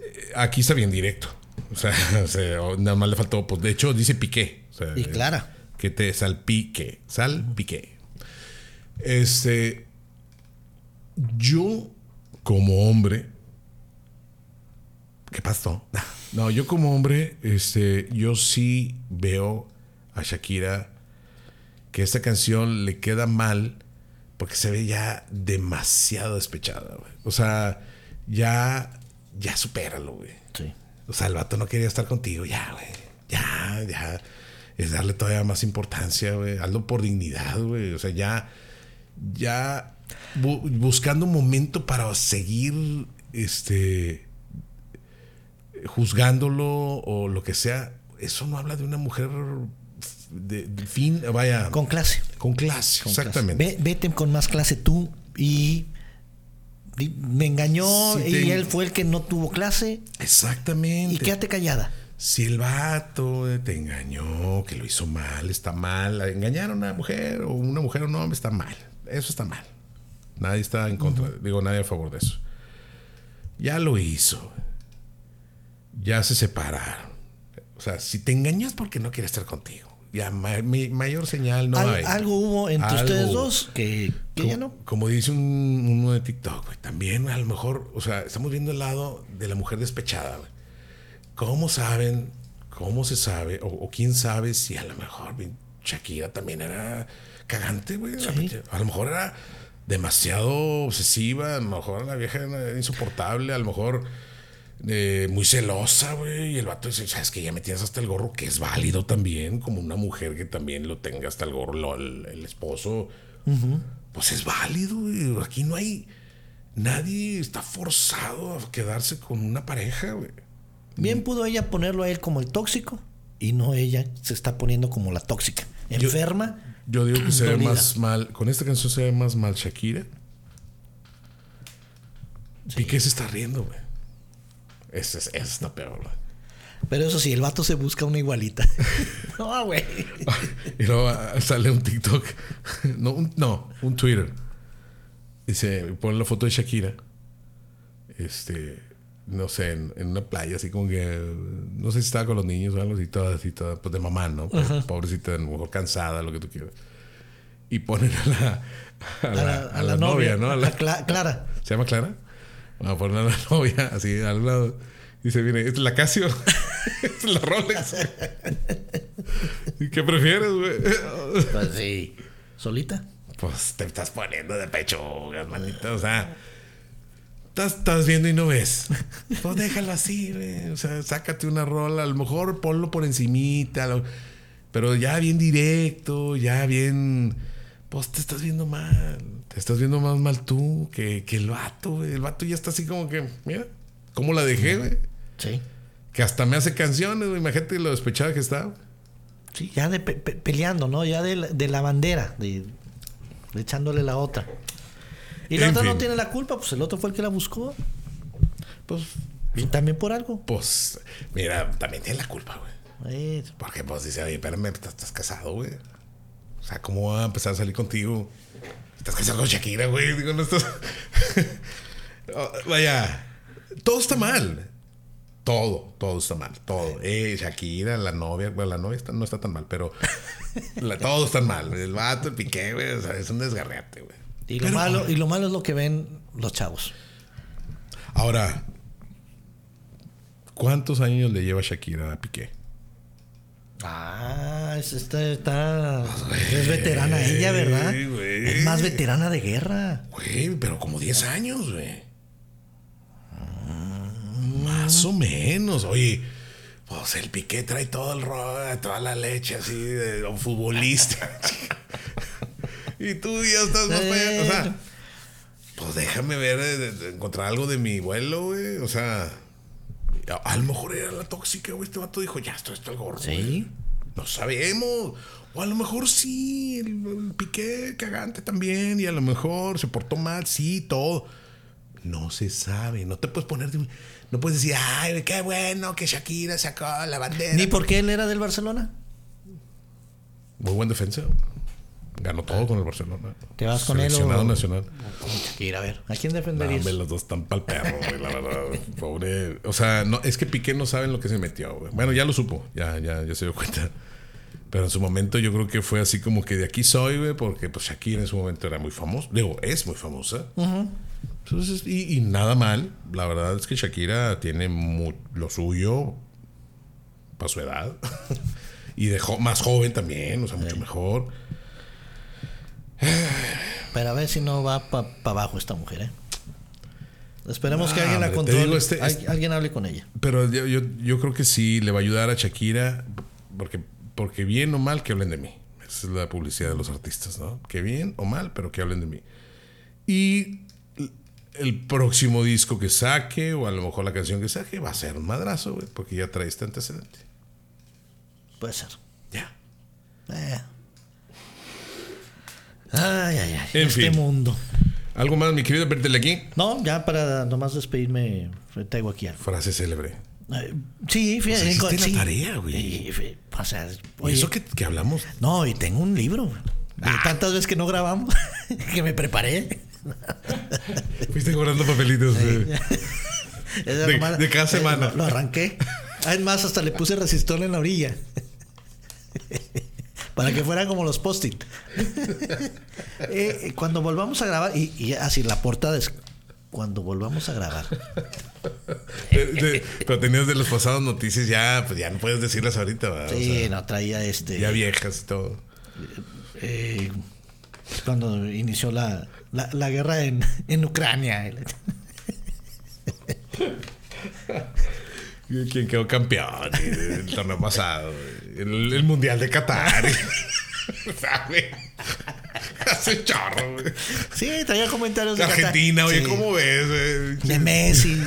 [SPEAKER 2] Eh, Aquí está bien directo. O sea, o sea, o nada más le faltó. Pues de hecho, dice piqué. O sea,
[SPEAKER 1] Y Clara.
[SPEAKER 2] Que te salpique. Salpique. Este. Yo, como hombre. ¿Qué pasó? No, yo como hombre, este, yo sí veo a Shakira que esta canción le queda mal porque se ve ya demasiado despechada, güey. O sea, ya, ya supéralo, güey.
[SPEAKER 1] Sí.
[SPEAKER 2] O sea, el vato no quería estar contigo, ya, güey. Ya, ya. es darle todavía más importancia, güey. Hazlo por dignidad, güey. O sea, ya, ya bu- buscando un momento para seguir, este, juzgándolo o lo que sea. Eso no habla de una mujer f- de, de fin, vaya,
[SPEAKER 1] Con
[SPEAKER 2] con,
[SPEAKER 1] clase.
[SPEAKER 2] clase.
[SPEAKER 1] con
[SPEAKER 2] exactamente.
[SPEAKER 1] clase. Ve- vete con más clase tú y di- me engañó
[SPEAKER 2] Sí,
[SPEAKER 1] y
[SPEAKER 2] te-
[SPEAKER 1] él fue el que no tuvo clase
[SPEAKER 2] Exactamente.
[SPEAKER 1] y quédate callada.
[SPEAKER 2] Si el vato eh, te engañó, que lo hizo mal, está mal. Engañar a una mujer o una mujer a un hombre está mal. Eso está mal. Nadie está en contra, digo, nadie a favor de eso. Ya lo hizo. Ya se separaron. O sea, si te engañas porque no quiere estar contigo. Ya ma- mi mayor señal no
[SPEAKER 1] Al-
[SPEAKER 2] hay.
[SPEAKER 1] algo hubo entre
[SPEAKER 2] Algo
[SPEAKER 1] ustedes
[SPEAKER 2] hubo.
[SPEAKER 1] dos que, que
[SPEAKER 2] Como,
[SPEAKER 1] ya no.
[SPEAKER 2] como dice un, uno de TikTok, güey, también a lo mejor, o sea, estamos viendo el lado de la mujer despechada, güey. ¿Cómo saben, cómo se sabe, o, o quién sabe si a lo mejor güey, Shakira también era cagante, güey? O sea,
[SPEAKER 1] Sí.
[SPEAKER 2] A lo mejor era demasiado obsesiva, a lo mejor la vieja era insoportable, a lo mejor eh, muy celosa, güey. Y el vato dice, sabes que ya me tienes hasta el gorro, que es válido también, como una mujer que también lo tenga hasta el gorro, lo- el, el esposo. Pues es válido, güey. Aquí no hay. Nadie está forzado a quedarse con una pareja, güey. mm.
[SPEAKER 1] Bien pudo ella ponerlo a él como el tóxico y no ella se está poniendo como la tóxica. Enferma.
[SPEAKER 2] Yo digo que se ve
[SPEAKER 1] Dolida.
[SPEAKER 2] más mal. Con esta canción se ve más mal Shakira. Piqué se está riendo, güey. Esa es, esa está peor, güey.
[SPEAKER 1] Pero eso sí, el vato se busca una igualita. no, güey.
[SPEAKER 2] Y luego ah, sale un TikTok. No, un, no, un Twitter. Dice, pone la foto de Shakira. Este, no sé, en, en una playa, así como que. No sé si estaba con los niños o algo así, toda, así, toda, pues de mamá, ¿no? Po- Pobrecita, a lo mejor cansada, lo que tú quieras. Y ponen a la, a la, a la novia, ¿no? A la-
[SPEAKER 1] a Cla- Clara.
[SPEAKER 2] ¿Se llama Clara? Vamos a poner a la novia así al lado. Dice, mire, ¿es la Casio? ¿Es la Rolex? ¿Y ¿Qué prefieres, güey?
[SPEAKER 1] Pues sí. Solita.
[SPEAKER 2] Pues te estás poniendo de pecho, hermanito. O sea, estás, estás viendo y no ves. Pues déjalo así, güey. O sea, sácate una rola. A lo mejor ponlo por encimita. lo- pero ya bien directo, ya bien... Pues te estás viendo mal. Te estás viendo más mal tú que, que el vato, güey. El vato ya está así como que... Mira, ¿cómo la dejé, güey?
[SPEAKER 1] Sí.
[SPEAKER 2] Que hasta me hace canciones, güey. Imagínate lo despechada que está.
[SPEAKER 1] Sí, ya de pe- pe- peleando, ¿no? Ya de la, de la bandera, de, de echándole la otra. Y la
[SPEAKER 2] En
[SPEAKER 1] otra no
[SPEAKER 2] fin.
[SPEAKER 1] tiene la culpa, pues el otro fue el que la buscó.
[SPEAKER 2] Pues,
[SPEAKER 1] Y también por algo.
[SPEAKER 2] pues... Mira, también tiene la culpa, güey.
[SPEAKER 1] Eh,
[SPEAKER 2] Porque pues dice, oye, espérame, estás, estás casado, güey. O sea, ¿cómo va a empezar a salir contigo? Estás casado con Shakira, güey. Digo, no estás. Oh, Vaya, todo está mal. Todo, todo está mal, todo. Eh, Shakira, la novia, bueno, la novia está- no está tan mal, pero la, todo está mal. El vato, el piqué, güey, o sea, es un desgarrate, güey.
[SPEAKER 1] y, lo
[SPEAKER 2] Pero-
[SPEAKER 1] malo, y lo malo es lo que ven los chavos.
[SPEAKER 2] Ahora, ¿cuántos años le lleva Shakira a Piqué?
[SPEAKER 1] Ah, es- esta está. Es veterana ella, ¿verdad?
[SPEAKER 2] güey.
[SPEAKER 1] Es más veterana de guerra.
[SPEAKER 2] Güey, pero como 10 años, güey. Mm, Más o menos. Oye, pues el Piqué trae todo el rollo, toda la leche así de un futbolista. y tú ya estás más para allá. O sea, pues déjame ver, eh, de- de encontrar algo de mi vuelo, güey. O sea, a, a lo mejor era la tóxica, güey. Este vato dijo, ya, esto, esto es el gordo. güey. No sabemos. O a lo mejor sí, el, el piqué cagante también. Y a lo mejor se portó mal, sí, todo. No se sabe. No te puedes poner. de un- No puedes decir, ay, qué bueno que Shakira sacó la bandera.
[SPEAKER 1] Ni porque él era del Barcelona.
[SPEAKER 2] Muy buen defensa. Ganó todo con el Barcelona.
[SPEAKER 1] ¿Te vas con él o-
[SPEAKER 2] Seleccionado nacional.
[SPEAKER 1] Ir a ver. ¿A quién
[SPEAKER 2] No,
[SPEAKER 1] defenderías?
[SPEAKER 2] hombre, los dos están pa'l perro, güey, la verdad. Pobre. O sea, no, es que Piqué no sabe en lo que se metió, güey. Bueno, ya lo supo. Ya, ya, ya se dio cuenta. Pero en su momento yo creo que fue así como que de aquí soy, güey, porque pues Shakira en su momento era muy famosa. Digo, es muy famosa. Entonces, y, y nada mal. La verdad es que Shakira tiene mu- lo suyo para su edad. y dejó más joven también, o sea, mucho mejor.
[SPEAKER 1] Pero a ver si no va para abajo esta mujer, ¿eh? Esperemos
[SPEAKER 2] No,
[SPEAKER 1] que alguien la
[SPEAKER 2] hombre, te
[SPEAKER 1] controle.
[SPEAKER 2] digo, este-
[SPEAKER 1] Al- Alguien hable con ella.
[SPEAKER 2] Pero yo, yo, yo creo que sí, le va a ayudar a Shakira, porque Porque bien o mal que hablen de mí. Esa es la publicidad de los artistas, ¿no? Que bien o mal, pero que hablen de mí. Y el próximo disco que saque, o a lo mejor la canción que saque, va a ser un madrazo, güey, porque ya trae este antecedente.
[SPEAKER 1] Puede ser.
[SPEAKER 2] Ya.
[SPEAKER 1] Eh. Ay, ay, ay.
[SPEAKER 2] En
[SPEAKER 1] este
[SPEAKER 2] fin.
[SPEAKER 1] mundo.
[SPEAKER 2] ¿Algo más, mi querido aquí
[SPEAKER 1] No, ya para nomás despedirme, traigo aquí algo.
[SPEAKER 2] Frase célebre.
[SPEAKER 1] Eh, Sí, fíjate.
[SPEAKER 2] Pues hiciste
[SPEAKER 1] co-
[SPEAKER 2] la
[SPEAKER 1] sí.
[SPEAKER 2] tarea, güey.
[SPEAKER 1] Sí, fí- O sea,
[SPEAKER 2] ¿Y
[SPEAKER 1] oye,
[SPEAKER 2] eso Ah. que, que hablamos?
[SPEAKER 1] No, y tengo un libro. güey. De tantas veces que no grabamos, que me preparé.
[SPEAKER 2] Fuiste cobrando papelitos. eh.
[SPEAKER 1] Era
[SPEAKER 2] De-
[SPEAKER 1] nomás-
[SPEAKER 2] de cada
[SPEAKER 1] eh,
[SPEAKER 2] semana.
[SPEAKER 1] Lo, lo arranqué. Además, hasta le puse resistor en la orilla. Para que fueran como los post-it. Eh, eh, cuando volvamos a grabar, y, y así la portada es cuando volvamos a grabar.
[SPEAKER 2] De- de- pero tenías de las pasadas noticias ya, pues ya no puedes decirlas ahorita, ¿verdad? O
[SPEAKER 1] Sí,
[SPEAKER 2] sea,
[SPEAKER 1] no traía este.
[SPEAKER 2] ya viejas y todo.
[SPEAKER 1] eh, cuando inició la, la- la guerra en, en Ucrania.
[SPEAKER 2] Quien quedó campeón y el torneo pasado, el, el mundial de Qatar. ¿Sabe? Hace chorro. güey.
[SPEAKER 1] Sí, traía comentarios de Qatar.
[SPEAKER 2] Argentina, oye,
[SPEAKER 1] Sí.
[SPEAKER 2] ¿cómo ves?
[SPEAKER 1] De Messi.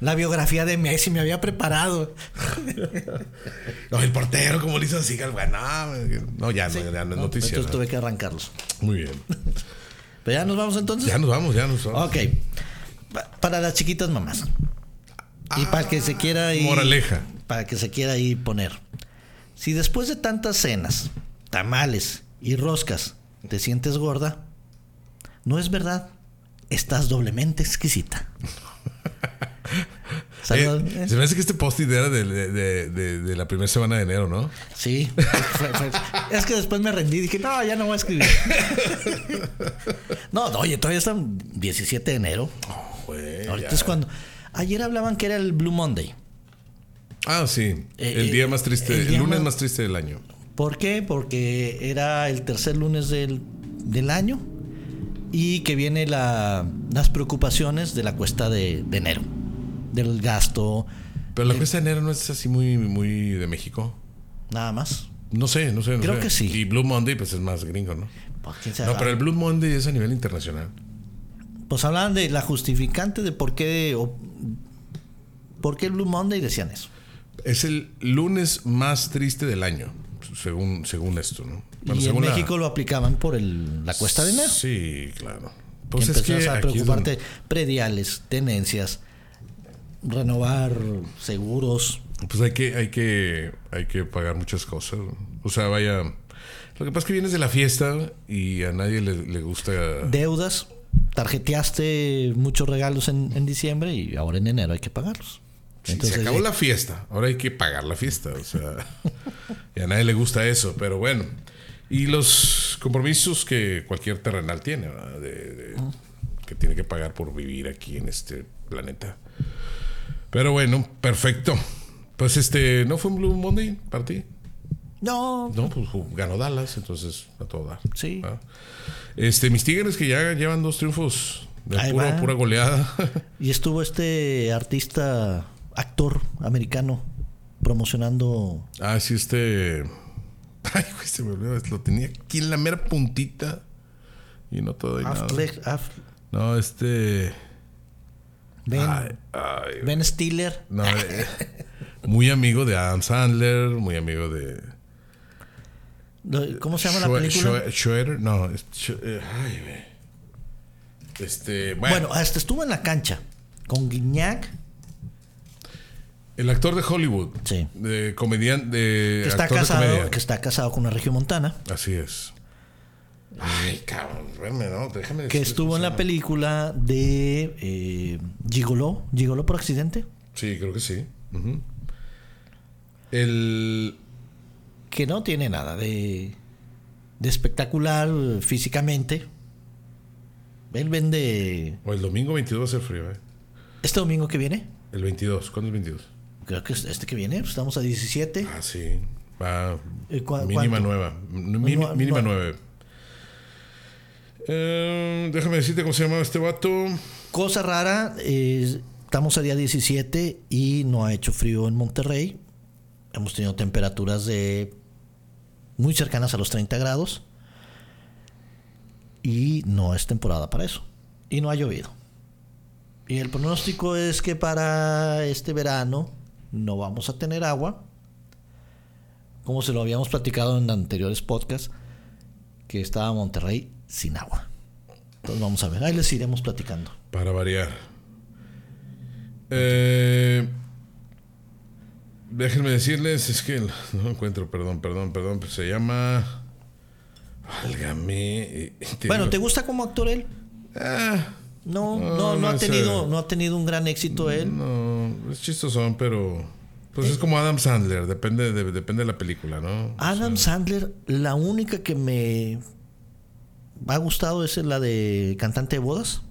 [SPEAKER 1] La biografía de Messi me había preparado.
[SPEAKER 2] No, el portero, ¿cómo le hizo así? Bueno, no, ya, no, ya no es
[SPEAKER 1] No,
[SPEAKER 2] noticia.
[SPEAKER 1] Entonces
[SPEAKER 2] ¿no?
[SPEAKER 1] tuve que arrancarlos.
[SPEAKER 2] Muy bien.
[SPEAKER 1] Pero ya nos vamos entonces.
[SPEAKER 2] Ya nos vamos, ya nos vamos.
[SPEAKER 1] Ok. Pa- Para las chiquitas mamás. Y para el que se quiera ahí.
[SPEAKER 2] Ah, Moraleja.
[SPEAKER 1] Para el que se quiera ahí poner. Si después de tantas cenas, tamales y roscas te sientes gorda, no es verdad. Estás doblemente exquisita. Saludos.
[SPEAKER 2] Eh, se me hace que este post-it era de, de- de- de- de la primera semana de enero, ¿no?
[SPEAKER 1] Sí. Fue- fue- es que después me rendí. Dije, no, ya no voy a escribir. no, no, oye, todavía está 17 de enero.
[SPEAKER 2] Güey,
[SPEAKER 1] Ahorita
[SPEAKER 2] ya.
[SPEAKER 1] es cuando. Ayer hablaban que era el Blue Monday.
[SPEAKER 2] Ah, sí.
[SPEAKER 1] Eh,
[SPEAKER 2] el
[SPEAKER 1] eh,
[SPEAKER 2] día más triste,
[SPEAKER 1] el
[SPEAKER 2] el,
[SPEAKER 1] día
[SPEAKER 2] lunes
[SPEAKER 1] más-
[SPEAKER 2] más triste del año.
[SPEAKER 1] ¿Por qué? Porque era el tercer lunes del, del año y que viene la- las preocupaciones de la cuesta de, de enero, del gasto,
[SPEAKER 2] Pero
[SPEAKER 1] Eh.
[SPEAKER 2] la cuesta de enero no es así muy, muy de México.
[SPEAKER 1] nada más.
[SPEAKER 2] No sé, no sé. no
[SPEAKER 1] Creo
[SPEAKER 2] sé.
[SPEAKER 1] que sí.
[SPEAKER 2] Y Blue Monday, pues es más gringo, ¿no?
[SPEAKER 1] Pues, quién sabe.
[SPEAKER 2] No, pero el Blue Monday es a nivel internacional.
[SPEAKER 1] Pues hablaban de la justificante de por qué, o- por qué el Blue Monday decían eso.
[SPEAKER 2] Es el lunes más triste del año, según, según esto, ¿no? Bueno,
[SPEAKER 1] y en
[SPEAKER 2] según la-
[SPEAKER 1] México lo aplicaban por el, la cuesta de enero.
[SPEAKER 2] Sí, claro.
[SPEAKER 1] Y
[SPEAKER 2] Pues es que
[SPEAKER 1] empezabas a
[SPEAKER 2] aquí es donde-
[SPEAKER 1] preocuparte prediales, tenencias, renovar seguros.
[SPEAKER 2] Pues hay que, hay que, hay que pagar muchas cosas. O sea, vaya. Lo que pasa es que vienes de la fiesta y a nadie le, le gusta.
[SPEAKER 1] deudas, tarjeteaste muchos regalos en, en diciembre y ahora en enero hay que pagarlos. eh,
[SPEAKER 2] Sí, se acabó la fiesta. Ahora hay que pagar la fiesta. O sea, y a nadie le gusta eso, pero bueno. Y los compromisos que cualquier terrenal tiene, ¿verdad? De- de- que tiene que pagar por vivir aquí en este planeta. Pero bueno, perfecto. Pues este, ¿no fue un Blue Monday para ti?
[SPEAKER 1] No,
[SPEAKER 2] No, pues ju- ganó Dallas, entonces a todo dar.
[SPEAKER 1] Sí.
[SPEAKER 2] ¿Ah? Este, mis Tigres que ya llevan dos triunfos de
[SPEAKER 1] Ahí
[SPEAKER 2] pura,
[SPEAKER 1] va.
[SPEAKER 2] pura goleada.
[SPEAKER 1] y estuvo este artista, actor americano, promocionando.
[SPEAKER 2] ah, sí, este. Ay, güey, se me olvidó. Lo tenía aquí en la mera puntita. Y no todo. y nada.
[SPEAKER 1] Affleck, Aff-
[SPEAKER 2] No, este.
[SPEAKER 1] ben,
[SPEAKER 2] Ay, ay,
[SPEAKER 1] Ben Stiller.
[SPEAKER 2] no, eh, muy amigo de Adam Sandler, muy amigo de.
[SPEAKER 1] Lo- ¿Cómo se llama la
[SPEAKER 2] Schwe-
[SPEAKER 1] película?
[SPEAKER 2] Schwe- Schroeder, no. es Schwe- eh, ay, güey. Este. bueno.
[SPEAKER 1] bueno, hasta estuvo en la cancha con Guiñac.
[SPEAKER 2] El actor de Hollywood.
[SPEAKER 1] Sí.
[SPEAKER 2] De comediante. De
[SPEAKER 1] Que está,
[SPEAKER 2] actor de
[SPEAKER 1] casado,
[SPEAKER 2] comedia.
[SPEAKER 1] que está casado con una región montana,
[SPEAKER 2] Así es. Ay, cabrón. espérame, no, déjame
[SPEAKER 1] que
[SPEAKER 2] decir-
[SPEAKER 1] estuvo en la película de eh, Gigoló, Gigoló por accidente,
[SPEAKER 2] Sí, creo que sí. Ujú. El.
[SPEAKER 1] que no tiene nada de, de espectacular eh, físicamente. Él vende
[SPEAKER 2] O el domingo 22 va a ser frío, ¿eh?
[SPEAKER 1] este domingo que viene.
[SPEAKER 2] El 22. ¿Cuándo es el 22?
[SPEAKER 1] Creo que es este que viene, pues estamos a 17.
[SPEAKER 2] Ah, sí. Va.
[SPEAKER 1] ¿Y cua-
[SPEAKER 2] mínima
[SPEAKER 1] cuánto?
[SPEAKER 2] nueva. M- mí-
[SPEAKER 1] No, no.
[SPEAKER 2] mínima nueve. Eh, déjame decirte cómo se llamaba este vato.
[SPEAKER 1] Cosa rara, eh, estamos a día 17 y no ha hecho frío en Monterrey. Hemos tenido temperaturas de muy cercanas a los 30 grados. Y no es temporada para eso. Y no ha llovido. Y el pronóstico es que para este verano no vamos a tener agua. Como se lo habíamos platicado en anteriores podcasts, que estaba Monterrey sin agua. Entonces vamos a ver, ahí les iremos platicando.
[SPEAKER 2] Para variar. Eh, déjenme decirles, es que no lo encuentro, perdón, perdón, perdón, pero se llama. Válgame. eh, te
[SPEAKER 1] Bueno,
[SPEAKER 2] digo-
[SPEAKER 1] ¿te gusta como actor él?
[SPEAKER 2] Ah,
[SPEAKER 1] No,
[SPEAKER 2] No,
[SPEAKER 1] no, no,
[SPEAKER 2] no
[SPEAKER 1] ha
[SPEAKER 2] sé.
[SPEAKER 1] tenido, no ha tenido un gran éxito él.
[SPEAKER 2] no, es chistosón, pero. Pues es como Adam Sandler, depende de, depende de la película, ¿no?
[SPEAKER 1] Adam Sandler, la única que me ha gustado es la de cantante de bodas.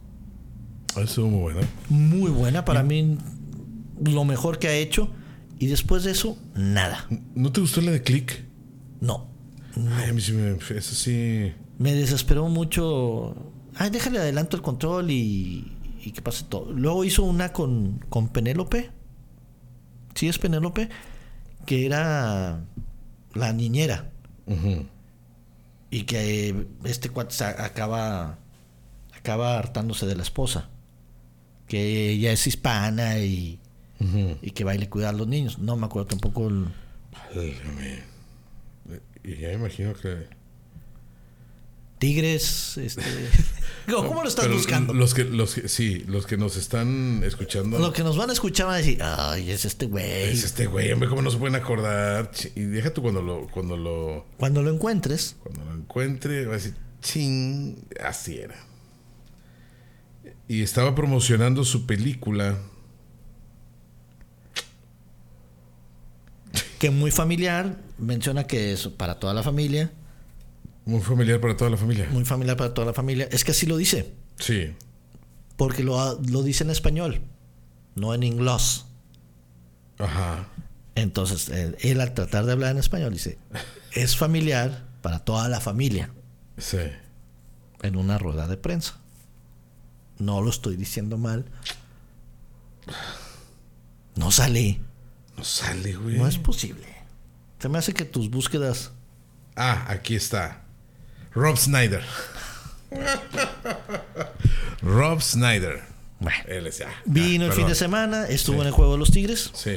[SPEAKER 2] Eso muy bueno.
[SPEAKER 1] Muy buena, para
[SPEAKER 2] Mm.
[SPEAKER 1] mí lo mejor que ha hecho. Y después de eso, nada.
[SPEAKER 2] ¿No te gustó la de Click?
[SPEAKER 1] No.
[SPEAKER 2] Ay, a mí sí me. Eso sí.
[SPEAKER 1] Me desesperó mucho. Ay, déjale adelanto el control y, y que pase todo. Luego hizo una con, con Penélope. Sí, es Penélope. Que era la niñera.
[SPEAKER 2] Ujú.
[SPEAKER 1] Y que eh, este cuate sa- acaba, acaba hartándose de la esposa. Que ella es hispana y,
[SPEAKER 2] Ujú.
[SPEAKER 1] y que va y le cuida a los niños. No me acuerdo tampoco. el-
[SPEAKER 2] Válgame. Y ya imagino que.
[SPEAKER 1] Tigres. Este... ¿Cómo cómo lo estás
[SPEAKER 2] Pero
[SPEAKER 1] buscando?
[SPEAKER 2] Los que, los que, sí, los que nos están escuchando.
[SPEAKER 1] Lo que nos van a escuchar van a decir, ay, es este güey.
[SPEAKER 2] Es este güey, hombre, cómo no se pueden acordar. Ch- Y deja tú cuando lo, cuando lo,
[SPEAKER 1] Cuando lo encuentres,
[SPEAKER 2] cuando lo encuentre, va a decir, ching, así era. Y estaba promocionando su película.
[SPEAKER 1] que muy familiar, menciona que es para toda la familia,
[SPEAKER 2] Muy familiar para toda la familia.
[SPEAKER 1] muy familiar para toda la familia. Es que así lo dice,
[SPEAKER 2] Sí.
[SPEAKER 1] porque lo, ah, lo dice en español, no en inglés.
[SPEAKER 2] Ajá.
[SPEAKER 1] Entonces, él, él al tratar de hablar en español dice, es familiar para toda la familia,
[SPEAKER 2] Sí.
[SPEAKER 1] en una rueda de prensa. No lo estoy diciendo mal. No salí.
[SPEAKER 2] No sale, güey.
[SPEAKER 1] No es posible. Se me hace que tus búsquedas
[SPEAKER 2] Ah, aquí está. Rob Snyder. Rob Snyder.
[SPEAKER 1] Bueno.
[SPEAKER 2] Él es- ah, ah,
[SPEAKER 1] Vino el fin
[SPEAKER 2] perdón.
[SPEAKER 1] de semana, estuvo en el juego de los Tigres.
[SPEAKER 2] Sí.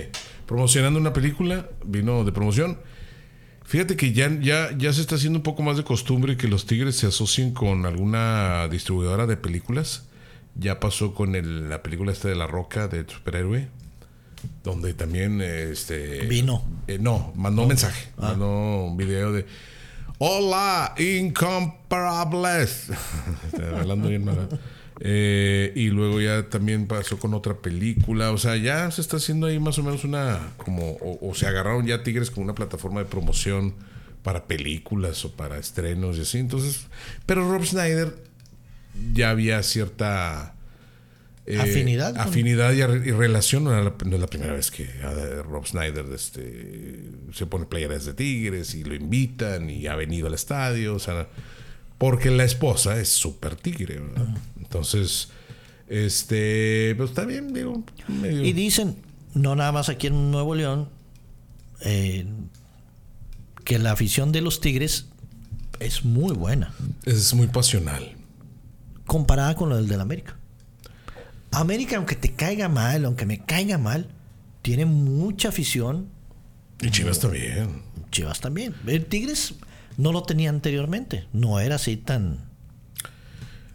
[SPEAKER 2] Promocionando una película, vino de promoción. Fíjate que ya, ya, ya se está haciendo un poco más de costumbre que los Tigres se asocien con alguna distribuidora de películas. Ya pasó con el- la película esta de La Roca, de superhéroe, donde también eh, este
[SPEAKER 1] Vino.
[SPEAKER 2] eh, no, mandó un mensaje, mandó un video de Hola, incomparables. Está hablando bien mal, ¿eh? Eh, y luego ya también pasó con otra película. O sea, ya se está haciendo ahí más o menos una. como O, o se agarraron ya Tigres con una plataforma de promoción para películas o para estrenos y así. Entonces. Pero Rob Snyder ya había cierta. eh,
[SPEAKER 1] Afinidad con-
[SPEAKER 2] Afinidad y, re- y relación. No, era la- no es la primera vez que eh, Rob Snyder este, se pone playeras de Tigres y lo invitan y ha venido al estadio. O sea, porque la esposa es súper tigre, ¿verdad? Entonces, este, pues está bien, digo. medio-
[SPEAKER 1] Y dicen, no nada más aquí en Nuevo León, eh, que la afición de los Tigres es muy buena,
[SPEAKER 2] es muy pasional.
[SPEAKER 1] comparada con la del, del América. América, aunque te caiga mal, aunque me caiga mal, tiene mucha afición.
[SPEAKER 2] Y Chivas también.
[SPEAKER 1] Chivas también. El Tigres no lo tenía anteriormente, no era así tan...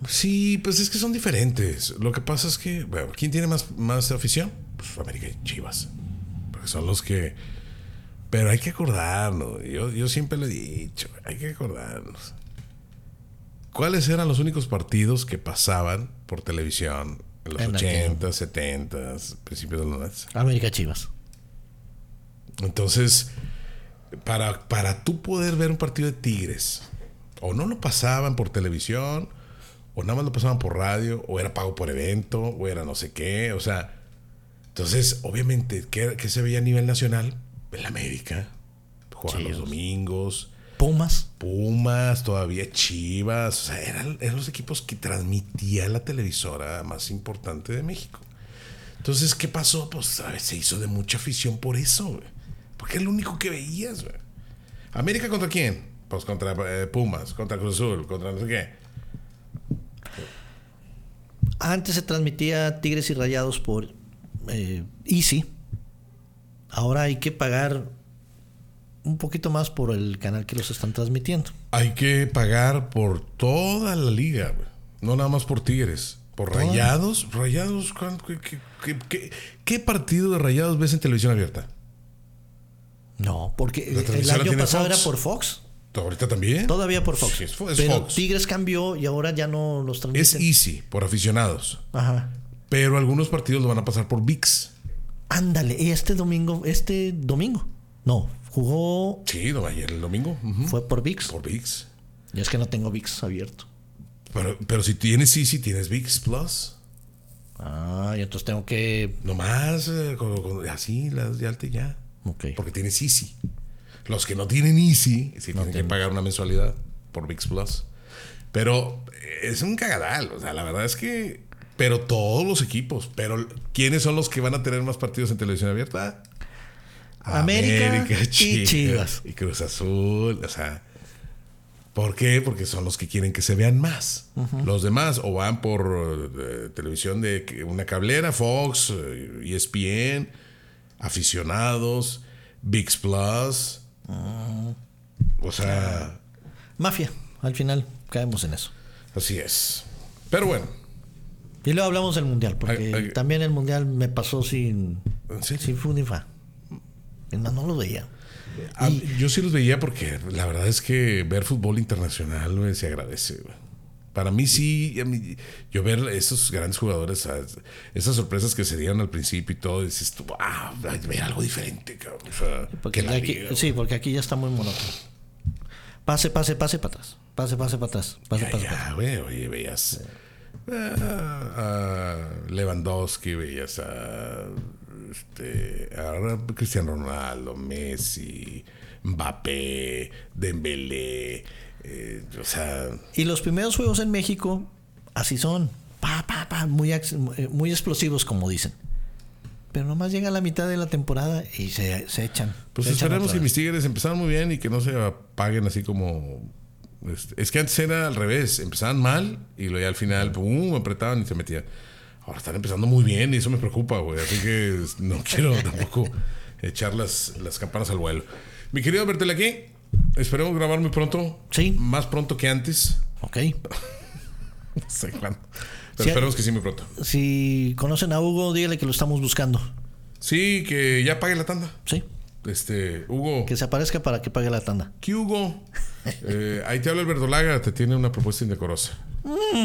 [SPEAKER 2] Sí, pues es que son diferentes. Lo que pasa es que, bueno, ¿quién tiene más, más afición? Pues América y Chivas. Porque son los que. Pero hay que acordarnos. Yo, yo siempre lo he dicho, hay que acordarnos. ¿Cuáles eran los únicos partidos que pasaban por televisión en los
[SPEAKER 1] En aquel-
[SPEAKER 2] 80, 70, principios de los 90?
[SPEAKER 1] América Chivas.
[SPEAKER 2] Entonces, para, para tú poder ver un partido de Tigres, o no lo pasaban por televisión, o nada más lo pasaban por radio, o era pago por evento, o era no sé qué, o sea. Entonces, obviamente, ¿qué, qué se veía a nivel nacional? El América. Jugaban los
[SPEAKER 1] Chivas.
[SPEAKER 2] domingos.
[SPEAKER 1] Pumas.
[SPEAKER 2] Pumas, todavía Chivas. O sea, eran, eran los equipos que transmitía la televisora más importante de México. Entonces, ¿qué pasó? Pues ¿sabes? se hizo de mucha afición por eso, güey. Porque era lo único que veías, güey. ¿América contra quién? Pues contra eh, Pumas, contra Cruz Azul, contra no sé qué.
[SPEAKER 1] Antes se transmitía Tigres y Rayados por eh, Easy. Ahora hay que pagar un poquito más por el canal que los están transmitiendo.
[SPEAKER 2] Hay que pagar por toda la liga, güey. no nada más por Tigres. Por
[SPEAKER 1] Toda.
[SPEAKER 2] Rayados, Rayados, ¿cuán- ¿qué, qué- qué- qué- qué partido de Rayados ves en televisión abierta?
[SPEAKER 1] No, porque
[SPEAKER 2] La
[SPEAKER 1] el
[SPEAKER 2] transmisión la
[SPEAKER 1] año
[SPEAKER 2] tiene
[SPEAKER 1] pasado
[SPEAKER 2] Fox.
[SPEAKER 1] era por Fox.
[SPEAKER 2] ¿Ahorita también?
[SPEAKER 1] Todavía por Fox.
[SPEAKER 2] Sí, es Fo- es
[SPEAKER 1] pero
[SPEAKER 2] Fox.
[SPEAKER 1] Tigres cambió y ahora ya no los
[SPEAKER 2] Es
[SPEAKER 1] transmiten.
[SPEAKER 2] easy, por aficionados.
[SPEAKER 1] Ajá.
[SPEAKER 2] Pero algunos partidos lo van a pasar por VIX.
[SPEAKER 1] Ándale, este domingo, este domingo. No, jugó
[SPEAKER 2] Sí, no, ayer el domingo. ujú,
[SPEAKER 1] fue por VIX.
[SPEAKER 2] ¿Mm? Por VIX.
[SPEAKER 1] Y es que no tengo VIX abierto.
[SPEAKER 2] Pero, pero si tienes Easy, tienes VIX Plus.
[SPEAKER 1] Ah, y entonces tengo que
[SPEAKER 2] Nomás eh, con- con- así, las de alta y ya.
[SPEAKER 1] Ok.
[SPEAKER 2] Porque tienes Easy. Los que no tienen Easy, sí tienen que
[SPEAKER 1] tienen.
[SPEAKER 2] pagar una mensualidad por VIX Plus. Pero eh, es un cagadal. O sea, la verdad es que. Pero todos los equipos. Pero ¿quiénes son los que van a tener más partidos en televisión abierta?
[SPEAKER 1] América y Chivas.
[SPEAKER 2] Y Cruz Azul. O sea. ¿Por qué? Porque son los que quieren que se vean más. Los demás o van por eh, televisión de que- una cablera, Fox, eh, ESPN, aficionados, VIX Plus.
[SPEAKER 1] Mm.
[SPEAKER 2] O sea,
[SPEAKER 1] mafia. Al final caemos en eso.
[SPEAKER 2] así es. Pero bueno,
[SPEAKER 1] Y luego hablamos del mundial, porque
[SPEAKER 2] Ay, ay.
[SPEAKER 1] también el mundial me pasó sin
[SPEAKER 2] ¿en serio?
[SPEAKER 1] sin Funifa. Es más, no lo veía.
[SPEAKER 2] Ah, yo sí los veía porque la verdad es que ver fútbol internacional güey, se agradece. güey. Para mí sí, a mí- yo ver esos grandes jugadores, esas, esas sorpresas que se dieron al principio y todo, dices tú, ah, ver algo diferente, cabrón. O sea,
[SPEAKER 1] Porque
[SPEAKER 2] que la
[SPEAKER 1] aquí,
[SPEAKER 2] liga,
[SPEAKER 1] sí, porque aquí ya está muy monótono. Pase, pase, pase para atrás. Pase, pase para atrás. Pase,
[SPEAKER 2] Ya,
[SPEAKER 1] pase, para atrás.
[SPEAKER 2] ya, güey, oye, veías ah, a Lewandowski, veías a, este, a Cristiano Ronaldo, Messi, Mbappé, Dembélé, eh, o sea,
[SPEAKER 1] Y los primeros juegos en México, así son. Pa, pa, pa, muy, ac- eh, muy explosivos, como dicen. Pero nomás llega la mitad de la temporada y se, se echan.
[SPEAKER 2] pues
[SPEAKER 1] se echan
[SPEAKER 2] esperemos
[SPEAKER 1] otra
[SPEAKER 2] que
[SPEAKER 1] vez.
[SPEAKER 2] mis Tigres empezaron muy bien y que no se apaguen así como... este, Es que antes era al revés, empezaban mal y luego ya al final, pum, apretaban y se metían. Ahora están empezando muy bien y eso me preocupa, güey. Así que no quiero tampoco echar las, las campanas al vuelo. Mi querido Bertel aquí, esperemos grabar muy pronto.
[SPEAKER 1] Sí.
[SPEAKER 2] Más pronto que antes.
[SPEAKER 1] Ok.
[SPEAKER 2] No sé cuándo. Pero
[SPEAKER 1] Sí.
[SPEAKER 2] esperemos que sí muy pronto.
[SPEAKER 1] Si conocen a Hugo, dígale que lo estamos buscando.
[SPEAKER 2] Sí, que ya pague la tanda.
[SPEAKER 1] Sí.
[SPEAKER 2] Este, Hugo.
[SPEAKER 1] Que se aparezca para que pague la tanda.
[SPEAKER 2] ¿Qué Hugo? Eh, ahí te habla el verdolaga, te tiene una propuesta indecorosa.
[SPEAKER 1] Mm.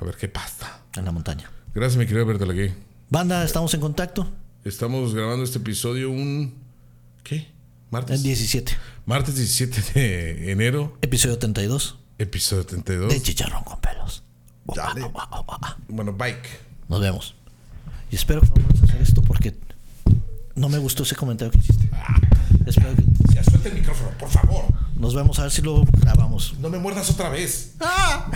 [SPEAKER 2] A ver qué pasa.
[SPEAKER 1] En la montaña.
[SPEAKER 2] Gracias, mi querido verdolaga.
[SPEAKER 1] Banda, estamos en contacto.
[SPEAKER 2] Estamos grabando este episodio un... ¿Qué?
[SPEAKER 1] El
[SPEAKER 2] Martes.
[SPEAKER 1] 17.
[SPEAKER 2] Martes 17 de enero,
[SPEAKER 1] Episodio 32
[SPEAKER 2] episodio 32.
[SPEAKER 1] de Chicharrón con pelos.
[SPEAKER 2] Dale. Bueno, bike.
[SPEAKER 1] Nos vemos. Y espero que no vuelvas a hacer esto porque no me gustó ese comentario que hiciste. Espero que...
[SPEAKER 2] Ya suelta el micrófono, por favor.
[SPEAKER 1] Nos vemos a ver si lo grabamos.
[SPEAKER 2] No me muerdas otra vez.
[SPEAKER 1] ¡Ah!